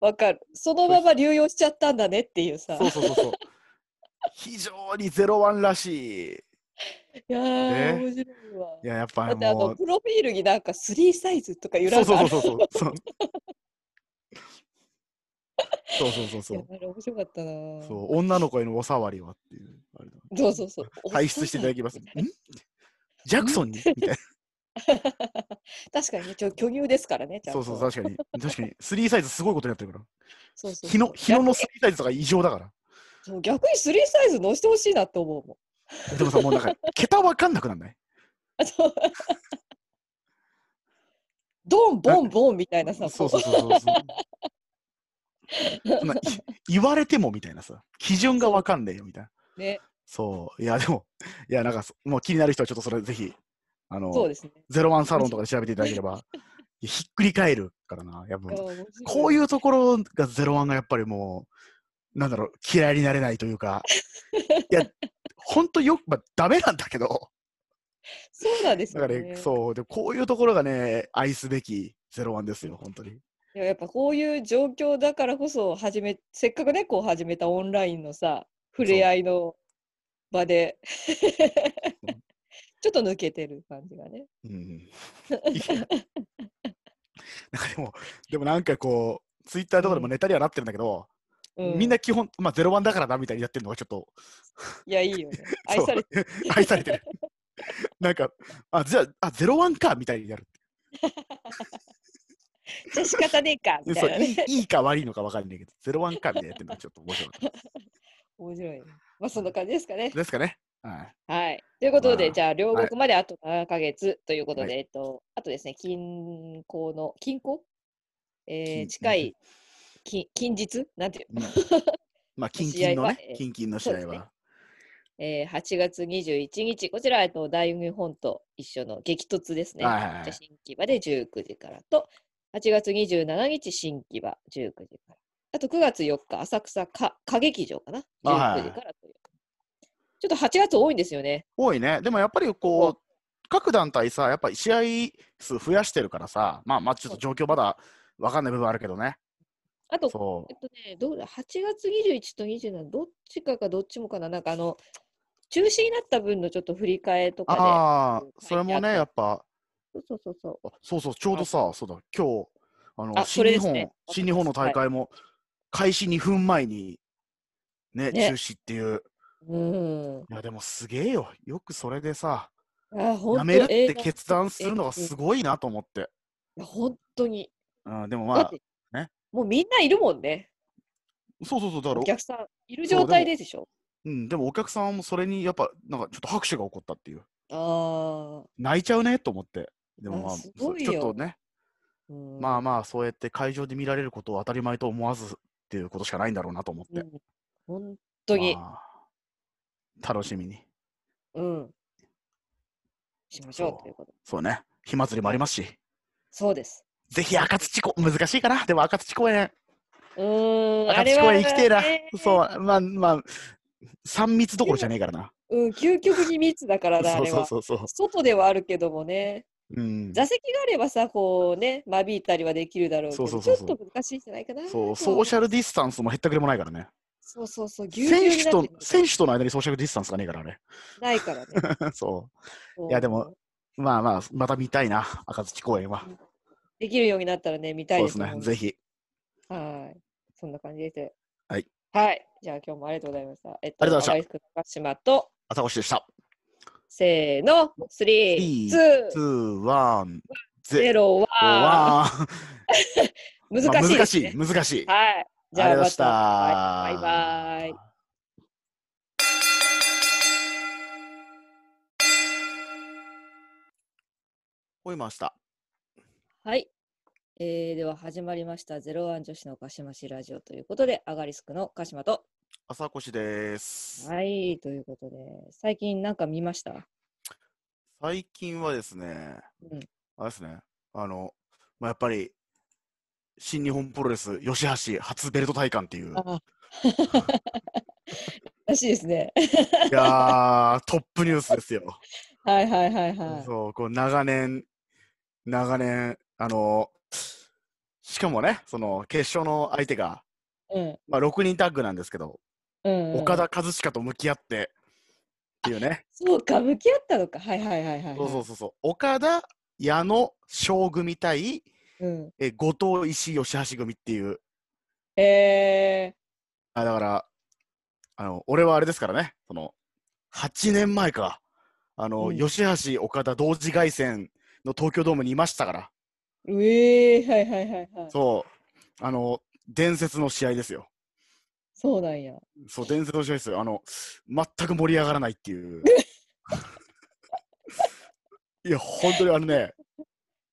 S2: わかる。そのまま流用しちゃったんだねっていうさ。
S1: そうそうそうそう。非常にゼロワンらしい。
S2: いやー、
S1: ね
S2: 面白いわ。
S1: いや、やっぱ
S2: だってあ
S1: も
S2: の
S1: う、
S2: プロフィールになんか3サイズとか揺
S1: そ
S2: ら
S1: うそう
S2: があ
S1: そ
S2: る
S1: うそうそう。そうそうそうそうそ
S2: いや
S1: う。
S2: あれ面白かったなぁ
S1: そう女の子へのおさわりはっていう。あれだ
S2: そうそうそう
S1: 排出していただきます。んジャクソンにみたいな。
S2: [laughs] 確かにね、ちょ巨乳ですからね、ちゃん
S1: そ
S2: と。
S1: うそう、確かに。確かに。3サイズすごいことになってるから。
S2: そうそうそう
S1: 日の日野の3
S2: 逆
S1: サイズとか異常だから。
S2: そう逆にスリーサイズ乗せてほしいなって思うもん。
S1: でもさ、もうなん
S2: [laughs]
S1: か、桁わかんなくなんない
S2: あそうドン、ボン、ボンみたいなさ、
S1: そう
S2: こ
S1: そうそうそうそう。そんない言われてもみたいなさ、基準がわかんねえよみたいな。
S2: うね、
S1: そう、いや、でも、いや、なんかそ、もう気になる人はちょっとそれぜひ、あの、
S2: そうですね。
S1: ゼロワンサロンとかで調べていただければ、いやひっくり返るからな、やっぱ、こう
S2: う
S1: いうところがゼロワンがやっぱりもう、なんだろう、嫌いになれないという [laughs] か、いや、ほんとよく、まあ、ダメなんだけど、
S2: そうなんです
S1: だか
S2: よ
S1: ら、
S2: ね。
S1: そう、でこういうところがね、愛すべきゼロワンですよ、本当に。
S2: でもやっぱこういう状況だからこそ始めせっかくねこう始めたオンラインのさ触れ合いの場で [laughs] ちょっと抜けてる感じがね。
S1: うんいやなんかでも、でもなんかこう、ツイッターとかでもネタにはなってるんだけど、
S2: う
S1: みんな基本、まあ、ゼロワンだからなみたいにやってるのがちょっ [laughs] と
S2: いやいいよね。
S1: [laughs]
S2: 愛
S1: そう
S2: されて
S1: 愛されてる。なんか、あ、じゃあ、あゼロワンかみたいになる。
S2: じゃあ仕方ねえかみた
S1: そ
S2: いな
S1: うい
S2: ね。
S1: いいいか悪いのか分かんないけど、ゼロワンかみたいにやってるのがちょっと面白かっ
S2: 面白いね。まあそんな感じですかね
S1: た。。ですかね。はい。
S2: はい。ということで、
S1: まあ
S2: じゃあ両
S1: はい
S2: 国まであと7ヶ月ということで、
S1: はい
S2: えっとあとですね近郊の近郊、えー
S1: 近
S2: 近い近近日なんていう
S1: う
S2: [laughs]
S1: んまあ、近
S2: 試合
S1: 々
S2: は
S1: の
S2: え
S1: ね
S2: ー、
S1: 近々の試合
S2: そうです
S1: は。
S2: えー、8月21日、こちら、えっと、大日本と一緒の激突ですね。
S1: はいはいはい
S2: じゃあ新木場で19時からと、8月27日、新木場19時から。あと9月4日、浅草か歌劇場かな。
S1: あはい
S2: 19時からという。ちょっと8月多いんですよね。
S1: 多いね。でもやっぱりこう、各団体さ、やっぱり試合数増やしてるからさ、まあ、まあ、ちょっと状況まだ分かんない部分あるけどね。
S2: あと、
S1: そ
S2: えっとね、どうだ、8月21と27、どっちかかどっちもかな。なんかあの、中止になった分のちょっと振り替えと
S1: う。
S2: かで。
S1: ああ、それも
S2: 書いてあ
S1: ね、
S2: った
S1: やっぱ、
S2: そうそうそうそう。
S1: あそうそう、ちょうどさ、そうだ、今日、あの、新
S2: あそれ
S1: 日
S2: です
S1: 本、
S2: ね
S1: 新日本の大会も、開始2分前に、ね、
S2: ね
S1: 中止っていう。
S2: うん。
S1: いや、でもすげえよ。よくそれでさ、
S2: あ、ほんと
S1: やめるっ
S2: 映
S1: て
S2: 画
S1: 決断するのが
S2: 映画
S1: すごいなと思って。
S2: いや本当に。
S1: うん、でもま
S2: だっ
S1: あ、
S2: て、
S1: ね
S2: もうみんないるもんね、
S1: そうそうそう、だろ
S2: お客さん、いる
S1: そう
S2: 状態
S1: で
S2: ででしょ。
S1: うん、でもお客さんもそれに、やっぱ、なんかちょっと拍手が起こったっていう。
S2: あ
S1: 泣いちゃうねと思って。でも
S2: あ
S1: まあ、
S2: すごい
S1: ちょっ
S2: よ
S1: とね、
S2: あ、うん
S1: まあまあ、そうやって会場で見られることを当たり前と思わずっていうことしかないんだろうなと思っ
S2: う
S1: て。
S2: ん、本当に、
S1: まあ楽しみに。
S2: うん。しましょ
S1: そう
S2: うということ。
S1: そうね。火祭りもありますし。
S2: そうです。
S1: ぜひ赤土公、難しいかな。でも赤土公園、
S2: うーん、あ
S1: 赤
S2: れ
S1: 土公
S2: は、
S1: 園行きてえな。
S2: ね
S1: そう、まあまあ、三密どころじゃねえからな。
S2: うん、究極に密だからだ、あ
S1: そう
S2: れ
S1: そう
S2: は。
S1: そうそう。
S2: 外ではあるけどもね、
S1: うん、
S2: 座席があればさ、こうね、間引いたりはできるだろうけど、
S1: そうそうそうそう
S2: ちょっと難しいんじゃないかな。
S1: そうソーシ
S2: ャ
S1: ャルディスタンスもへったくれもないからね。
S2: そうそうそう、ぎゅうぎゅ
S1: 選
S2: うに
S1: 手
S2: なっ
S1: と
S2: てる
S1: 選手との間にソーシャルディスタンスがねえからね。 [laughs]
S2: ないからね。
S1: そ [laughs] いやでも
S2: そう、
S1: う。まあまあ、また見たいな、赤土公園は。
S2: できるようになったらね、見た
S1: そ
S2: いうで
S1: ですす
S2: ね
S1: ね、ぜひ。
S2: はい。そんな感じです。
S1: はい。
S2: はい。じゃあ今日もありがとうございました。えっと、
S1: ありがとうございま
S2: した。高島と、
S1: 朝越でした。
S2: せーの、
S1: Three,
S2: 3、
S1: 2、
S2: 2、
S1: 1、
S2: 0
S1: 0、
S2: は、
S1: 1。ま
S2: 難
S1: あ
S2: しいで
S1: 難
S2: す
S1: し
S2: ね
S1: い、。難しい。
S2: はい。じ
S1: あ
S2: ゃあ
S1: りがとうございま
S2: ま、
S1: した
S2: はいバイバイ。
S1: 追いました。
S2: はい。えー、では始まりました、ゼロワン女子の鹿島市ラジオということで、アガリスクの鹿島と、
S1: 朝越です。
S2: はい、ということで、最近なんか見ました
S1: 最近はですね、
S2: うん。
S1: あれですね、あの、まあ、やっぱり、新日本プロレス、吉橋初ベルト体感っていう、い
S2: [laughs] あらしいですね。 [laughs]
S1: やー、トップニュースですよ。
S2: はいはいはいはい。
S1: そう、こう、長年、長年、あの、しかもね、その、決勝の相手が、
S2: うん
S1: まあ、6人タッグなんですけど、
S2: うんうん、
S1: 岡田和親と向き合ってっていうね、
S2: そうか、向き合ったのか。はいはいはいはいはい。
S1: そうそうそうそう、岡田、矢野、将組対
S2: うん、
S1: え後藤、石井、吉橋組っていう、
S2: え
S1: あだからあの、俺はあれですからね、その8年前か、あの
S2: うん
S1: 吉橋、岡田同時凱旋の東京ドームにいましたから、
S2: うえー、はいはいはいはい。そう
S1: そう、あの、伝説の試合ですよ。
S2: なんや。
S1: そう、伝説の試合ですよ。あの、全く盛り上がらないっていう。いや、本当にあのね、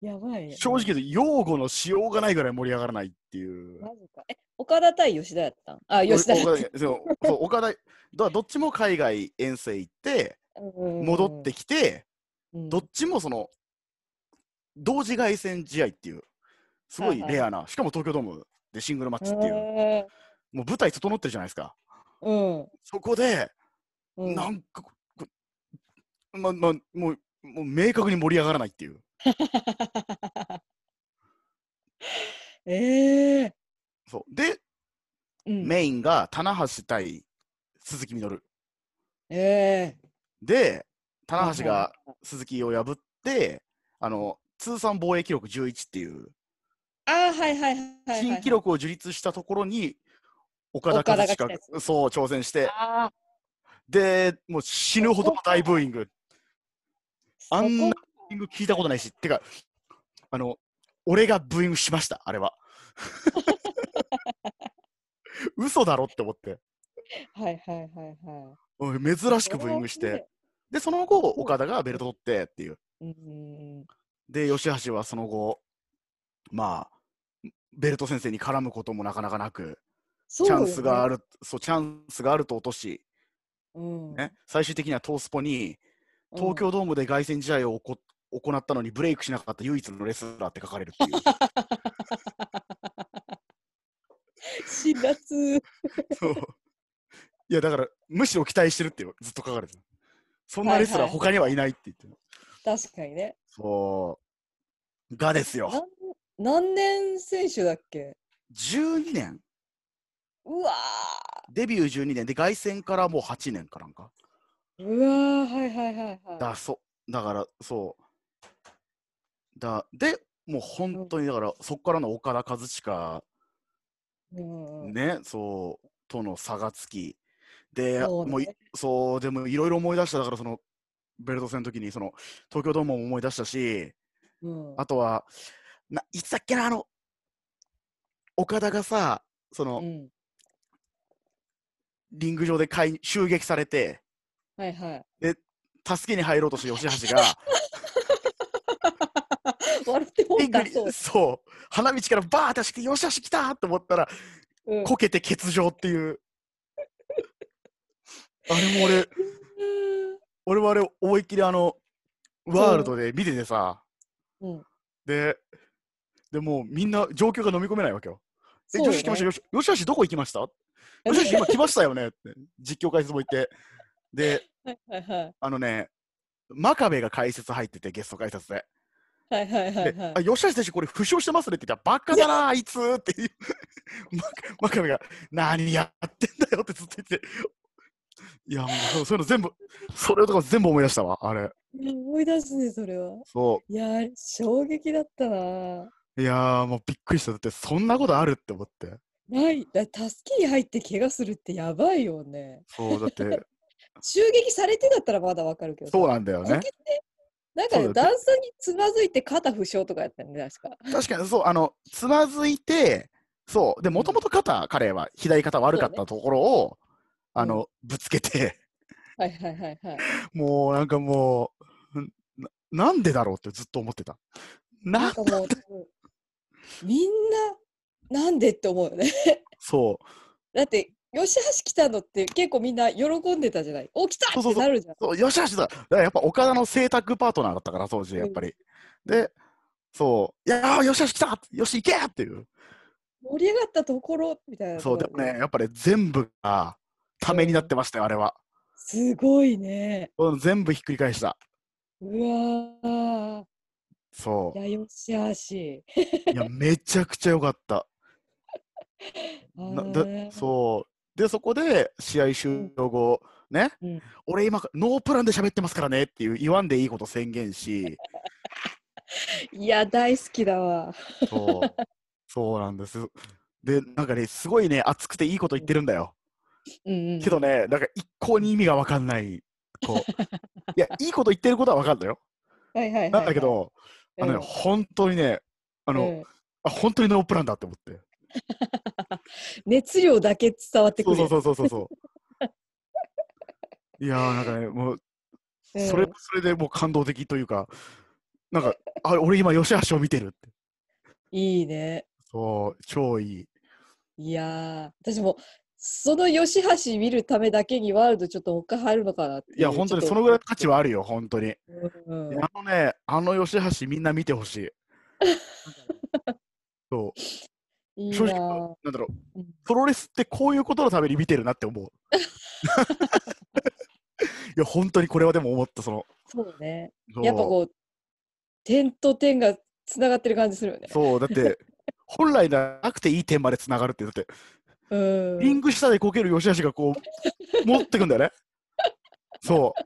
S2: やばいね。
S1: 正直言うと、擁護のしようがないぐらい盛り上がらないっていう。
S2: マジか。え、岡田対吉田やったんあ、吉田
S1: お。岡田そうそう岡田だからどっちも海外遠征行って、戻ってきて、
S2: うん
S1: どっちもその、同時凱旋試合っていう、すごいレアな、しかも東京ドームでシングルマッチっていう、
S2: へ
S1: もう舞台整ってるじゃないですか。
S2: ーうん
S1: そこで、
S2: うん。
S1: なんかこ、こま、ま、もう、もう明確に盛り上がらないっていう。
S2: [laughs] ええ
S1: そうで、
S2: うん
S1: メインが棚橋対鈴木みのる。
S2: ええ
S1: で、棚橋が鈴木を破って、あの、通算防衛記録11っていう、
S2: あーはいはいはいはい。
S1: 新記。録を樹立したところに、岡田
S2: 岡田
S1: 和
S2: が来
S1: 親
S2: た
S1: が
S2: やつ
S1: そう、挑戦して、
S2: ああ。
S1: で、もう死ぬほどの大ブーイング。あんな
S2: そこ
S1: ブーイング聞いたことないし、てか、あの、俺がブーイングしました、あ
S2: [laughs]
S1: れは。嘘だろって思って、
S2: はいはいはいは
S1: おい
S2: い。
S1: 珍しくブーイングして、。で、その後、岡田がベルト取ってっていう。
S2: うん。
S1: で、吉橋はその後、まあ、ベルト先生に絡むこともなかなかなく、
S2: チ
S1: チャンスがあ
S2: る。
S1: る、そう、チャンスがあると落とし、
S2: うん。
S1: ね、最終的にはトースポに、
S2: うん
S1: 東。京ドームで凱旋試合を行行ったのにブレイクしなかった唯一のレスラーって書かれるっていう。
S2: 4月。
S1: そういや、だから、むしろ期待してるってよ、ずっと書かれてる。そんなレスラー
S2: はいはい
S1: 他にはいないって言ってる。
S2: 確かにね。
S1: そう。がですよ。
S2: なん何年選手だっけ
S1: 12年
S2: うわ
S1: デビュー12年で、凱旋からもう8年かなんか。
S2: ーうわーはいはいはいは
S1: だ、そう。だから、そう。だ、で、もう本当に、だから、そこからの岡田和親、
S2: い。うんうん
S1: ね、そう、との差がつき。で、
S2: そうね
S1: もうい、そう、でもいろいろ思い出した、だから、その、ベルト戦の時に、その、東京ドームも思い出したし、
S2: うん。
S1: あとは、ないつだっけな、あの、岡田がさ、その、
S2: うん。
S1: リング上でかい襲撃されて、
S2: はいはい。
S1: 助けに入ろうとして吉橋が、
S2: 笑っても
S1: リ
S2: う
S1: ング
S2: た
S1: に
S2: そう。
S1: そう、花道からバーッて走って、吉橋来たと思ったら、
S2: うん
S1: こけて欠場っていう。あれも俺、俺はあれ、思いっきりあの、ワールドで見ててさ、
S2: うん。
S1: で、でもうみんな状況が飲み込めないわけよ。え、
S2: そうよ
S1: 女子来ました、よし、よしよしどこ行きましたよしよし今来ましたよねって、実況解説も言って。で、
S2: ねはいはい
S1: あのね、真壁が解説入ってて、ゲスト解説で。
S2: はいはいはい
S1: で
S2: はい、
S1: あ、吉橋選手、これ負傷してますねって言ったら、バカだな、あいつっていう。真真壁が、何やってんだよってずっと言って。いや、もうそういうの全部、それとか全部思い出したわ、あれ。
S2: いや思い出すねそれは
S1: そ
S2: いやー衝撃だったなー
S1: う。いやー、もうびっくりした。だって、そんなことあるって思って。
S2: ないだ助けに入って怪我するってやばいよね
S1: そう、だ
S2: [laughs]
S1: って、
S2: 襲撃されてだったらまだわかるけど
S1: そう
S2: う
S1: なんだよね。
S2: なんか
S1: そ
S2: ね
S1: うだよね
S2: 段差につまずいて肩負傷とかやったよね確か
S1: 確かに、そう、あの、つまずいて、そう、で、もともと肩、彼は、左肩悪かったところを、あの、ぶつけて、
S2: はいはいはいはい
S1: もうなんかもう、んななんでだろうってずっと思ってた。
S2: な
S1: なん
S2: かもう多分みんななんでって思うよね [laughs]
S1: そう
S2: だって吉橋来たのって結構みんな喜んでたじゃないお来た
S1: そうそ
S2: っ
S1: う
S2: て
S1: そう
S2: なるじゃん
S1: そう、よしよしだ。だからやっぱ岡田の制作パートナーだったから、当時、やっぱり。で、そう、いやー、よしよし来たよし行けっていう。
S2: 盛り上がったところみたいな
S1: そう、で
S2: とこ
S1: も
S2: ろ
S1: ね、やっぱり全部がためになってましたよ、あれは。
S2: すごいね
S1: うん全部ひっくり返した。
S2: うわ
S1: そ
S2: ーいやよしよし
S1: う。いや、めちゃくちゃ良かった。なだそう。で、そこで試合終了後、ね、
S2: うん
S1: 俺今、ノープランで喋ってますからねっていう、言わんでいいこと宣言し、
S2: いや大好きだわ [laughs]
S1: そう。そうなんです。で、なんかね、すごいね、熱くていいこと言ってるんだよ。
S2: うんうん
S1: けどね、なんか一向に意味がわかんない。こう。いや、いいこと言ってることはわかるんだよ。
S2: はいはいはいはい。
S1: なんだけ
S2: [laughs]
S1: ど、あのね、
S2: うん
S1: 本当にね、あの、
S2: うん
S1: あ本当にノープランだって思って。
S2: 熱量だけ伝わってく
S1: そう
S2: る。
S1: そうそうそうそう
S2: [laughs]
S1: そう。いやーなんかねもう
S2: うん
S1: それもそれでもう感動的というか、なんかあ俺今吉橋を見てるって。
S2: いいね。
S1: そう超いい。
S2: いやー、私も、その吉橋見るためだけにワールドちょっともう一回入るのかなっていう。
S1: いや本当に
S2: ちょ
S1: そ
S2: っと
S1: のぐらいの価値はあるよ本当に。
S2: うん
S1: あのねあの吉橋みんな見てほしい。そう
S2: いいな
S1: 正直
S2: ー
S1: なんだろう
S2: うん、
S1: プロレスってこういうことのために見てるなって思
S2: [laughs]
S1: う。いや、本当にこれはでも思った、その、
S2: そうね。
S1: そう
S2: やっぱこう、点と点がつながってる感じするよね。
S1: そう、だって、本来なくていい点までつながるって、だって、
S2: うん。
S1: リング下でこける吉橋がこう、持ってくんだよね。そう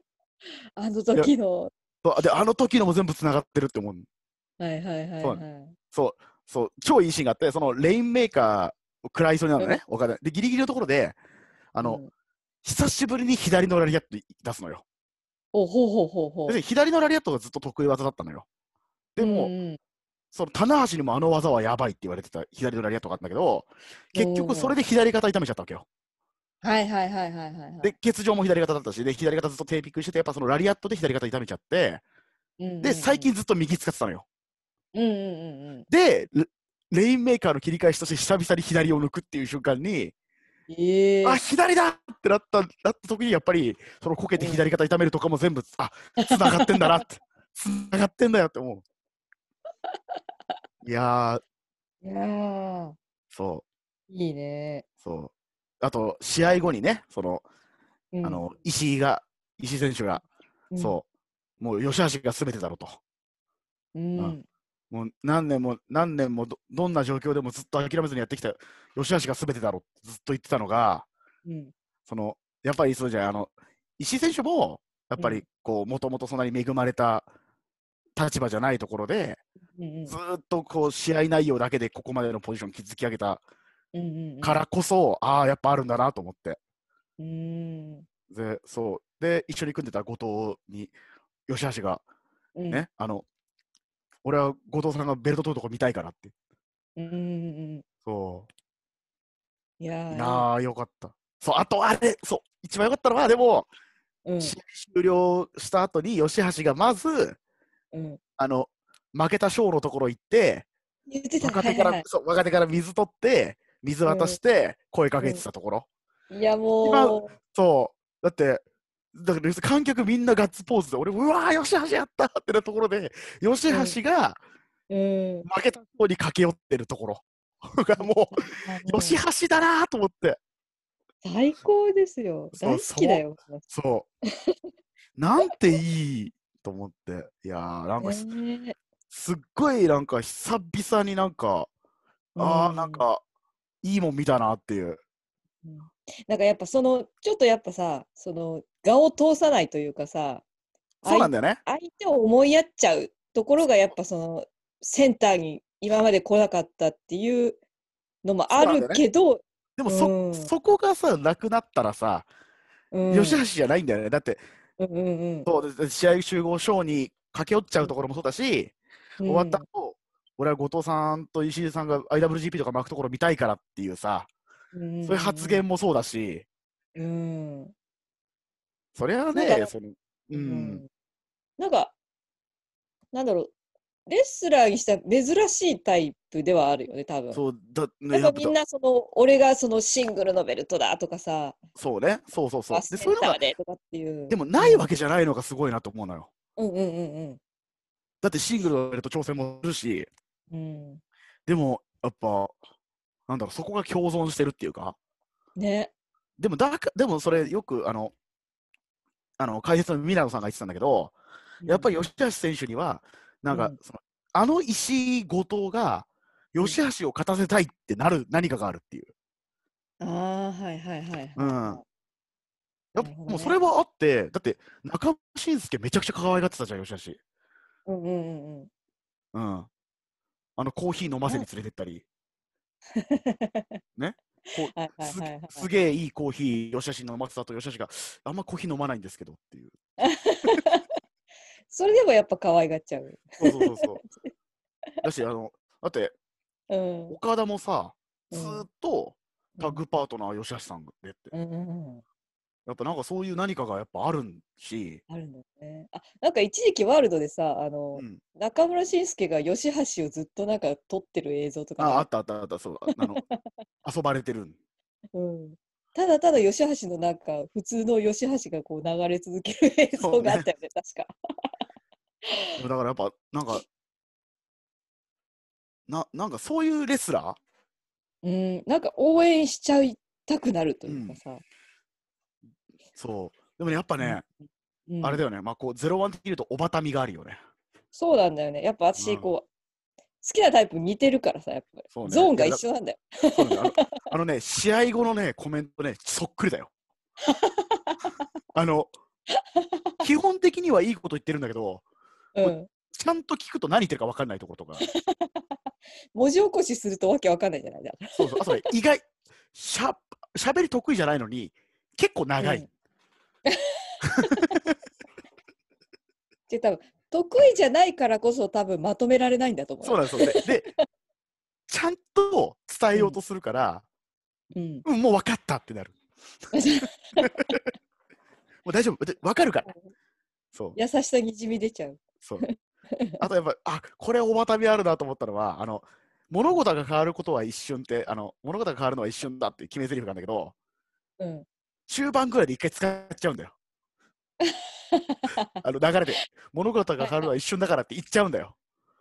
S2: あの時の。
S1: そう。で、あの時のも全部つながってるって思う。
S2: はいはいはい
S1: そ
S2: は
S1: う
S2: い。
S1: そう、そう、超いいシーンがあって、その、レインメーカーを食らいそうになるのね、お金。で、ギリギリのところで、あ
S2: あ
S1: の、、久しぶりに左のラリアット出すのよ。
S2: おほうほうほうほう
S1: で。左のラリアットがずっと得意技だったのよ。でも、
S2: うんうん
S1: その棚橋にもあの技はやばいって言われてた左のラリアットがあったんだけど、結局それで左肩痛めちゃったわけよ。
S2: はいはいはいはいはいはい。
S1: で、欠場も左肩だったし、で、左肩ずっとテーピングしてて、やっぱそのラリアットで左肩痛めちゃって、
S2: うんうんうん、
S1: で、最近ずっと右使ってたのよ。
S2: うんうんうんうん。
S1: で、レレインメーカーの切り返しとして久々に左を抜くっていう瞬間に、
S2: ええ
S1: あ、左だってなった、なった時にやっぱり、そのこけて左肩痛めるとかも全部、あ、つながってんだなって、 [laughs] つながってんだよって思う。いやー、
S2: いやー
S1: そう。
S2: いいね。
S1: そう。あと、試合後にね、その、
S2: うん
S1: あの、石井が、石井選手が、そう、もう吉橋が全てだろうと。
S2: うん。う
S1: あ
S2: ん。
S1: もう何年も何年もどどんな状況でもずっと諦めずにやってきた吉橋が全てだろうってずっと言ってたのが、
S2: うん。
S1: その、やっぱりそうじゃん、あの、石井選手も、やっぱ
S2: う
S1: り、こう、もともとそんなに恵まれた立場じゃないところで、
S2: うん。
S1: ずーっとこう、試合内容だけでここまでのポジション築き上げた
S2: うんうんうん。
S1: からこそ、ああ、やっぱあるんだなと思って。
S2: うん。うん。
S1: で、そう。で、一緒に組んでた後藤に、吉橋が、
S2: うん。
S1: ね、あの、俺は後藤さんがベルト取るとこ見たいからって。
S2: うんうんうんうん。
S1: そ
S2: いや
S1: う。
S2: ー
S1: いやー、よかった。そう、あと、あれ、そう、一番よかったのは、でも、
S2: うん
S1: 試合終了した後に、吉橋がまず、
S2: うん。
S1: あの、負けた賞のところ行って、
S2: 言ってた
S1: 若手から、
S2: はいはい
S1: そう、若手から水取って、水渡して、声かけてたところ。
S2: はい、いやも
S1: そう。だって、だから観客みんなガッツポーズで、俺、うわー、吉橋やったってなところで、吉橋が [laughs]
S2: う、うん。
S1: 負けた方に駆け寄ってるところが、も
S2: あ
S1: う、
S2: の
S1: 吉橋だなーと思って。
S2: 最高ですよ。
S1: そう
S2: 大好きだよ。 [laughs]
S1: そう。なんていいと思って。いやー、なんかす、
S2: ね
S1: すっごい、なんか、久々になんか、あー、なん。か、いいもん見たなっていう。
S2: うんうんなんかやっぱその、ちょっとやっぱさ、その、顔を通さないというかさ、
S1: そうなんだよね。
S2: 相手を思いやっちゃうところがやっぱそのセンターに今まで来なかったっていうのもあるけど、
S1: でもそ、
S2: うん
S1: そこがさ、なくなったらさ、
S2: うん
S1: 吉橋じゃないんだよね。だって、
S2: うんうんうん
S1: そうですね試合集合ショーに駆け寄っちゃうところもそうだし、終わった後、俺は後藤さんと石井さんが IWGP とか巻くところ見たいからっていうさ、
S2: うん
S1: そういう発言もそうだし、
S2: うん、
S1: それは
S2: なん
S1: ね、
S2: か
S1: その
S2: う
S1: うんん、
S2: なんかなんだろうレスラーにしたら珍しいタイプではあるよね多分
S1: そうだ、ね、
S2: や
S1: や
S2: っ
S1: っ
S2: ぱ
S1: ぱ
S2: みんなその俺がそのシングルのベルトだとかさ
S1: そうね、そうそうそう
S2: バ。
S1: で、
S2: スセ
S1: そうい
S2: ン
S1: うの
S2: タ
S1: が
S2: ー、でとかっていう
S1: でもないわけじゃないのがすごいなと思うのよ。
S2: うんうんうん
S1: だってシングルのベルト挑戦もするし、
S2: うんうん
S1: でもやっぱ、なんだろう、そこが共存してるっていうか、
S2: ね
S1: でもだか、でもそれよく、あの、あの解説のミラノさんが言ってたんだけど、やっぱり吉橋選手には、なんか、
S2: うん
S1: そのあの石井後藤が、吉橋を勝たせたいってなる何かがあるっていう。
S2: ああはいはいはいはい、
S1: うんやっ
S2: な
S1: ぱ
S2: るほどね
S1: もうそれはあって、だって中村俊輔めちゃくちゃ可愛がってたじゃん、吉
S2: うんうんうんうん。 [laughs]
S1: 橋。うん。あのコーヒー飲ませに連れてった
S2: [laughs]
S1: り、こ
S2: はいは
S1: う
S2: い
S1: す
S2: はいはい。
S1: すげえいいコーヒー、吉橋に飲ませたと吉橋が、あんまコーヒー飲まないんですけどっていう。
S2: それでもやっぱ可愛がっちゃう。
S1: そうそうそう
S2: [laughs]
S1: そう。だし、あの、だって、
S2: うん。
S1: 岡田もさ、
S2: う
S1: ず
S2: ん
S1: ーっとタッグパートナー、吉橋さんでって、
S2: うんうんうん。
S1: やっぱなんかそういう何かがやっぱあるし、
S2: あるんだね。あ、なんか一時期ワールドでさ、あの
S1: う、ん、
S2: 中村慎介が吉橋をずっとなんか撮ってる映像とか
S1: ああ
S2: な
S1: っ
S2: んか、
S1: たあったあった、そう、あ
S2: [laughs]
S1: の遊ばれてるん。
S2: うん、ただただ吉橋のなんか普通の吉橋がこう流れ続ける映
S1: そ
S2: 像
S1: うね
S2: があったよね、確か。
S1: でもだからやっぱ、なんか、ななんかそういうレスラ
S2: うん、なんか応援しちゃいたくなるというかさ。
S1: ーそう。でもね、やっぱね、
S2: うん
S1: あれだよね、まあこう、ゼロワン的に言うと、おばたみがあるよね。
S2: そうなんだよね。やっぱ
S1: う
S2: 私
S1: ん
S2: こう、好きなタイプ似てるからさ、やっぱ
S1: そうね
S2: り。ゾーンが一緒なんだよ。
S1: そうなんだよあのあのね、試合後のね、コメントね、そっくりだ
S2: [laughs]
S1: よ。あの、基本的にはいいこと言ってるんだけど、
S2: う
S1: だ
S2: ん。
S1: ちゃんと聞くと何言ってるか分かんないとことか、
S2: 文字起こしするとわけわかんないじゃないだから
S1: そうそうあとね、意外、しゃ喋り得意じゃないのに、結構長い。
S2: うんで多分得意じゃないからこそ多分まとめられないんだと思う。
S1: そうなんですよ、ね。で、ちゃんと伝えようとするから、
S2: うん。
S1: うん、もう分かったってな
S2: [laughs]
S1: る。もう大丈夫、で分かるから。そう
S2: 優しさにじみ出ちゃう。
S1: そう。あとやっぱ、あこれ、おばたびあるなと思ったのは、あの、物事が変わることは一瞬って、あの、物事が変わるのは一瞬だっていう決め台詞なんだけど、
S2: うん。 [laughs]
S1: 中盤ぐらいで一回使っちゃうんだよ。あの流れで、物事が変わるのは一瞬だからって言っちゃうんだよ。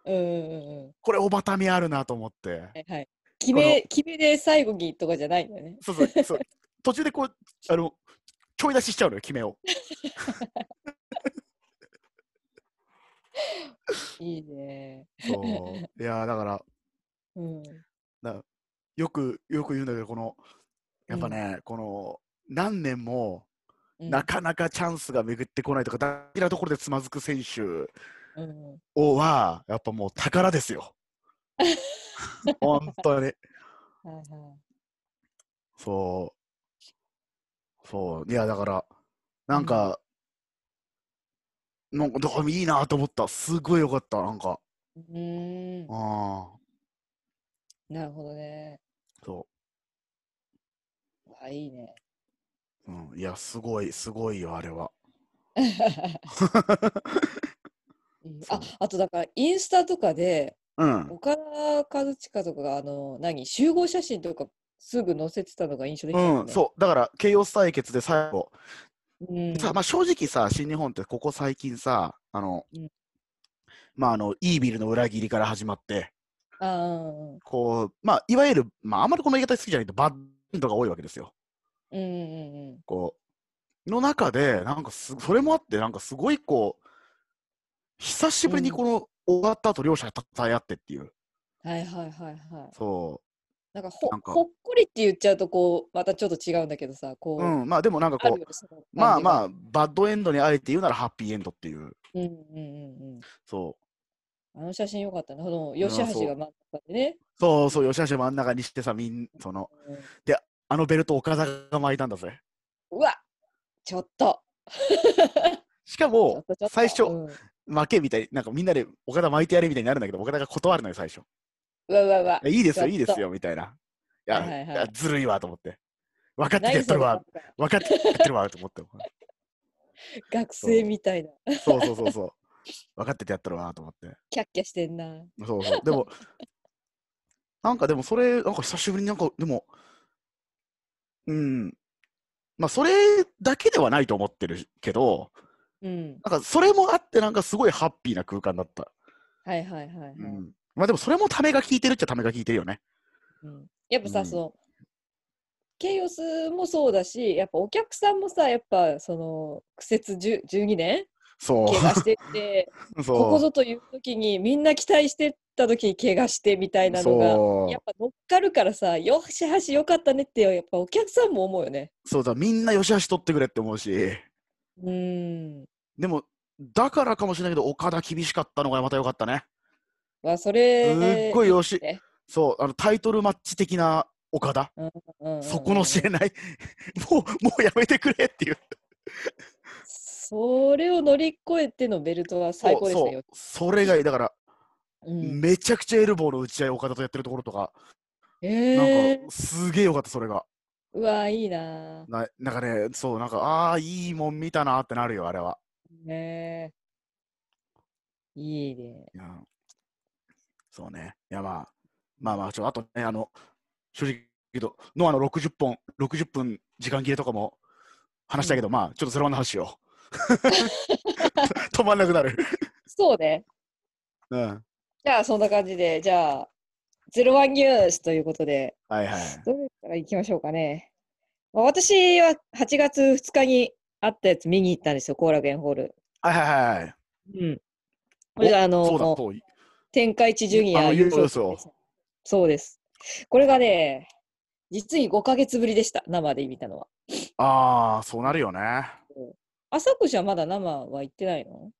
S2: うんうんうんうん。
S1: これ、おばたみあるなと思って。
S2: はいはい。決め、決めで最後にとかじゃないんだよね。
S1: そうそうそう。途中でこう、あの、ちょい出ししちゃうのよ、決めを。
S2: いいね。
S1: そう。いやーだから、
S2: うん。
S1: よく、よく言うんだけど、この、やっぱね、この、何年も、
S2: うん
S1: なかなかチャンスが巡ってこないとか、大事なところでつまずく選手
S2: うんうん
S1: をは、やっぱもう宝です
S2: [laughs]
S1: よ。本当に。
S2: はいはい
S1: そう。そう。いや、だから、なんか、なんか、だからいいなと思った。すごいよかった、なんか。
S2: うーん
S1: あ。あ
S2: なるほどね。
S1: ー。そ
S2: あ、いいね。
S1: う。うん、いや、すごい、すごいよ、あれは。
S2: [laughs] うん
S1: そう
S2: あ、あとだからインスタとかで
S1: うん。
S2: 岡田和親とかがあの何集合写真とかすぐ載せてたのが印象的だった
S1: うん、そう。だから、KOS 対決で最後、
S2: う。うん。
S1: さまあ、正直さ、新日本ってここ最近さ、あの、
S2: うん
S1: まあ、あの、イービルの裏切りから始まって、
S2: あー
S1: こう、まあ、いわゆる、まあ、あんまりこの言い方好きじゃないと、バッドが多いわけですよ。
S2: うんうんうんうん。
S1: こう、の中で、なんかす、それもあって、なんかすごい、こう、久しぶりに
S2: うん
S1: この、終わった後、両者が戦い合ってっていう、
S2: はいはいはいはい。
S1: そ
S2: なんかほ
S1: なんか
S2: ほっこりって言っちゃうとこうまたちょっと違うんだけどさこ
S1: う、
S2: う、
S1: うん、まあ、でもなんか
S2: あ
S1: こ
S2: る
S1: う
S2: よ、その感じが
S1: まあまあ、バッドエンドにあえて言うなら、ハッピーエンドっていう、
S2: うんうんうんうん
S1: そう。
S2: あの写真良かったなあの
S1: や
S2: 吉
S1: そう
S2: 橋が真ん中でね、
S1: そうそう、吉橋真ん中にしてさ、みん、その、
S2: うんう
S1: あのベルト岡田が巻いたんだぜ。
S2: わちょっと
S1: しか
S2: ちょ
S1: も
S2: っとちょっと、
S1: 最初、
S2: うん
S1: 負けみたい、なんかみんなで岡田巻いてやれみたいになるんだけど、岡田が断るのよ、最初。
S2: うわうわうわ
S1: いやいいです
S2: ちょ
S1: よ、
S2: っと
S1: いいですよ、みたいな。いや、
S2: はいはいはい
S1: いやずるいわ、と思って。分かっててや
S2: 何
S1: って
S2: そ
S1: る
S2: のなん
S1: わ
S2: か、
S1: 分かっててやってるわ、と思って。
S2: [laughs] 学生みたいな
S1: そうそうそうそう。分かっててやってるわ、と思って。
S2: キャッキャしてんな
S1: そうそう。でも、なんかでもそれ、なんか久しぶりになんか、でも、うん。まあ、それだけではないと思ってるけど、
S2: うん
S1: なんかそれもあって、なんかすごいハッピーな空間だった。
S2: はいはいはいはい、
S1: うんまあでもそれもためが効いてるっちゃためが効いてるよね。
S2: うんやっぱさ、
S1: うん
S2: そのケイオスもそうだしやっぱお客さんもさやっぱその苦節10 12年
S1: そ
S2: 怪我してって
S1: う。 [laughs] そう
S2: ここぞという時にみんな期待してた時に怪我してみたいなのが
S1: そう
S2: やっぱ乗っかるからさよしはしよかったねってやっぱお客さんも思うよね。
S1: そうだ、みんなよしあし取ってくれって思うし、
S2: うーん
S1: でも、だからかもしれないけど、岡田厳しかったのがまた良かったね。
S2: まあそ
S1: す
S2: れ
S1: っごいよし
S2: ね、
S1: そう、あのタイトルマッチ的な岡田、
S2: うんうんう
S1: [laughs]
S2: ん
S1: そこの知れない、もう、もうやめてくれっていう。
S2: それを乗り越えてのベルトは最高です
S1: そう
S2: ね。
S1: そうそれ以外、だから、
S2: うん、
S1: めちゃくちゃエルボーの打ち合い、岡田とやってるところとか、
S2: えー
S1: なんか、すげえよかった、それが。
S2: うわーいいな
S1: ななんかね、そう、なんか、ああ、いいもん見たなってなるよ、あれは。
S2: ーねーいいね。
S1: いやそうね。いや、まあ、まあまあ、ちょ、あとね、あの、正直言うと、ノアの60本、60分時間切れとかも話したいけど、まあ、ちょっとそれは話し [laughs] よう。止まんなくなる。
S2: そうね。
S1: うん。はい
S2: じゃあそんな感じで、じゃあ、ゼロワンニュースということで、
S1: はい。
S2: どれから行きましょうかね。まあ私は8月2日にあったやつ見に行ったんですよ、後楽園ホール。
S1: はいはいはい。
S2: うん。これがあの、
S1: そうだ、
S2: もう
S1: そう。
S2: 天下一ジュニア
S1: あの
S2: 優
S1: 優
S2: 勝
S1: 勝です
S2: そうです。これがね、実に5ヶ月ぶりでした、生で見たのは。
S1: ああ、そうなるよね。
S2: 朝子はまだ生は行ってない
S1: [laughs]
S2: の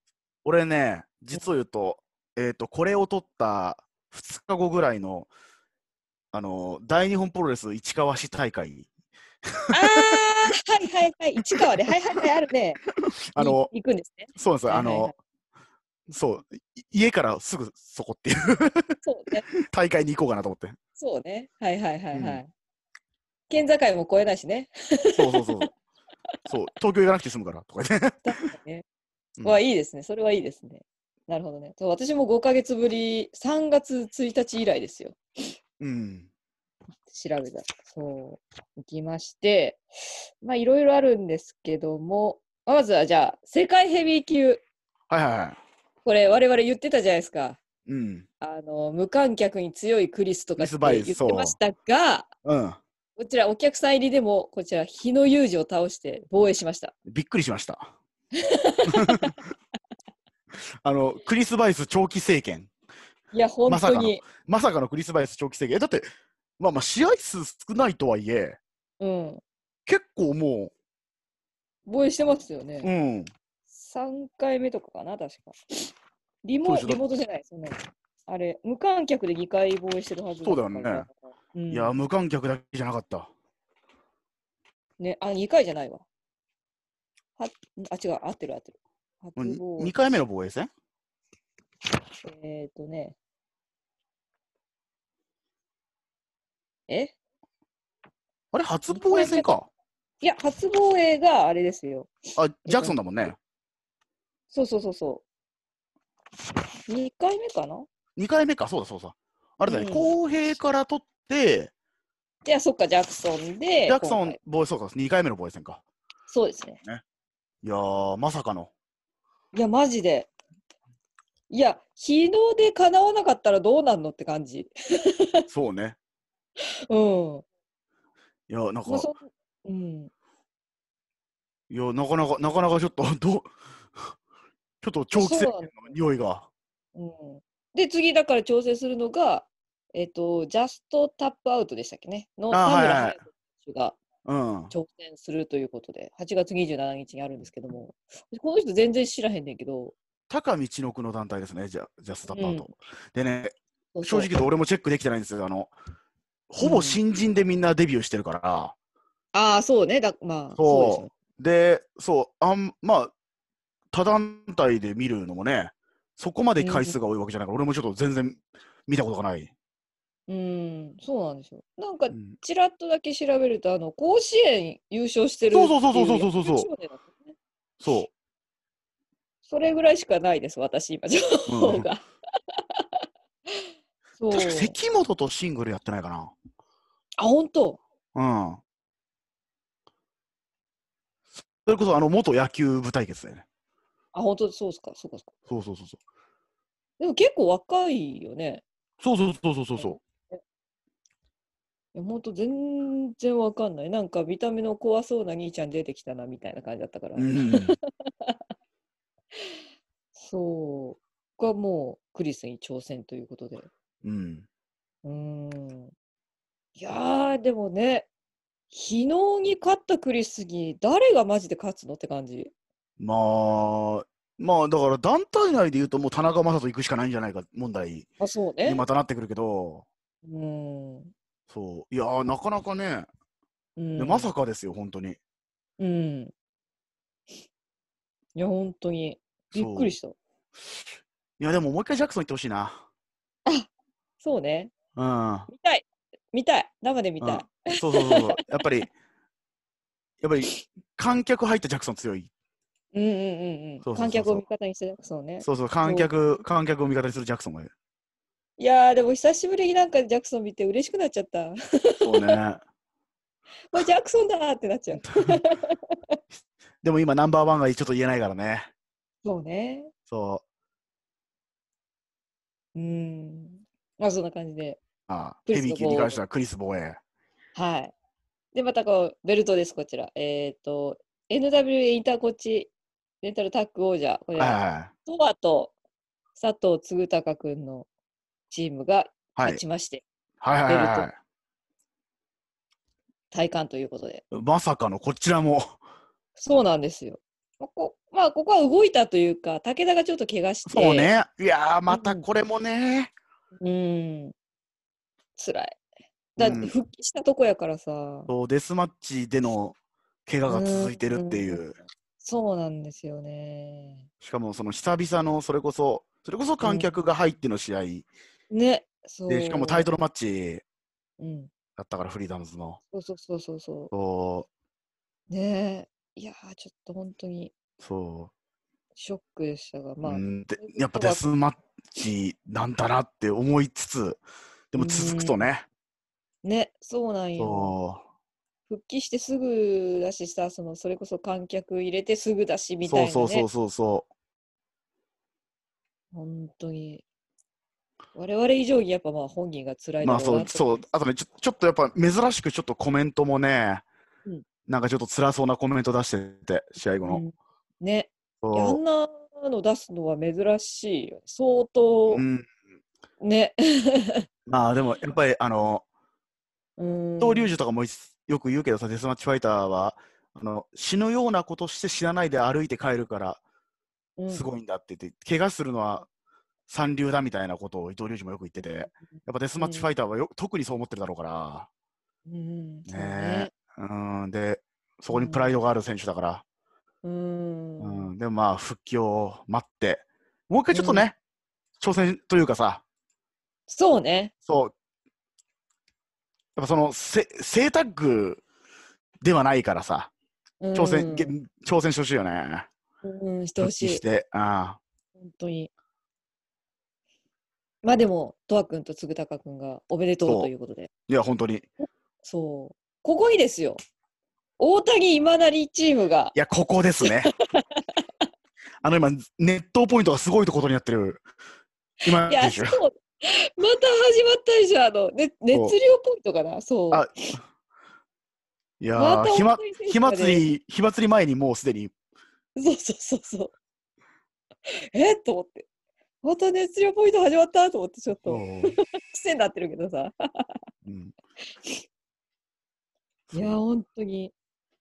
S1: 俺ね、実を言うと、えっ、と、これを撮った2日後ぐらいの、あの、大日本プロレス市川市大会、
S2: ああ、はいはいはい、市川で、はいはいはい、あるね。
S1: [laughs] あの、
S2: い行くんですね。
S1: そうなんですよ、
S2: は
S1: あ
S2: いはいはい
S1: の、そう、い家からすぐそこっていう [laughs]
S2: そうね。
S1: 大会に行こうかなと思って。
S2: そうね。はいはいはいはい。
S1: う
S2: 県境も越えないしね。
S1: そうそうそうそう。そう、東京行かなくて済むからとか言って。 [laughs]
S2: 確かにね。
S1: うん
S2: はいいですね。それはいいですね。なるほどね。そう私も5ヶ月ぶり、3月1日以来ですよ。
S1: うん。
S2: 調べた。そう。行きまして、まあいろいろあるんですけども、まずはじゃあ、世界ヘビー級。
S1: はいはいはい。
S2: これ、我々言ってたじゃないですか。
S1: うん。
S2: あの無観客に強いクリスとかって
S1: クリスバイ
S2: 言っ
S1: ス
S2: て
S1: そう
S2: ましたが、
S1: うん。
S2: こちらお客さん入りでも、こちら日野裕二を倒して防衛しました。
S1: びっくりしました。 [laughs] あの、クリス・バイス長期政権。
S2: いや、本
S1: まさ
S2: 当
S1: かの
S2: に。
S1: まさかのクリス・バイス長期制限。えだって、まあまあ、試合数少ないとはいえ、
S2: うん。
S1: 結構も
S2: 防衛してますよ
S1: う、う
S2: ね。
S1: ん、
S2: 3回目とかかな、確か。リモ
S1: そうで
S2: リ
S1: す
S2: モートじゃない、そんなのあれ、無観客で2回防衛してるはず
S1: そうだよね
S2: うん、
S1: いや、無観客だけじゃなかった。
S2: ね、あ、2回じゃないわ。はあ、違う、合ってる合ってる。
S1: もう
S2: 初防衛
S1: 2回目の防衛戦
S2: えっ、ー、とね。え
S1: あれ、初防衛戦か。
S2: いや、初防衛があれですよ。
S1: あ、ジャクソンだもんね。
S2: そうそうそうそう。2回目かな
S1: 2回目か、そうだそうだ。あれだね、
S2: うん
S1: 公平から取って、
S2: いや、そっか、ジャクソンで。
S1: ジャクソ
S2: 今
S1: ン
S2: 回
S1: 防衛、そうか、2回目の防衛戦か。
S2: そうですね。
S1: いやー、まさか
S2: [laughs]
S1: の。
S2: いや、マジで。いや、日の出叶わなかったらどうなんのって感じ。
S1: そうね。
S2: うん。
S1: いや、なん
S2: まあ、
S1: か、
S2: そんうん。
S1: いや、なかなか、なかなかちょっと、どう、 [laughs] ちょっと長期
S2: そう
S1: 戦
S2: な
S1: の匂いが。
S2: のうん。で、次、だから調整するのが、えっ、と、ジャストタップアウトでしたっけね。の
S1: あ
S2: 田
S1: はい
S2: 村
S1: はい
S2: 隼人選手が
S1: うん。
S2: 挑戦するということで、8月27日にあるんですけども、この人全然知らへんねんけど、
S1: 高道のくの団体ですね、ジャジャスタッパーと。でね、
S2: そうそ
S1: 正
S2: う
S1: 直言うと俺もチェックできてないんですよ。あの、ほぼ新人でみんなデビューしてるから。
S2: ああ、そうね。だまあ、そうですよね
S1: そ。う。で、そう、あん、まあ、他団体で見るのもね、そこまで回数が多いわけじゃないから、俺もちょっと全然見たことがない。
S2: うん、そうなんですよ。なんか
S1: う、ん
S2: ちらっとだけ調べると、あの、甲子園優勝してるってい
S1: そうそうそうそうそうそう
S2: 野球少年だったね
S1: そ
S2: それぐらいしかないです、私、今、情
S1: う。
S2: 報が。
S1: 確か
S2: [laughs] そう。
S1: 関本とシングルやってないか
S2: あ、本当
S1: な。うん。それこそ、あの、元野球部対決だよね。
S2: あ、本当そうっすか、そうか、そうか。
S1: そうそうそうそう。
S2: でも結構若いよね。
S1: そうそうそうそうそうそう。
S2: いや、本当全然わかんない。なんか、見た目の怖そうな兄ちゃん出てきたな、みたいな感じだったから。
S1: うん、
S2: そう。これはもう、クリスに挑戦ということで。
S1: うん、
S2: うーんいやー、でもね、昨日に勝ったクリスに誰がマジで勝つのって感じ。
S1: まあ、まあだから団体内で言うと、もう田中将人行くしかないんじゃないか問題
S2: あ、そう
S1: に
S2: ね。
S1: またなってくるけど、
S2: うーん。
S1: そう、いやー、なかなかね、
S2: うん、
S1: でまさかですよ、本当に。
S2: うん。いいや、本当に。びっくりした。
S1: いや、でももう一回ジャクソン行ってほしいな。
S2: そうね。
S1: うん。
S2: 見たい。見たい。生で見た
S1: う
S2: い。
S1: ん、そうそうそうそう。 [laughs] やっぱり、やっぱり、観客入ったジャクソン強い。
S2: うんうんうんうん。
S1: そうそうそうそう
S2: 観客を味方にしてそうね。
S1: そうそう、観客、観客を味方にするジャクソンがいる。
S2: いやー、でも久しぶりになんかジャクソン見て嬉しくなっちゃった。 [laughs]
S1: そうね。 [laughs]
S2: もうジャクソンだーってなっちゃう。
S1: でも今、ナンバーワンがちょっと言えないからね。
S2: そうね。
S1: そ
S2: うん。まあそんな感じで。
S1: う。ああ
S2: クリ
S1: ヘ
S2: ス
S1: ビー級に関してはクリス防衛。
S2: はい。で、またこう、ベルトです、こちら。えっ、と、NWA インターコッチレンタルタッグ王者。これ
S1: はい
S2: は、
S1: は
S2: トワと佐藤嗣隆くんのチームが
S1: いはい。はい
S2: 勝ちまして、
S1: はいはいはいは
S2: ベ体感ということで。
S1: い。まさかのこちらも。
S2: そうなんですよ。ここまあ、ここは動いたというか、武田がちょっと怪我して、
S1: そうね。いやー、またこれもね。
S2: うん、辛い。だって
S1: うん
S2: 復帰したとこやからさ、
S1: そうデスマッチでの怪我が続いてるっていう。
S2: そうなんですよね。
S1: しかも、その久々の、それこそ、それこそ観客が入っての試合。
S2: ね、そう。
S1: で、しかもタイトルマッチ
S2: うん、
S1: だったから、フリーダムズの。
S2: そうそうそうそうそ。
S1: そう
S2: ねえいやー、ちょっと本当に
S1: う。そ
S2: ショックでしたが、
S1: う。
S2: まあ、
S1: うんで
S2: そういうことは
S1: やっぱデスマッチなんだなって思いつつ、でも続くとね。
S2: ね、そうなんよ。
S1: そ
S2: 復帰してすぐだしさ、そのそれこそ観客入れてすぐだし
S1: う。
S2: みたい
S1: そ
S2: な、
S1: う
S2: ね。
S1: そうそうそうそ
S2: 本当に。我々以上にやっぱまあ本人が辛
S1: う。
S2: い
S1: ま
S2: だ
S1: あ
S2: ろう
S1: そう
S2: な、と
S1: そう。あとね、ちょちょっとやっぱ珍しくちょっとコメントもね、
S2: うん
S1: なんかちょっと辛そうなコメント出してて、試合後の。
S2: うんね。いやあ
S1: そ
S2: んなの出すのは珍しいよ。相当
S1: う。う、ん。 [laughs]
S2: ね。
S1: まあでもやっぱり、あの、
S2: うん。
S1: 東龍樹とかもいよく言うけどさ、デスマッチファイターは、あの死ぬようなことして死なないで歩いて帰るから
S2: うん
S1: すごいんだって言って、怪我するのは三流だみたいなことを伊藤隆二もよく言ってて、やっぱデスマッチファイターはよ、特にそう思ってるだろうか
S2: うん。そう
S1: ら、
S2: ね
S1: ね。えうん、で、そこにプライドがある選手だから、
S2: う。
S1: うんんでもまあ、復帰を待って、もう一回ちょっとね、挑戦というかさ、
S2: そうね。
S1: そう、やっぱその、せ正タッグではないからさ、挑戦、げ挑戦してほしいよね。
S2: うん。うん、してほし
S1: 復帰
S2: い
S1: し。て、あ
S2: 本当に。まあでも、とわくんとつぐたかくんがおめでと
S1: そうう
S2: ということで。
S1: いや、本当に。い
S2: そう。ここいいですよ。大谷今なりチームが。
S1: や、ここです
S2: [laughs]
S1: ね。あの、今、熱湯ポイントがすごいとことになってる。今
S2: いや、
S1: でし
S2: そう。
S1: ょ
S2: また。始まったでしょ、あの、ね、熱量ポイントかな、そう。
S1: あいや
S2: また
S1: ー、ひま
S2: 大谷選手、
S1: 火
S2: まで
S1: 祭り、火祭り前にもうすでに、
S2: そうそうそうそう。えっと思って。また熱量ポイント始まったと思って、ちょっと癖になってるけどさ。
S1: うん
S2: いや、本当に。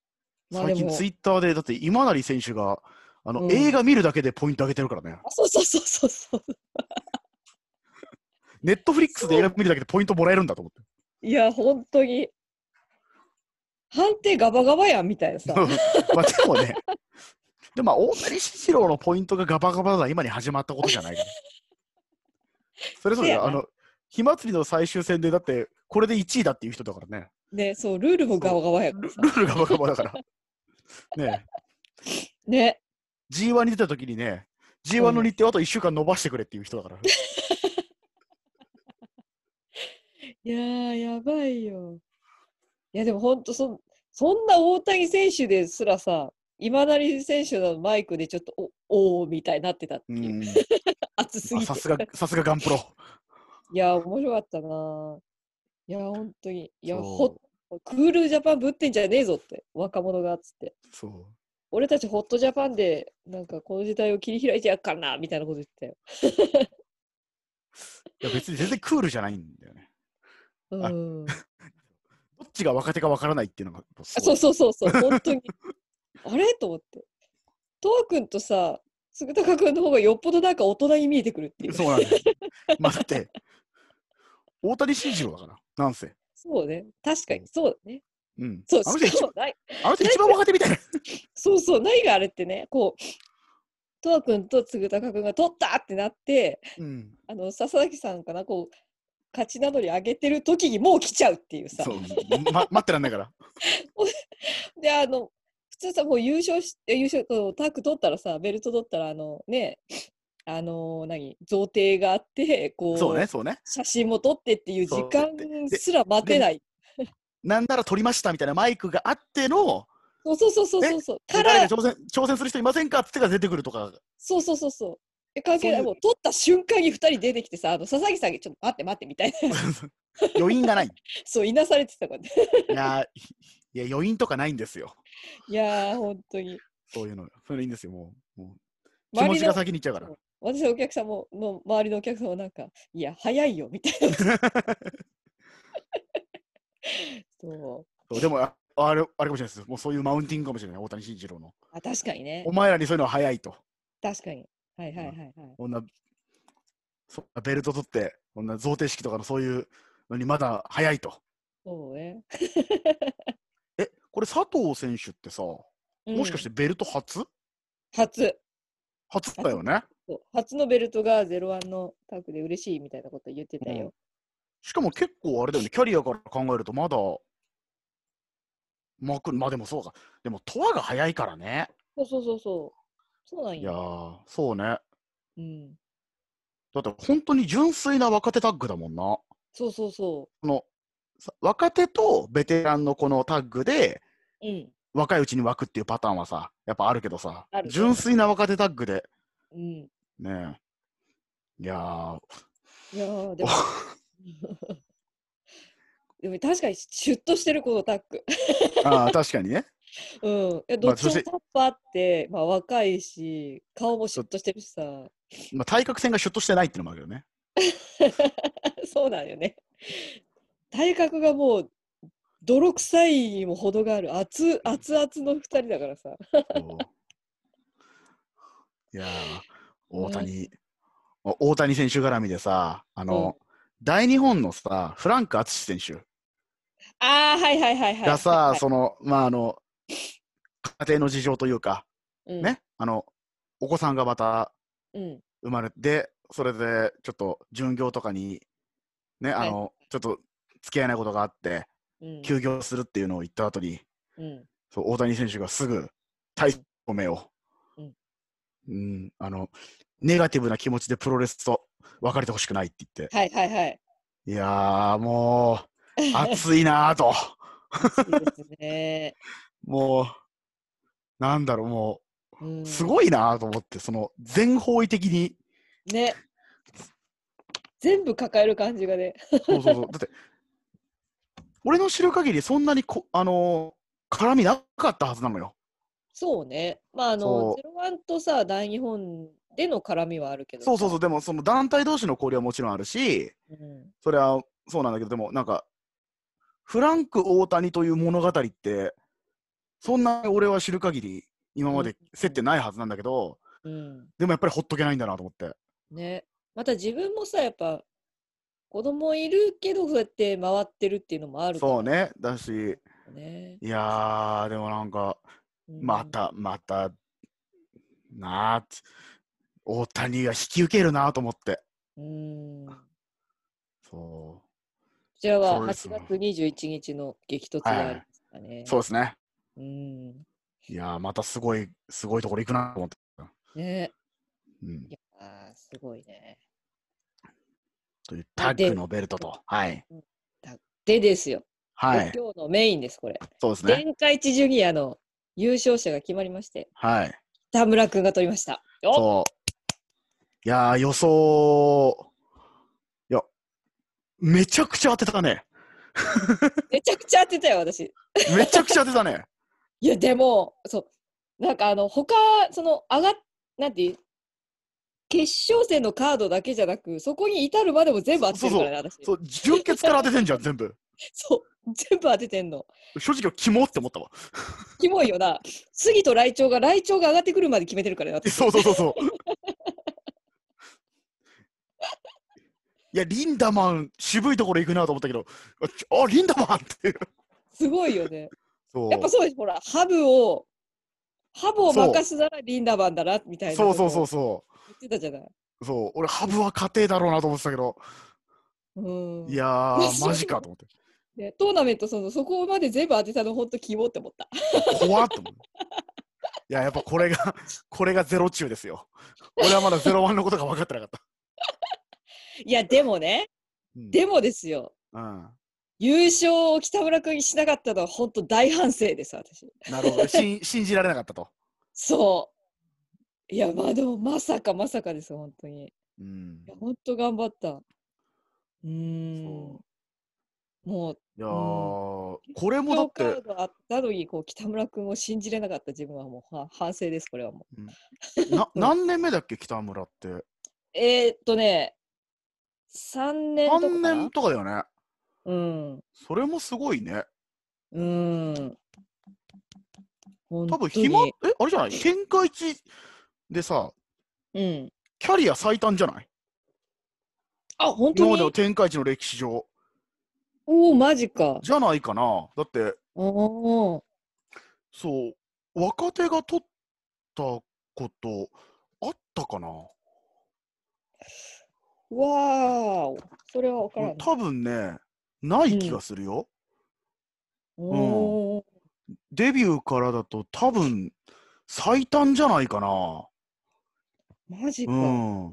S2: [laughs] まあで
S1: 最近
S2: も
S1: ツイッターで、だって今成選手が、あの、
S2: うん
S1: 映画見るだけでポイント上げてるからね。
S2: あそうそうそうそうそう。
S1: ネットフリックスで映画見るだけでポイントもらえるんだと思って。
S2: いや、本当に。判定ガバガバやんみたいなさ。
S1: [laughs] まあでもね、でもまあ大谷四郎のポイントがガバガバだ今に始まったことじゃないから。それぞれ
S2: せやな
S1: あの、火祭りの最終戦でだって、これで1位だっていう人だからね。
S2: ね、そう、ルールもガバガバやから
S1: ル
S2: さ。
S1: ルールガバガバだから。ね
S2: ね。
S1: え G1 に出た時にね、G1 の日程をあと1週間伸ばしてくれっていう人だから。
S2: いやー、やばいよ。いや、でも本当そん、そんな大谷選手ですらさ、今成選手のマイクでちょっとおおーみたいになってたって
S1: う
S2: いう、
S1: ん
S2: 熱す
S1: あ
S2: ぎて
S1: さ。すが、さすがガンプロ。
S2: いやー、面白かったなー。いやー、本当に。いや、
S1: そ
S2: ほクールジャパンぶってんじゃねえぞって、若者がっつって。
S1: う。そう
S2: 俺たちホットジャパンで、なんかこの時代を切り開いてやっからな、みたいなこと言ってたよ。
S1: いや別に全然クールじゃないんだよね。
S2: う
S1: あ
S2: ん。
S1: どっちが若手かわからないっていうのがす
S2: あ
S1: ご
S2: そ
S1: いう
S2: そうそうそう、
S1: [laughs]
S2: 本当に。あれと思って。とわくんとさ、つぐたかくんの方がよっぽどなんか大人に見えてくるっていう。
S1: そうなんです。まあ、だって、大谷慎次郎だから、なんせ。
S2: そうね。確かに、そうだね。
S1: うん。
S2: そう、
S1: あの人
S2: し
S1: 一
S2: か
S1: 番、
S2: もない、
S1: あの人一番若手みたいな。
S2: そうそう、何があれってね、こう、とわ君と嗣高君が取ったってなって、
S1: うん、
S2: あの笹崎さんかな、こう、勝ち名乗り上げてる時にもう来ちゃうっていうさ。
S1: そう、ま、待ってらんないから。
S2: で、あの、普通さ、もう優勝し、え優勝、こうタッグ取ったらさ、ベルト取ったら、あのね、あの何、贈呈があって、こう、
S1: そうね、そうね。
S2: 写真も撮ってっていう時間
S1: そうでです
S2: ら待てない。
S1: なんなら撮りましたみたいなマイクがあっての、
S2: そうそうそうそうそうそう。か
S1: 誰
S2: ら
S1: か、挑戦挑戦する人いませんかっつってから出てくるとか、 [laughs]
S2: そうそうそうそう。え関係ない、
S1: そうい
S2: もう撮った瞬間に2人出てきてさ、あの佐々木さんにちょっと待って待ってみたいな、 [laughs]
S1: 余韻がない。
S2: そう、いなされてたからね。
S1: いや、いや余韻とかないんですよ。
S2: いやー、本当に。
S1: そういうの。そういうのいいんですよ、もう。もう気
S2: 周
S1: 持
S2: り
S1: ち
S2: の
S1: が先にいっちゃうから。
S2: 私のお客さんも、の周りのお客さんもなんか、いや、早いよみたいな。そう
S1: [laughs] そうでもあ、あれ、あれかもしれないです。もうそういうマウンティングかもしれない、大谷慎一郎の。
S2: あ確かにね
S1: お。前らにそういうのは早いと。
S2: 確かに。はいはいはいはい。
S1: こんな、そんなベルト取って、こんな贈呈式とかのそういうのにまだ早いと。
S2: そうね。
S1: え、これ佐藤選手ってさ、も
S2: うん
S1: しかしてベルト初、
S2: 初
S1: 初だよね。
S2: そう初のベルトがゼロワンのタッグで嬉しいみたいなこと言ってたよ。
S1: しかも結構あれだよね、キャリアから考えるとまだ、まく、まあでもそうか。でも、トアが早いからね。
S2: そうそうそうそう。そうなん
S1: いや
S2: や。
S1: ー、そうね。
S2: うん。
S1: だって本当に純粋な若手タッグだもんな。
S2: そうそうそ
S1: このさ若手とベテランのこのタッグで
S2: う。うん。
S1: 若いうちに湧くっていうパターンはさやっぱあるけどさ
S2: ある
S1: 純粋な若手タッグで
S2: うん。
S1: ねえいやー
S2: いや [laughs] ーでも。 [laughs] でも確かにシュッとしてるこのタッグ。
S1: あー確かにね
S2: [laughs] うん。いやどっち
S1: そ
S2: も
S1: して
S2: タッパーって、まあ、若いし、顔もシュッとしてるしさ。
S1: まあ対角線がシュッとしてないっていうのもあるけどね
S2: [laughs] そうなんよね。体格がもう泥臭いにも程がある熱熱々の二人だからさ。
S1: そういやー大谷、大谷選手絡みでさあの、大日本のさフランク淳選手
S2: ああはいはいはいはい。
S1: がさ、
S2: はい
S1: そのまああの家庭の事情というか
S2: うん
S1: ね、あのお子さんがまた
S2: うん
S1: 生まれてそれでちょっと巡業とかにねあ
S2: はい
S1: の、ちょっと付き合えないことがあって
S2: うん
S1: 休業するっていうのを言った後に
S2: うん
S1: そう大谷選手がすぐ大止めを、
S2: う
S1: うんんあのネガティブな気持ちでプロレスと別れてほしくないって言って
S2: はいはい [laughs] はい。
S1: いやーもう熱いなーと
S2: いいですね。
S1: もうなんだろうも
S2: うん
S1: うすごいなーと思ってその全方位的に。
S2: ね。全部抱える感じがね。
S1: そうそうそう。だって、俺の知る限り、そんなにこ、あのー絡みなかったはずなのよ。
S2: そうね。まあ
S1: そ
S2: あの
S1: う
S2: ゼロワンとさ大日本での絡みはあるけどさ。
S1: そうそうそう。でも、その団体同士の交流はもちろんあるし、
S2: うん。
S1: それはそうなんだけど、でも、なんか、フランク・大谷という物語って、そんなに俺は知る限り、今ま
S2: うん
S1: で接点ないはずなんだけど、
S2: うん。
S1: でもやっぱりほっとけないんだなと思って。
S2: ね。また自分もさやっぱ子供いるけどそうやって回ってるっていうのもあるから
S1: そうね。だし、
S2: ね。
S1: いやー、でもなんか、
S2: うん
S1: ま。た、また、なあつ大谷が引き受けるなと思って。
S2: うん。こ
S1: そ
S2: ちらは
S1: そう
S2: 8
S1: です
S2: 月21日の激突がありますかね
S1: う、。そうですね。
S2: うん。
S1: いやー、またすごい、すごいところ行くなと思って。
S2: ね。
S1: うん
S2: い、やーすごいね。
S1: というタッグのベルトと。はい。
S2: でですよ。
S1: はい。
S2: 今日のメインです、これ。
S1: そうですね。
S2: 天下一ジュニアの優勝者が決まりまして、
S1: はい。
S2: 田村君が取りました。お
S1: そう。いやー、予想、いや、めちゃくちゃ当てたね。
S2: めちゃくちゃ当てたよ、私。
S1: めちゃくちゃ当てた [laughs] ね。
S2: いや、でも、そう、なんかあの、他、その、上がっ、なんていう決勝戦のカードだけじゃなく、そこに至るまでも全部当ててるからね、私。
S1: そう、純血から当ててんじゃん、全部。
S2: そう、全部当ててんの。
S1: 正直、キモって思ったわ。 [laughs]
S2: キモいよな。杉と雷鳥が、雷鳥が上がってくるまで決めてるからね、私。
S1: そうそうそう [laughs] そう。いや、リンダマン、渋いところ行くなと思ったけど、あちょあ、リンダマンっていう。
S2: すごいよね。
S1: そう
S2: やっぱそうです、ほら、ハブを、ハブを任すならリンダマンだなみたいな
S1: そうそうそううそ。
S2: 言ってたじゃないう
S1: そう、俺、ハブは家庭だろうなと思ってたけど、
S2: うん
S1: いやー、マジかと思って。
S2: でトーナメントそのそこまで全部当てたの本当希望って思った [laughs]
S1: 怖っと思って。いや、やっぱこれが、これがゼロ中ですよ。俺はまだゼロワンのことが分かってなかった。
S2: いやでもね
S1: うん、
S2: でもですよ
S1: うん。
S2: 優勝を北村君にしなかったのは本当大反省です私
S1: なるほど。
S2: [laughs]
S1: 信信じられなかったと。
S2: そういやまあでもまさかまさかです本当に
S1: うん
S2: いや。本当頑張ったうーん
S1: そ
S2: もう
S1: いやー、
S2: う
S1: これもだっ
S2: カー
S1: て、
S2: ドあったのにこう北村君を信じれなかった自分はもうは反省ですこれはもう
S1: な何年目だっけ、北村って。
S2: えー、っとね3年とか
S1: 3
S2: かな
S1: 年とかだよね。
S2: うん
S1: それもすごいね。
S2: うーん本
S1: 多分
S2: 当に
S1: 暇、え、あれじゃない県下一でさ、
S2: うん
S1: キャリア最短じゃない
S2: あ本
S1: 今
S2: 当
S1: までの
S2: に
S1: 天下一の歴史上。
S2: おおマジか
S1: じゃないかな。だって、
S2: おー
S1: そう、若手が取ったことあったかな
S2: わーおそれは分からない
S1: 多分ね、ない気がするよ。
S2: おー
S1: デビューからだと多分最短じゃないかな。
S2: マジか、
S1: うん。
S2: あ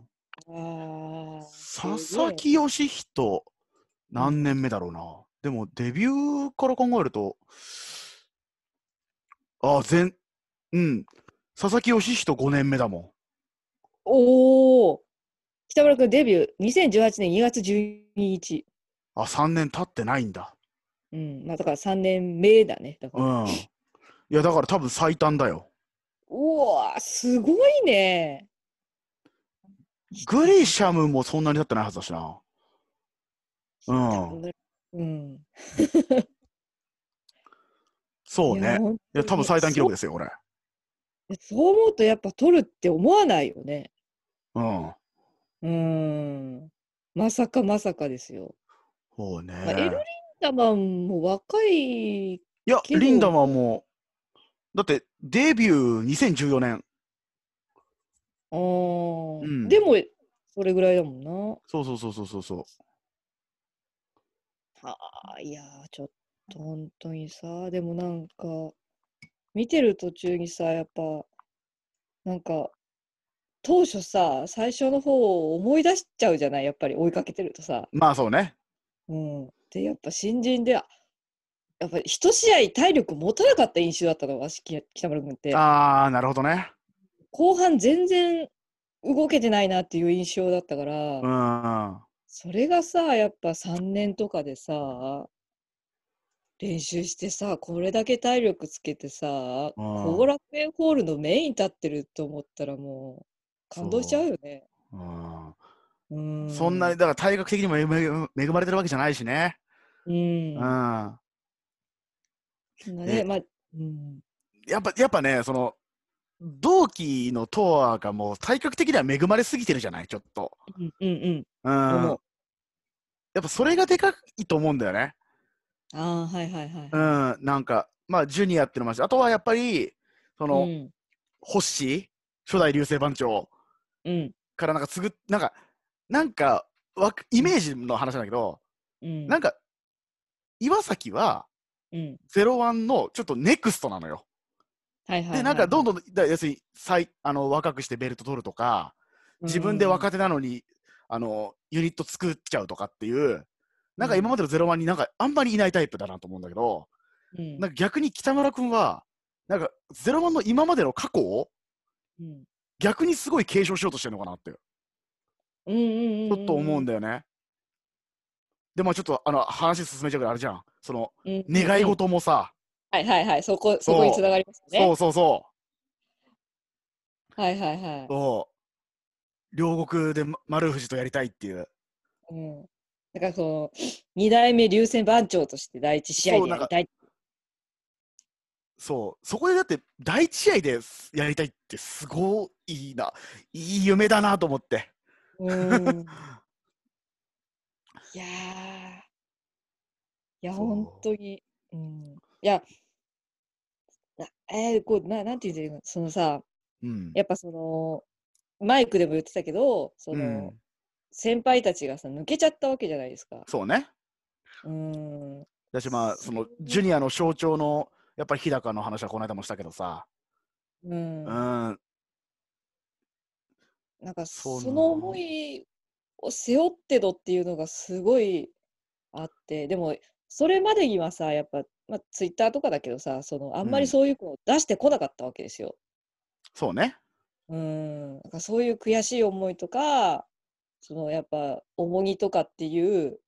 S2: ー
S1: 佐々木義人、何年目だろうな。でも、デビューから考えると、あ、全、うん。佐々木義人5年目だも
S2: おお北村君デビュー2018年2月12日。
S1: ん。あ、3年経ってないんだ。
S2: うん。まあだから3年目だね。だか
S1: う
S2: ら。
S1: ん。いや、だから多分最短だよ。
S2: うわーすごいね。
S1: グリシャムもそんなに経ってないはずだしな。うん。
S2: うん。
S1: そう
S2: いや
S1: ね。
S2: 本
S1: いや、
S2: 当
S1: 多分
S2: に
S1: 最短記録ですよ、俺。
S2: そうそう思うとやっぱ取るって思わないよね。
S1: うん。
S2: うーん。まさかまさかですよ。
S1: そう
S2: まあ、エルリン
S1: ね。
S2: ダマンも若い。
S1: いや、
S2: けど
S1: リンダマンも、だって、デビュー2014年。
S2: あー
S1: うん
S2: でも、それぐらいだもんな。
S1: そうそうそうそうそうそう。
S2: あーいやーちょっと本当にさでもなんか見てる途中にさやっぱなんか当初さ最初の方を思い出しちゃうじゃないやっぱり追いかけてるとさ、
S1: まあそうね。
S2: うん、でやっぱ新人であやっぱり一試合体力持たなかった印象だったのわしき北村君って
S1: ああ、なるほどね。
S2: 後半全然動けてないなっていう印象だったから、
S1: うん。
S2: それがさ、やっぱ3年とかでさ、練習してさ、これだけ体力つけてさ、後楽園ホールのメイン立ってると思ったらもう、感動しちゃうよね。
S1: うん
S2: うーん。
S1: そんなに、だから体格的にも恵ま恵まれてるわけじゃないしね。
S2: うん
S1: うん。。や
S2: そんなね、
S1: ね
S2: まあ、うん。
S1: っぱ、やっぱね、その、同期のトアがもう体格的には恵まれすぎてるじゃない、ちょっと。
S2: うんうん
S1: うん。
S2: うん。思う
S1: や。っぱそれがでかいと思うんだよね。
S2: ああ、はいはいはい。
S1: うん。なんか、まあ、ジュニアってのもあるし、あとはやっぱり、その、
S2: うん。
S1: ホッシー、初代流星番長
S2: うん。
S1: からなんかつぐ、なんか、なんか、わかイメージの話なんだけど、
S2: うん。
S1: なんか、岩崎は、
S2: うん。
S1: ゼロワンのちょっとネクストなのよ。
S2: はいはいはい。
S1: で、なんかどん
S2: ど
S1: どん、だ要するに最あの若くしてベルト取るとか、自分で
S2: か
S1: 若手なのに、あのユニット作っちゃうとかっていう、なんか今までのゼロワンになんかあんまりいないタイプだなと思うんだけど、
S2: うん
S1: なんか逆に北村君は、なんかゼロワンの今までの過去を
S2: うん
S1: 逆にすごい継承しようとしてるのかなって、ち
S2: うんうんうん。
S1: ょっと思うん
S2: だ。
S1: だよね。で、まあちょっとあの話進めちゃうからあれじゃん。その
S2: うん
S1: 願い。事もさ、
S2: はいはいはい。そこ、そこにつながります
S1: そ
S2: ね
S1: う。そうそう。
S2: はいはいはい。
S1: そう両国でま丸藤とやりたいっていう
S2: うんだからこう、二代目流星番長として第一試合
S1: そう
S2: で
S1: な
S2: や
S1: んか [laughs]
S2: りたい。
S1: そうそこでだって第一試合でやりたいってすごいないい夢だなと思って
S2: うーんいやー、いや、
S1: そう
S2: 本当に。うん、いや、なえー、こうななんて言うんだろうそのさ
S1: うん。
S2: やっぱそのマイクでも言ってたけどその、
S1: うん、
S2: 先輩たちがさ抜けちゃったわけじゃないですか。
S1: そうね。
S2: うーん
S1: だしまあ、その
S2: そう
S1: ジュニアの象徴の、やっぱり日高の話はこの間もしたけどさ、
S2: う
S1: うんん、うん、
S2: なんか
S1: そう
S2: そ
S1: なの
S2: の思いを背負ってのっていうのがすごいあってでもそれまでにはさやっぱ、まあ、ツイッターとかだけどさそのあんま
S1: うん
S2: りそういうのを出してこなかったわけですよ。
S1: そうね。
S2: うんなんかそういう悔しい思いとかそのやっぱ重荷とかっていう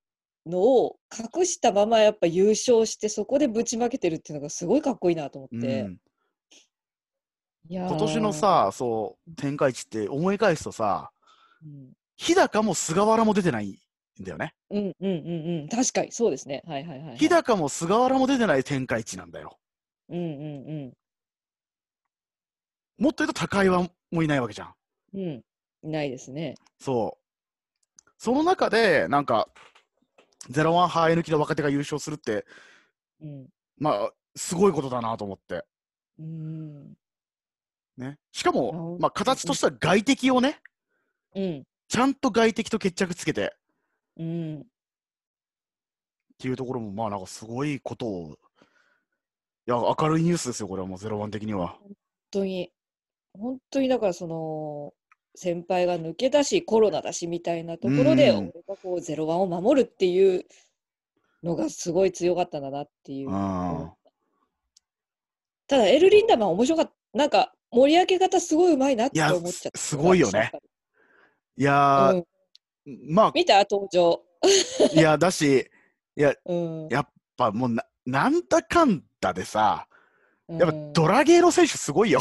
S2: のを隠したままやっぱ優勝してそこでぶちまけてるっていうのがすごいかっこいいなと思
S1: う
S2: って。
S1: ん、
S2: いやー
S1: 今年の、さ、そう、展開地って思い返すとさ、
S2: うん、
S1: 日高も菅原も出てないんだよね。
S2: うんうんうんうん確かにそうですねはいはいはい、はい、
S1: 日高も菅原も出てない展開地なんだよ。
S2: うんうん
S1: もっと言うと高岩もいないわけじゃん。
S2: うんうんいないですね
S1: そう。その中で、なんか、01ハエ抜きの若手が優勝するって、
S2: うん
S1: まあ、すごいことだなと思って。
S2: うん
S1: ね。しかも
S2: う、ん
S1: まあ、形としては外敵をね、
S2: うん
S1: ちゃんと外敵と決着つけて
S2: うん
S1: っていうところも、まあ、なんかすごいことを、いや、明るいニュースですよ、これはもう01的には。
S2: 本当に本当にだからその先輩が抜けたしコロナだしみたいなところで
S1: うん
S2: 俺がこうゼロワンを守るっていうのがすごい強かったんだなっていうう、
S1: ん。
S2: ただエル・リンダマン面白かったなんか盛り上げ方すごいうまいなって思っちゃっ
S1: いや
S2: た
S1: すすごいよね、いや
S2: う
S1: ー、
S2: ん、
S1: ま
S2: 見た登場
S1: あ、いや、だし、
S2: うん
S1: やっぱもうな、なんだかんだでさ、やっ
S2: うん
S1: ぱドラゲーの選手すごいよ。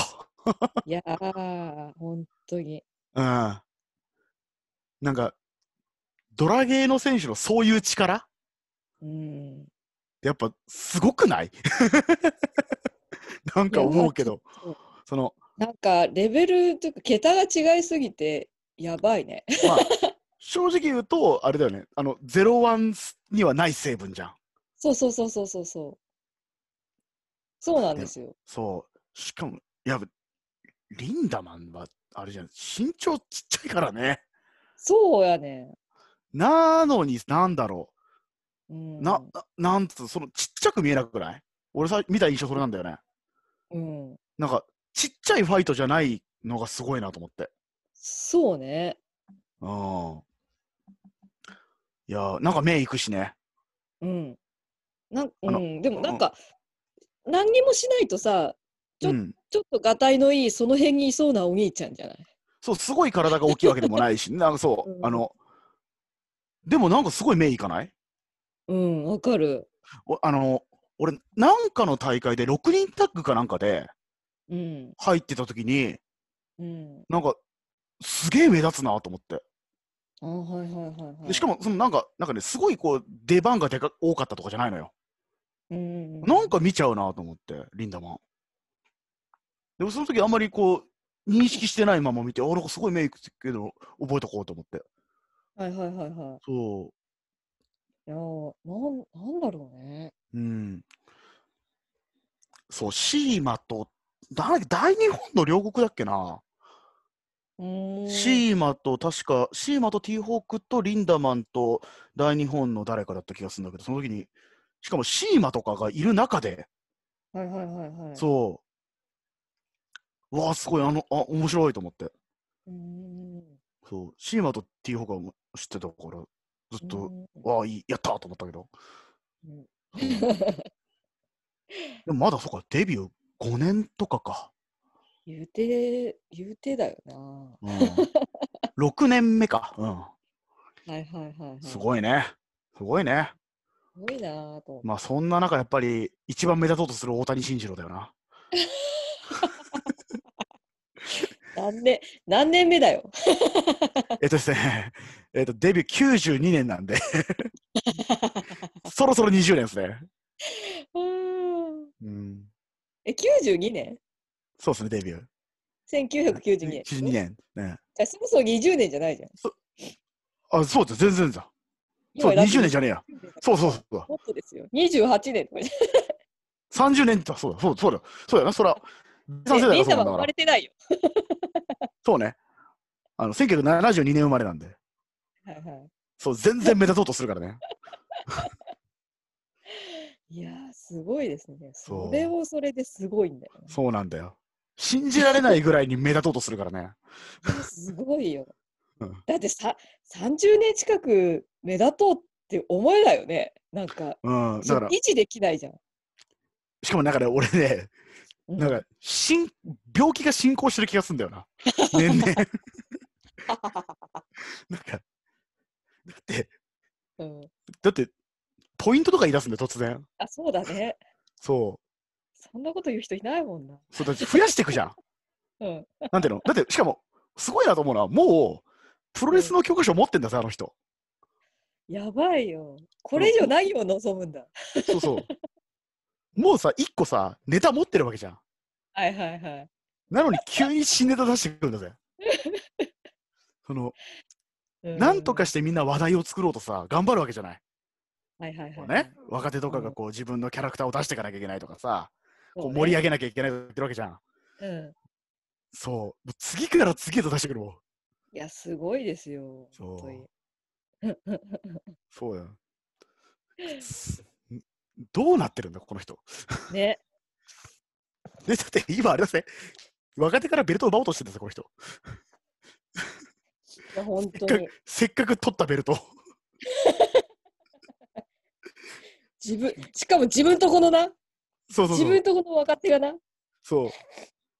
S2: いやー、本当に。
S1: うん。なんか、ドラゲーの選手のそういう力
S2: うん。
S1: やっぱすごくない [laughs] なんか思うけど
S2: いやちょっと、
S1: その、
S2: なんか、レベルというか、桁が違いすぎて、やばいね。 [laughs]
S1: まあ、正直言うと、あれだよね、あの、ゼロワンにはない成分じゃん。
S2: そうそうそうそうそうそう。そうなんですよ。
S1: そう。しかも、やっぱ、リンダマンは、あれじゃん、身長ちっちゃいからね。
S2: そうやね。
S1: なのに、なんだろ
S2: うん。
S1: う。な、ななんつう、その、ちっちゃく見えなくない俺さ、見た印象それなんだよね。
S2: うん。
S1: なんか、ちっちゃいファイトじゃないのがすごいなと思って。
S2: そうね。
S1: うん。いやーなんか目いくしね。
S2: うん。なん
S1: あ
S2: う
S1: の
S2: ん、でもなんか、何にもしないとさ、ちょ
S1: うん。
S2: ちょっとがたいのいい、その辺にいそうなお兄ちゃんじゃない
S1: そう、すごい体が大きいわけでもない
S2: [laughs]
S1: し、なんかそう、
S2: うん
S1: あの、でもなんかすごい目いかない
S2: うん、わかる。
S1: おあの、俺、なんかの大会で6人タッグかなんかで
S2: うん。
S1: 入ってた時に、
S2: うん。
S1: なんか、すげえ目立つなと思って。
S2: あ、はいはいはい、は
S1: で
S2: い。
S1: しかも、そのなんか、なんかね、すごいこう、出番がでか多かったとかじゃないのよ。
S2: うん、
S1: なんか見ちゃうなと思って、リンダマン。でもその時あんまりこう、認識してないまま見て、あ、なんかすごいメイクつけど、覚えとこうと思って。
S2: はいはいはいはい。
S1: そ
S2: いやーなん、なんだろうね。
S1: う。うん。そう、シーマと、だ大日本の両国だっけな。
S2: うーん。
S1: シーマと、確か、シーマとティーホークとリンダマンと大日本の誰かだった気がするんだけど、その時に、しかもシーマとかがいる中で、
S2: はいはいはいはい。
S1: そう。うわあ、すごい、あの、あ、面白いと思って。
S2: うーん。
S1: そう、シーマとティーホークはもう知ってたから、ずっと、
S2: う
S1: わあ、いい、やったーと思ったけど。
S2: うん
S1: うんでもまだそうか、デビュー5年とかか。
S2: ーん言うて、言うてだよな。は
S1: うん、6年目か。う
S2: いはいはい、はい。
S1: ん。す
S2: す
S1: ごいね。すごいね。
S2: ごいなーと思って。
S1: まあそんな中、やっぱり一番目立とうとする大谷慎二郎だよな。
S2: 何年、何年目だよ。
S1: えっとですね、えっと、デビュー92年なんで、そろそろ20年ですね。
S2: うーん
S1: うん。
S2: え、92年
S1: そうですね、デビュー。
S2: ?1992 年。
S1: 92年。ね、
S2: じゃあそもそも20年じゃないじゃん。
S1: あ、そうです、全然だ。そう、
S2: 今ラジ
S1: 20
S2: オ
S1: 年じゃねえや。そうそうそう。
S2: もっとですよ。28年とかじゃん。
S1: 30年ってそうだ、そうそうだ、そうだな、そら、第3世代
S2: [laughs]
S1: が
S2: リン
S1: そう
S2: さ
S1: なんだ
S2: んは生
S1: か
S2: ま
S1: ら
S2: れ、てないよ。
S1: そうね。あの、1972年生まれなんで、
S2: はいは
S1: そう、全然目立とうとするからね。
S2: い。いやー、すごいですね。
S1: そう
S2: それをそれですごいんだよね。
S1: そうなんだよ。信じられないぐらいに目立とうとするからね。
S2: いやすごいよ
S1: うん。
S2: だってさ、30年近く目立とうって思えないよね。なんか、
S1: うん、だから
S2: 維、持できないじゃん。
S1: しかもなんかね、俺ね、
S2: うん
S1: なんか、しん、病気が進行してる気がするんだよな。年
S2: [laughs]
S1: 々。なんか、だって、
S2: うん、
S1: だって、ポイントとか言い出すんだよ、突然。
S2: あ、そうだね。
S1: そ
S2: そんなこと言う人いないもんな。
S1: う。そうだって増やしていくじゃん。
S2: うん。
S1: なんていうのだって、しかも、すごいなと思うのは、もう、プロレスの教科書持ってんだぜ、あの人。
S2: やばいよ。これ以上何を望むんだ。
S1: そうそう。もうさ、一個さ、ネタ持ってるわけじゃん。
S2: はいはいはい。
S1: なのに、急に新ネタ出してくるんだぜ。その、
S2: う
S1: なんと。かしてみんな話題を作ろうとさ、頑張るわけじゃない。
S2: はいはいはい。
S1: ね、若手とかがこう自分のキャラクターを出していかなきゃいけないとかさ、
S2: そ
S1: こ
S2: う
S1: う
S2: ね
S1: 盛り上げなきゃいけないとか言ってるわけじゃん。
S2: うん。
S1: そう。もう次から次へと出してくるもん。
S2: いや、すごいですよ。
S1: そう
S2: 本
S1: そうやん。すどうなってるんだ、この人。
S2: 当に。ね。
S1: で、だって今あれだぜ。若手からベルトを奪おうとしてるんですよ、この人。
S2: いや、本
S1: せっ
S2: 当
S1: か
S2: に
S1: く。、せっかく取ったベルトを。 [laughs]
S2: 自分、しかも自分とこのな、
S1: そうそう
S2: 自
S1: そう
S2: 分。とこの若手がな、
S1: そう。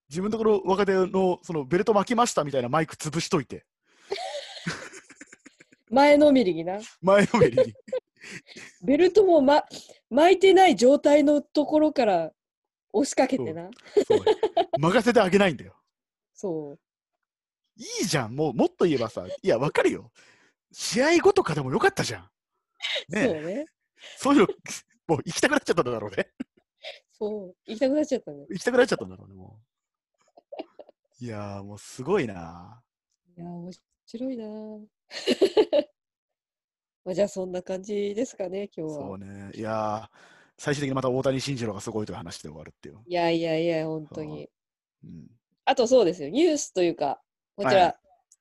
S1: 自分のところ若手のそのベルト巻きましたみたいなマイク潰しといて、
S2: 前のめりにな、
S1: 前のめりに。
S2: ベルトも、ま、巻いてない状態のところから押しかけてな。
S1: そう [laughs] 任せてあげないんだよ。
S2: そう。
S1: いいじゃん、もうもっと言えばさ、いや、わかるよ。試合後とかでもよかったじゃん。ね
S2: そう
S1: え、
S2: ね。
S1: そういうの、 [laughs] もう行きたくなっちゃったんだろうね。
S2: そう。行きたくなっちゃったね。
S1: 行きたくなっちゃったんだろうね、もう。いやー、もうすごいない
S2: や、面白いな。 [laughs] まあ、じゃあ、そんな感じですかね、今日
S1: そ
S2: は
S1: う。ね。いやー、最終的にまた大谷慎次郎がすごいという話で終わるっていう。
S2: いやいやいや、本当に。
S1: うん、
S2: あとそうですよ、ニュースというか、こちら、
S1: はい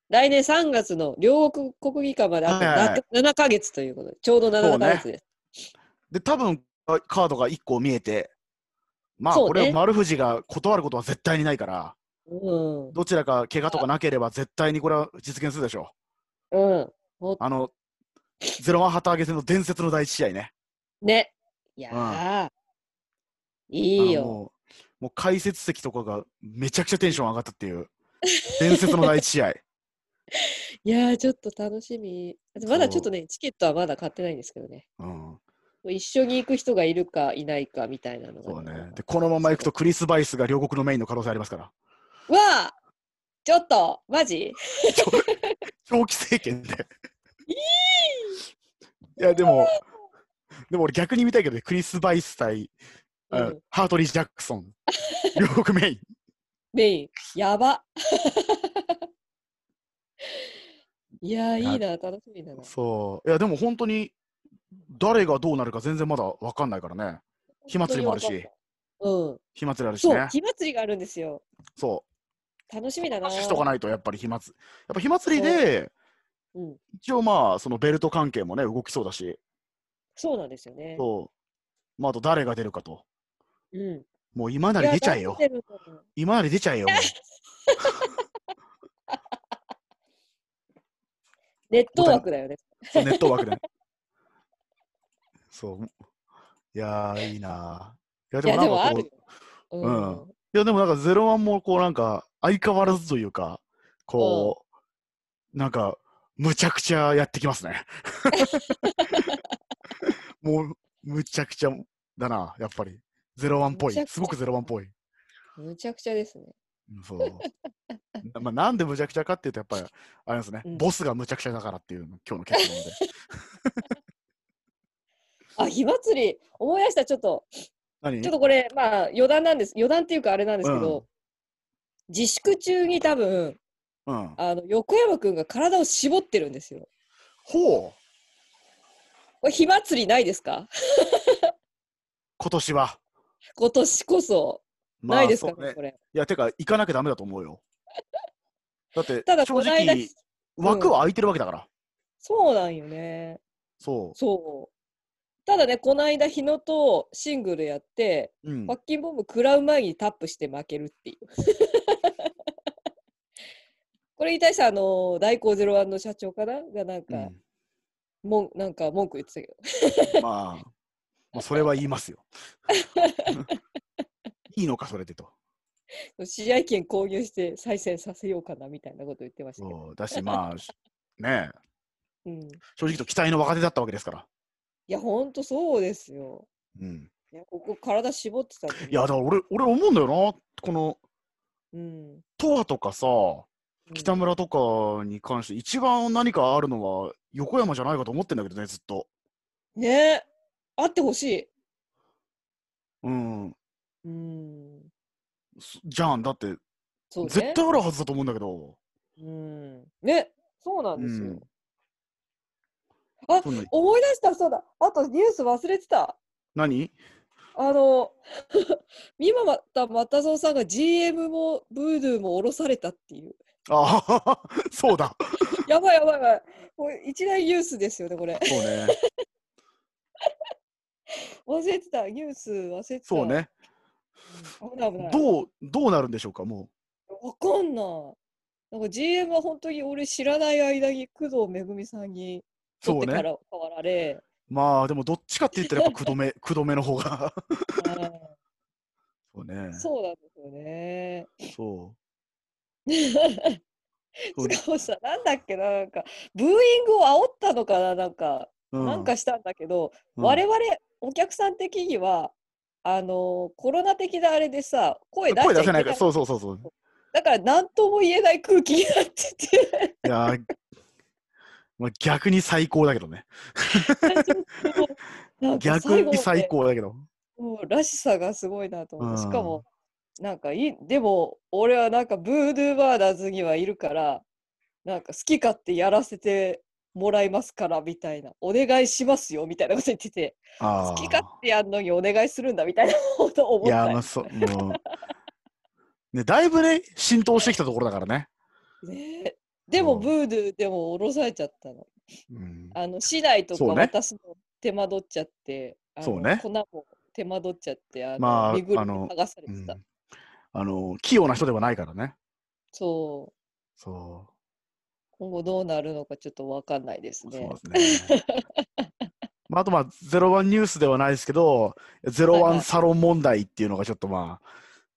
S2: 来年3月の両国国技館まであ
S1: は
S2: と
S1: いはいはい
S2: な7ヶ月ということで、ちょうど
S1: そ
S2: 7
S1: うね
S2: ヶ月です。
S1: で、多分あカードが1個見えて、まあ、
S2: そうね
S1: これ、丸藤が断ることは絶対にないから、
S2: うん。
S1: どちらか怪我とかなければ、絶対にこれは実現するでしょ
S2: うん。
S1: う。あの、ゼロワン旗揚げ戦の伝説の第一試合ね。
S2: ね。いやー、いい
S1: あの
S2: よ。
S1: もうもう解説席とかがめちゃくちゃテンション上がったっていう、伝説の第一試合。
S2: いやー、ちょっと楽しみ。まだちょっとね、チケットはまだ買ってないんですけどね。
S1: うん、
S2: 一緒に行く人がいるかいないかみたいなの
S1: そう
S2: が、
S1: だね。で、このまま行くとクリス・バイスが両国のメインの可能性ありますから。
S2: うわあちょっとマジ
S1: 長期政権で。いや、でも、でも俺逆に見たいけどね、クリス・バイス対、あ
S2: うん
S1: ハートリー・ジャクソン、両国メイン。
S2: メイン、やば。 [laughs] いやー、
S1: いや
S2: いいな、楽しみだな。
S1: そう。いや、でも本当に、誰がどうなるか全然まだ分かんないからね。火祭りもある
S2: 本当に
S1: し
S2: わ、かんない。うん。
S1: 火祭りあるし
S2: そう
S1: ね、。
S2: 火祭りがあるんですよ。
S1: そう。
S2: 楽しみだな。
S1: 話しとかないとやっぱり火祭りやっぱ火祭りで
S2: うん。
S1: 一応まあそのベルト関係もね動きそうだし
S2: そうなんですよね。
S1: そうまああと誰が出るかと
S2: うん。
S1: もう今なり出ちゃえよ
S2: いや楽しみだな
S1: 今なり出ちゃえよもう
S2: ネットワークだよね。
S1: そうネットワークでねそういやーいいなーいや
S2: い
S1: で
S2: や、
S1: もな
S2: で
S1: ん
S2: もあ
S1: かこうい
S2: るよ。うん。
S1: やでもなんかゼロワンもこうなんか相変わらずというかこうなんかむちゃくちゃやってきますね [laughs] もうむちゃくちゃだなやっぱりゼロワンっぽい
S2: むちゃくちゃ
S1: すごくゼロワンっぽい
S2: むちゃくちゃですね。
S1: うんそう
S2: [laughs]
S1: なまあ、なんでむちゃくちゃかっていうとやっぱりあれですね、
S2: うん
S1: ボスがむちゃくちゃだからっていうの今日の結論で
S2: あ、火祭り、思い出した、ちょっと、
S1: 何
S2: ちょっとこれ、まあ、余談なんです。余談っていうか、あれなんですけど、自粛中に多分、
S1: うん、
S2: あの、横山くんが体を絞ってるんですよ。
S1: ほう
S2: これ火祭りないですか
S1: 今年は
S2: [laughs] 今年こそ、ないですか、
S1: そうね
S2: これ。
S1: いや、てか、行かなきゃダメだと思う
S2: [laughs]
S1: よ。だって、
S2: ただ、
S1: 正
S2: この間、
S1: 直、枠は空いてるわけだから。
S2: そうなんよね。
S1: そ
S2: そう。ただね、この間、日野とシングルやって、
S1: う。うん
S2: パ。ッキンボム食らう前にタップして負けるっていう。 [laughs] これに対して、あの、大光ゼロワンの社長かなが、なん
S1: う
S2: か、
S1: ん
S2: もん、なんか文句言ってたけど。
S1: まあ、まあ、それは言い
S2: [laughs]
S1: ますよ。いいのか、それでと。
S2: [laughs] 試合権購入して再戦させようかなみたいなこと言ってましたけど、
S1: そうだし、まあ、しねえ
S2: うん、い
S1: 正直と期待の若手だったわけですから。
S2: やほんとそうですよ
S1: うん、
S2: いやここ体絞ってたのに
S1: いや、だから俺、俺思うんだよな。この、
S2: うん、うん
S1: 東亜とかさ、北村とかに関して、一番何かあるのは横山じゃないかと思ってんだけどね、ずっと。
S2: ねあってほしい、
S1: うん。
S2: うん、
S1: すじゃん、だって、
S2: そうね
S1: 絶対あるはずだと思うんだけど。
S2: うん、ねそうなんですよ、
S1: うん
S2: あ
S1: そんな
S2: 思い出したそうだあとニュース忘れてた
S1: 何
S2: あの [laughs] 三馬また又蔵さんが GM もブードゥーも降ろされたっていう
S1: ああ、そうだ。
S2: やばいやばいやばいこれ一大ニュースですよねこれ
S1: そうね。
S2: 忘れてたニュース忘れてた
S1: そうね。
S2: うん危ない危ない
S1: どう、どうなるんでしょうか、も
S2: わかんないなんか GM は本当に俺知らない間に工藤めぐみさんに
S1: う。そう
S2: 取ってか
S1: ね。
S2: ら変わられ、
S1: まあ、でも、どっちかって言ったら、
S2: [laughs]
S1: やっぱ、くどめ、くどめの方が。そうね
S2: うん。そうなんですよね
S1: そう。
S2: [laughs]
S1: そう
S2: しかもさなんだっけななんかブーイングを煽ったのかななんか、
S1: うん
S2: なんかしたんだけど、
S1: うん
S2: 我々お客さん的にはあのコロナ的なあれでさ声出しちゃ
S1: 声出
S2: い
S1: せ
S2: け
S1: な
S2: ない
S1: いから、そうそうそうそう。
S2: だから何とも言えない空気になってて
S1: いやー、まあ、逆に最高だけどね。
S2: なんか
S1: 逆
S2: 最後ま
S1: に
S2: で
S1: 最高だけど。
S2: もうらしさがすごいなと思って、
S1: うん
S2: しかもなんかいいでも俺はなんかブードゥーバーダーズにはいるからなんか好き勝手やらせてもらいますからみたいなお願いしますよみたいなこと言ってて
S1: あ
S2: 好き勝
S1: あ。
S2: 手やんのにお願いするんだみたいなことを思
S1: い
S2: っ
S1: やー、
S2: た
S1: ま
S2: よ
S1: あ、そう、もう。ね、だいぶね、浸透してきたところだからね。
S2: ねえでも
S1: うん
S2: ブードゥーでも降ろされちゃったの
S1: うん。
S2: あの市内とか
S1: そうね
S2: 渡すの手間取っちゃってあの
S1: そうね
S2: 粉も手間取っちゃってあの、
S1: まあ
S2: 身ぐる
S1: あ
S2: み
S1: の
S2: 剥がされ
S1: う
S2: て
S1: ん
S2: た、
S1: あの、器用な人ではないからね。
S2: そう
S1: そ
S2: 今後どうなるのかちょっとわかんないです
S1: う。
S2: ね。
S1: そうですね。 [laughs] まあ、あと、まあ、ゼロワンニュースではないですけど、ゼロ
S2: はい
S1: ワ
S2: は
S1: ン
S2: い
S1: サロン問題っていうのがちょっとまあ、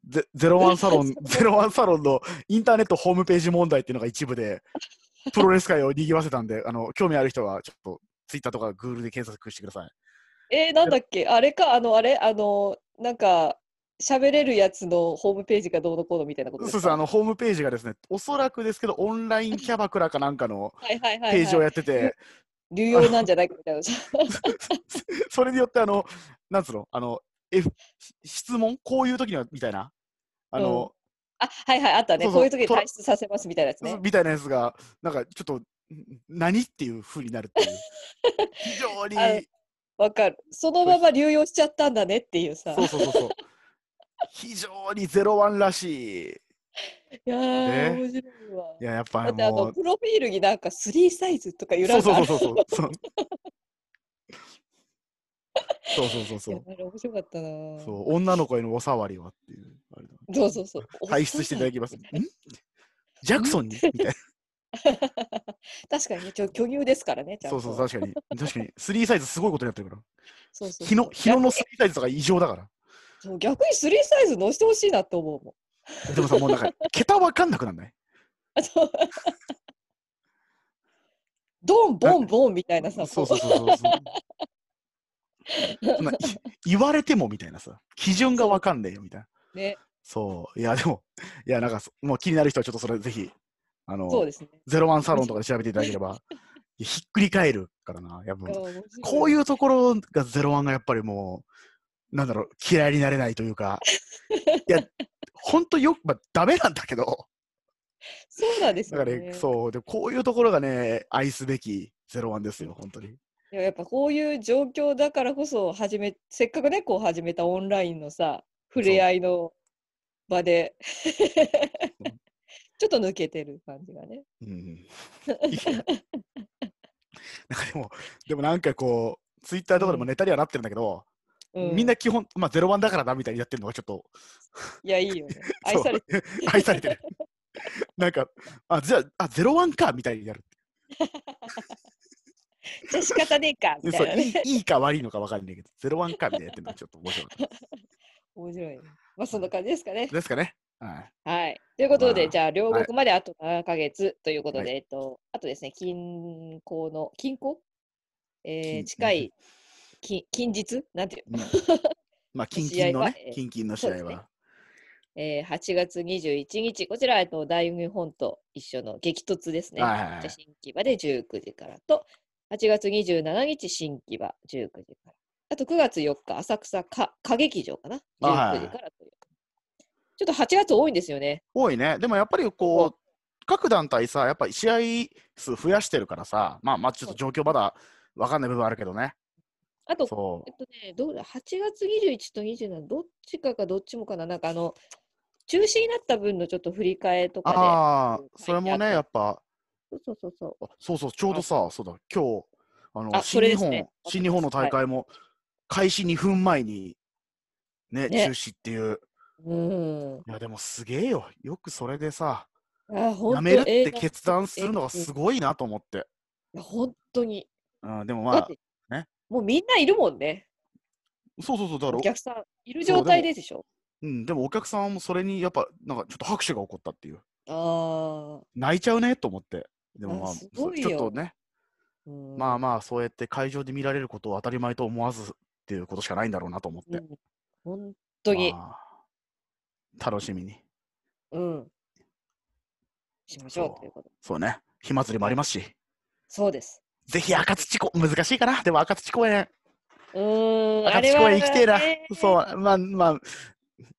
S1: ゼゼロワンサ
S2: [laughs]
S1: ロン、ゼロワンサロンのインターネットホームページ問題っていうのが一部で、プロレス界を賑わせたんで、あの、興味ある人は、ちょっと、ツイッターとかグーグルで検索してください。
S2: えー、なんだっけあれかあのあれあのなんか喋れるやつのホームページがどうのこうのみたいなこと
S1: そう
S2: です
S1: で
S2: か
S1: す、あの、ホームページがですね、おそらくですけど、オンラインキャバクラかなんかの
S2: はいはいは
S1: ペ
S2: い、
S1: ージを
S2: はい。
S1: やってて、
S2: 流用なんじゃないかみたいな。 [laughs]
S1: [laughs] それによって、あの、なんつうの、あの、F、質問こういう時には、みたいな。あの、
S2: うんあはいはいあったね
S1: そうそう
S2: こういう時に
S1: トラ
S2: 退出させますみたいなやつね。
S1: みたいなやつが、なんかちょっと、ん何っていうふうになるっていう。非常に、
S2: あわかる。そのまま流用しちゃったんだねっていうさ。
S1: そうそうそうそう。非常にゼロワンらしい。
S2: いやー、
S1: ね
S2: 面白いわ。
S1: いや、やっ
S2: だ
S1: ぱ
S2: ってあの
S1: もう。
S2: プロフィールになんか3サイズとか揺ら
S1: そう
S2: があ
S1: そう
S2: る
S1: そうそうそう。そうそうそうそ
S2: いうやあれ面白かったなぁ
S1: そう。女の子へのお触りはっていう。あれだ
S2: そうそうそう。
S1: 退出
S2: [laughs]
S1: していただきます。んジャクソンにみたいな。
S2: 確かにね、ちょ巨乳ですからね、ちゃん
S1: そう
S2: と。
S1: そう、確かに。確かに。スリーサイズすごいことになってるから。
S2: そうそうそう
S1: 日野日野のスリーサイズとか異常だから。
S2: そう逆にスリーサイズ乗してほしいなと思うもん。
S1: でもさ、もうなんか、桁わかんなくなんない
S2: あとドンボンボンみたいなさ、
S1: そう
S2: こ
S1: そうそうそうそう。そんない言われてもみたいなさ、基準がわかんねえよみたいな。
S2: うね、
S1: そう、いや、でも、いや、なんかそ、もう気になる人はちょっとそれぜひ、あ
S2: そう
S1: の、
S2: ですね。
S1: ゼロワンサロンとかで調べていただけれ
S2: [laughs]
S1: ば、いやひっくり返るからな、やっぱ、こういううところがゼロワンがやっぱりもう、なんだろう、嫌いになれないという [laughs] か、いや、ほんとよく、まあ、ダメなんだけど、
S2: そうなんです
S1: だか
S2: よ
S1: ら
S2: ね。
S1: ね、そう、でこういうところがね、愛すべきゼロワンですよ、本当に。
S2: いややっぱこういう状況だからこそ始めせっかくねこう始めたオンラインのさ触れ合いの場で [laughs] ちょっと抜けてる感じがね。
S1: [laughs] うんなんかでも、でもなんかこう、ツイッターとかでもネタにはなってるんだけど、
S2: う
S1: みんな基本、まあ、ゼロワンだからなみたいにやってるのがちょっと、
S2: いやいいよね。
S1: そ
S2: 愛
S1: う
S2: されて
S1: 愛され [laughs] てる。なんか、あ、じゃあ、あゼロワンかみたいになる。
S2: [laughs] じゃ仕方ねえかみた
S1: そう
S2: いないね。
S1: いいいか悪いのか分かんないけど、ゼロワンかみたいにやってるのがちょっと面白か
S2: [laughs]
S1: っ
S2: 面白いね。まあそんな感じですかね
S1: た。。ですかね。はい。
S2: はい。ということで、
S1: まあ
S2: じゃあ両
S1: は
S2: 国
S1: い
S2: まであと7ヶ月ということで、
S1: は
S2: えっと、あとですね、近郊の、近郊え
S1: 近
S2: ー近い、近近日なんていう [laughs]
S1: うんまあ、キンキンの
S2: 試合は
S1: ね
S2: え、ー
S1: キンキンの試合
S2: そうですね
S1: は。
S2: えー、8月21日、こちら、えっと、大日本と一緒の激突ですね。
S1: はいはいはい
S2: じゃあ新木場で19時からと、8月27日、新木場19時から。あと9月4日、浅草か歌劇場かな ?19
S1: あはい
S2: 時からという。ちょっと8月多いんですよね。
S1: 多いね。でもやっぱりこう、各団体さ、やっぱり試合数増やしてるからさ、まあまあちょっと状況まだ分かんない部分あるけどね。
S2: あと、
S1: そ
S2: えっとね、どうだ、8月21と27、どっちかかどっちもかな、なんかあの、中止になった分のちょっと振り替えと
S1: う。
S2: かで、
S1: ああ、それも
S2: 書いてあ
S1: ね、
S2: った
S1: やっぱ、
S2: そうそうそうそう、
S1: あそうそう、ちょうどさ、そうだ、今日、あの、
S2: あそ
S1: 新
S2: れ
S1: 日
S2: です
S1: 本、
S2: ね
S1: 新日本の大会も、開始2分前に、ね、
S2: ね
S1: 中止っていう。
S2: うーん。
S1: いや、でもすげえよ。よくそれでさ、
S2: あ、ほんと
S1: やめるっ
S2: 映
S1: て
S2: 画
S1: 決断するのがすごいなと思って。
S2: いや本当に。
S1: うん、でも
S2: だ
S1: ま
S2: って、
S1: あね
S2: もうみんないるもんね。
S1: あ、そうそうそう、だろ
S2: お客さんいる
S1: そう
S2: 状態
S1: で
S2: ででしょ。
S1: うん、でもお客さんもそれに、やっぱ、なんかちょっと拍手が起こったっていう。
S2: ああ、
S1: 泣いちゃうねと思って。でも
S2: あ
S1: まあ、
S2: すごい
S1: ちょっと
S2: よ
S1: ね、
S2: うん
S1: まあまあ、そうやって会場で見られることを当たり前と思わずっていうことしかないんだろうなと思っ
S2: う
S1: て。
S2: ん、本当に、
S1: まあ楽しみに。
S2: うん。しましょ
S1: そうう
S2: ということ。
S1: そうね。火祭りもありますし。
S2: そうです。
S1: ぜひ赤土公難しいかな。でも赤土公園、
S2: うーん、あ
S1: 赤
S2: れ
S1: 土
S2: は、
S1: 公園行きてえな。
S2: ね
S1: そう、まあまあ、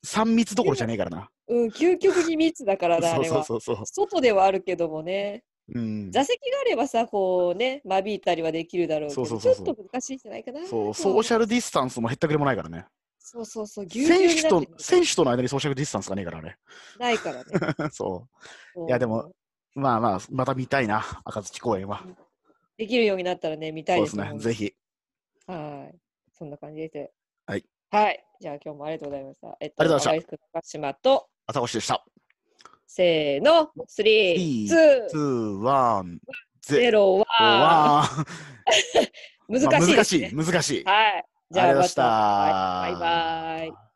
S1: 三密どころじゃねえからな。
S2: うん、究極に密だからだ、あ
S1: そう
S2: れ
S1: そう
S2: は。
S1: そうそう。
S2: 外ではあるけどもね、
S1: うん、
S2: 座席があればさ、こうね、間引いたりはできるだろうけど、
S1: そうそうそうそう
S2: ちょっと難しいんじゃないかな。
S1: そうソーシャルディスタンスもへったくれもないからね。
S2: そうそうそう、ぎゅうぎゅう
S1: 選
S2: に
S1: 手
S2: なっ
S1: と
S2: てる
S1: 選手との間にソーシャルディスタンスがねえからね。 [laughs]
S2: ないからね。
S1: そ
S2: そう
S1: いやでもう。まあまあ、また見たいな、赤土公園は。
S2: できるようになったらね、見た
S1: そ
S2: いうで
S1: ですす
S2: も
S1: ね
S2: ん。
S1: ぜひ。
S2: はい。そんな感じです。
S1: はい。
S2: はい。じゃあ今日もありがとうございました。えっと、
S1: ありがとうござい
S2: ました。高島と、
S1: 朝越でした。
S2: せーの、3、
S1: Three,
S2: 2、
S1: 2、1、
S2: 0
S1: 0、
S2: は、
S1: 1。
S2: 難しいで
S1: 難
S2: す
S1: し
S2: ね、
S1: い、難しい。
S2: はい。じゃあ
S1: ありがとうございま
S2: ま
S1: した
S2: た。はいバイバイ。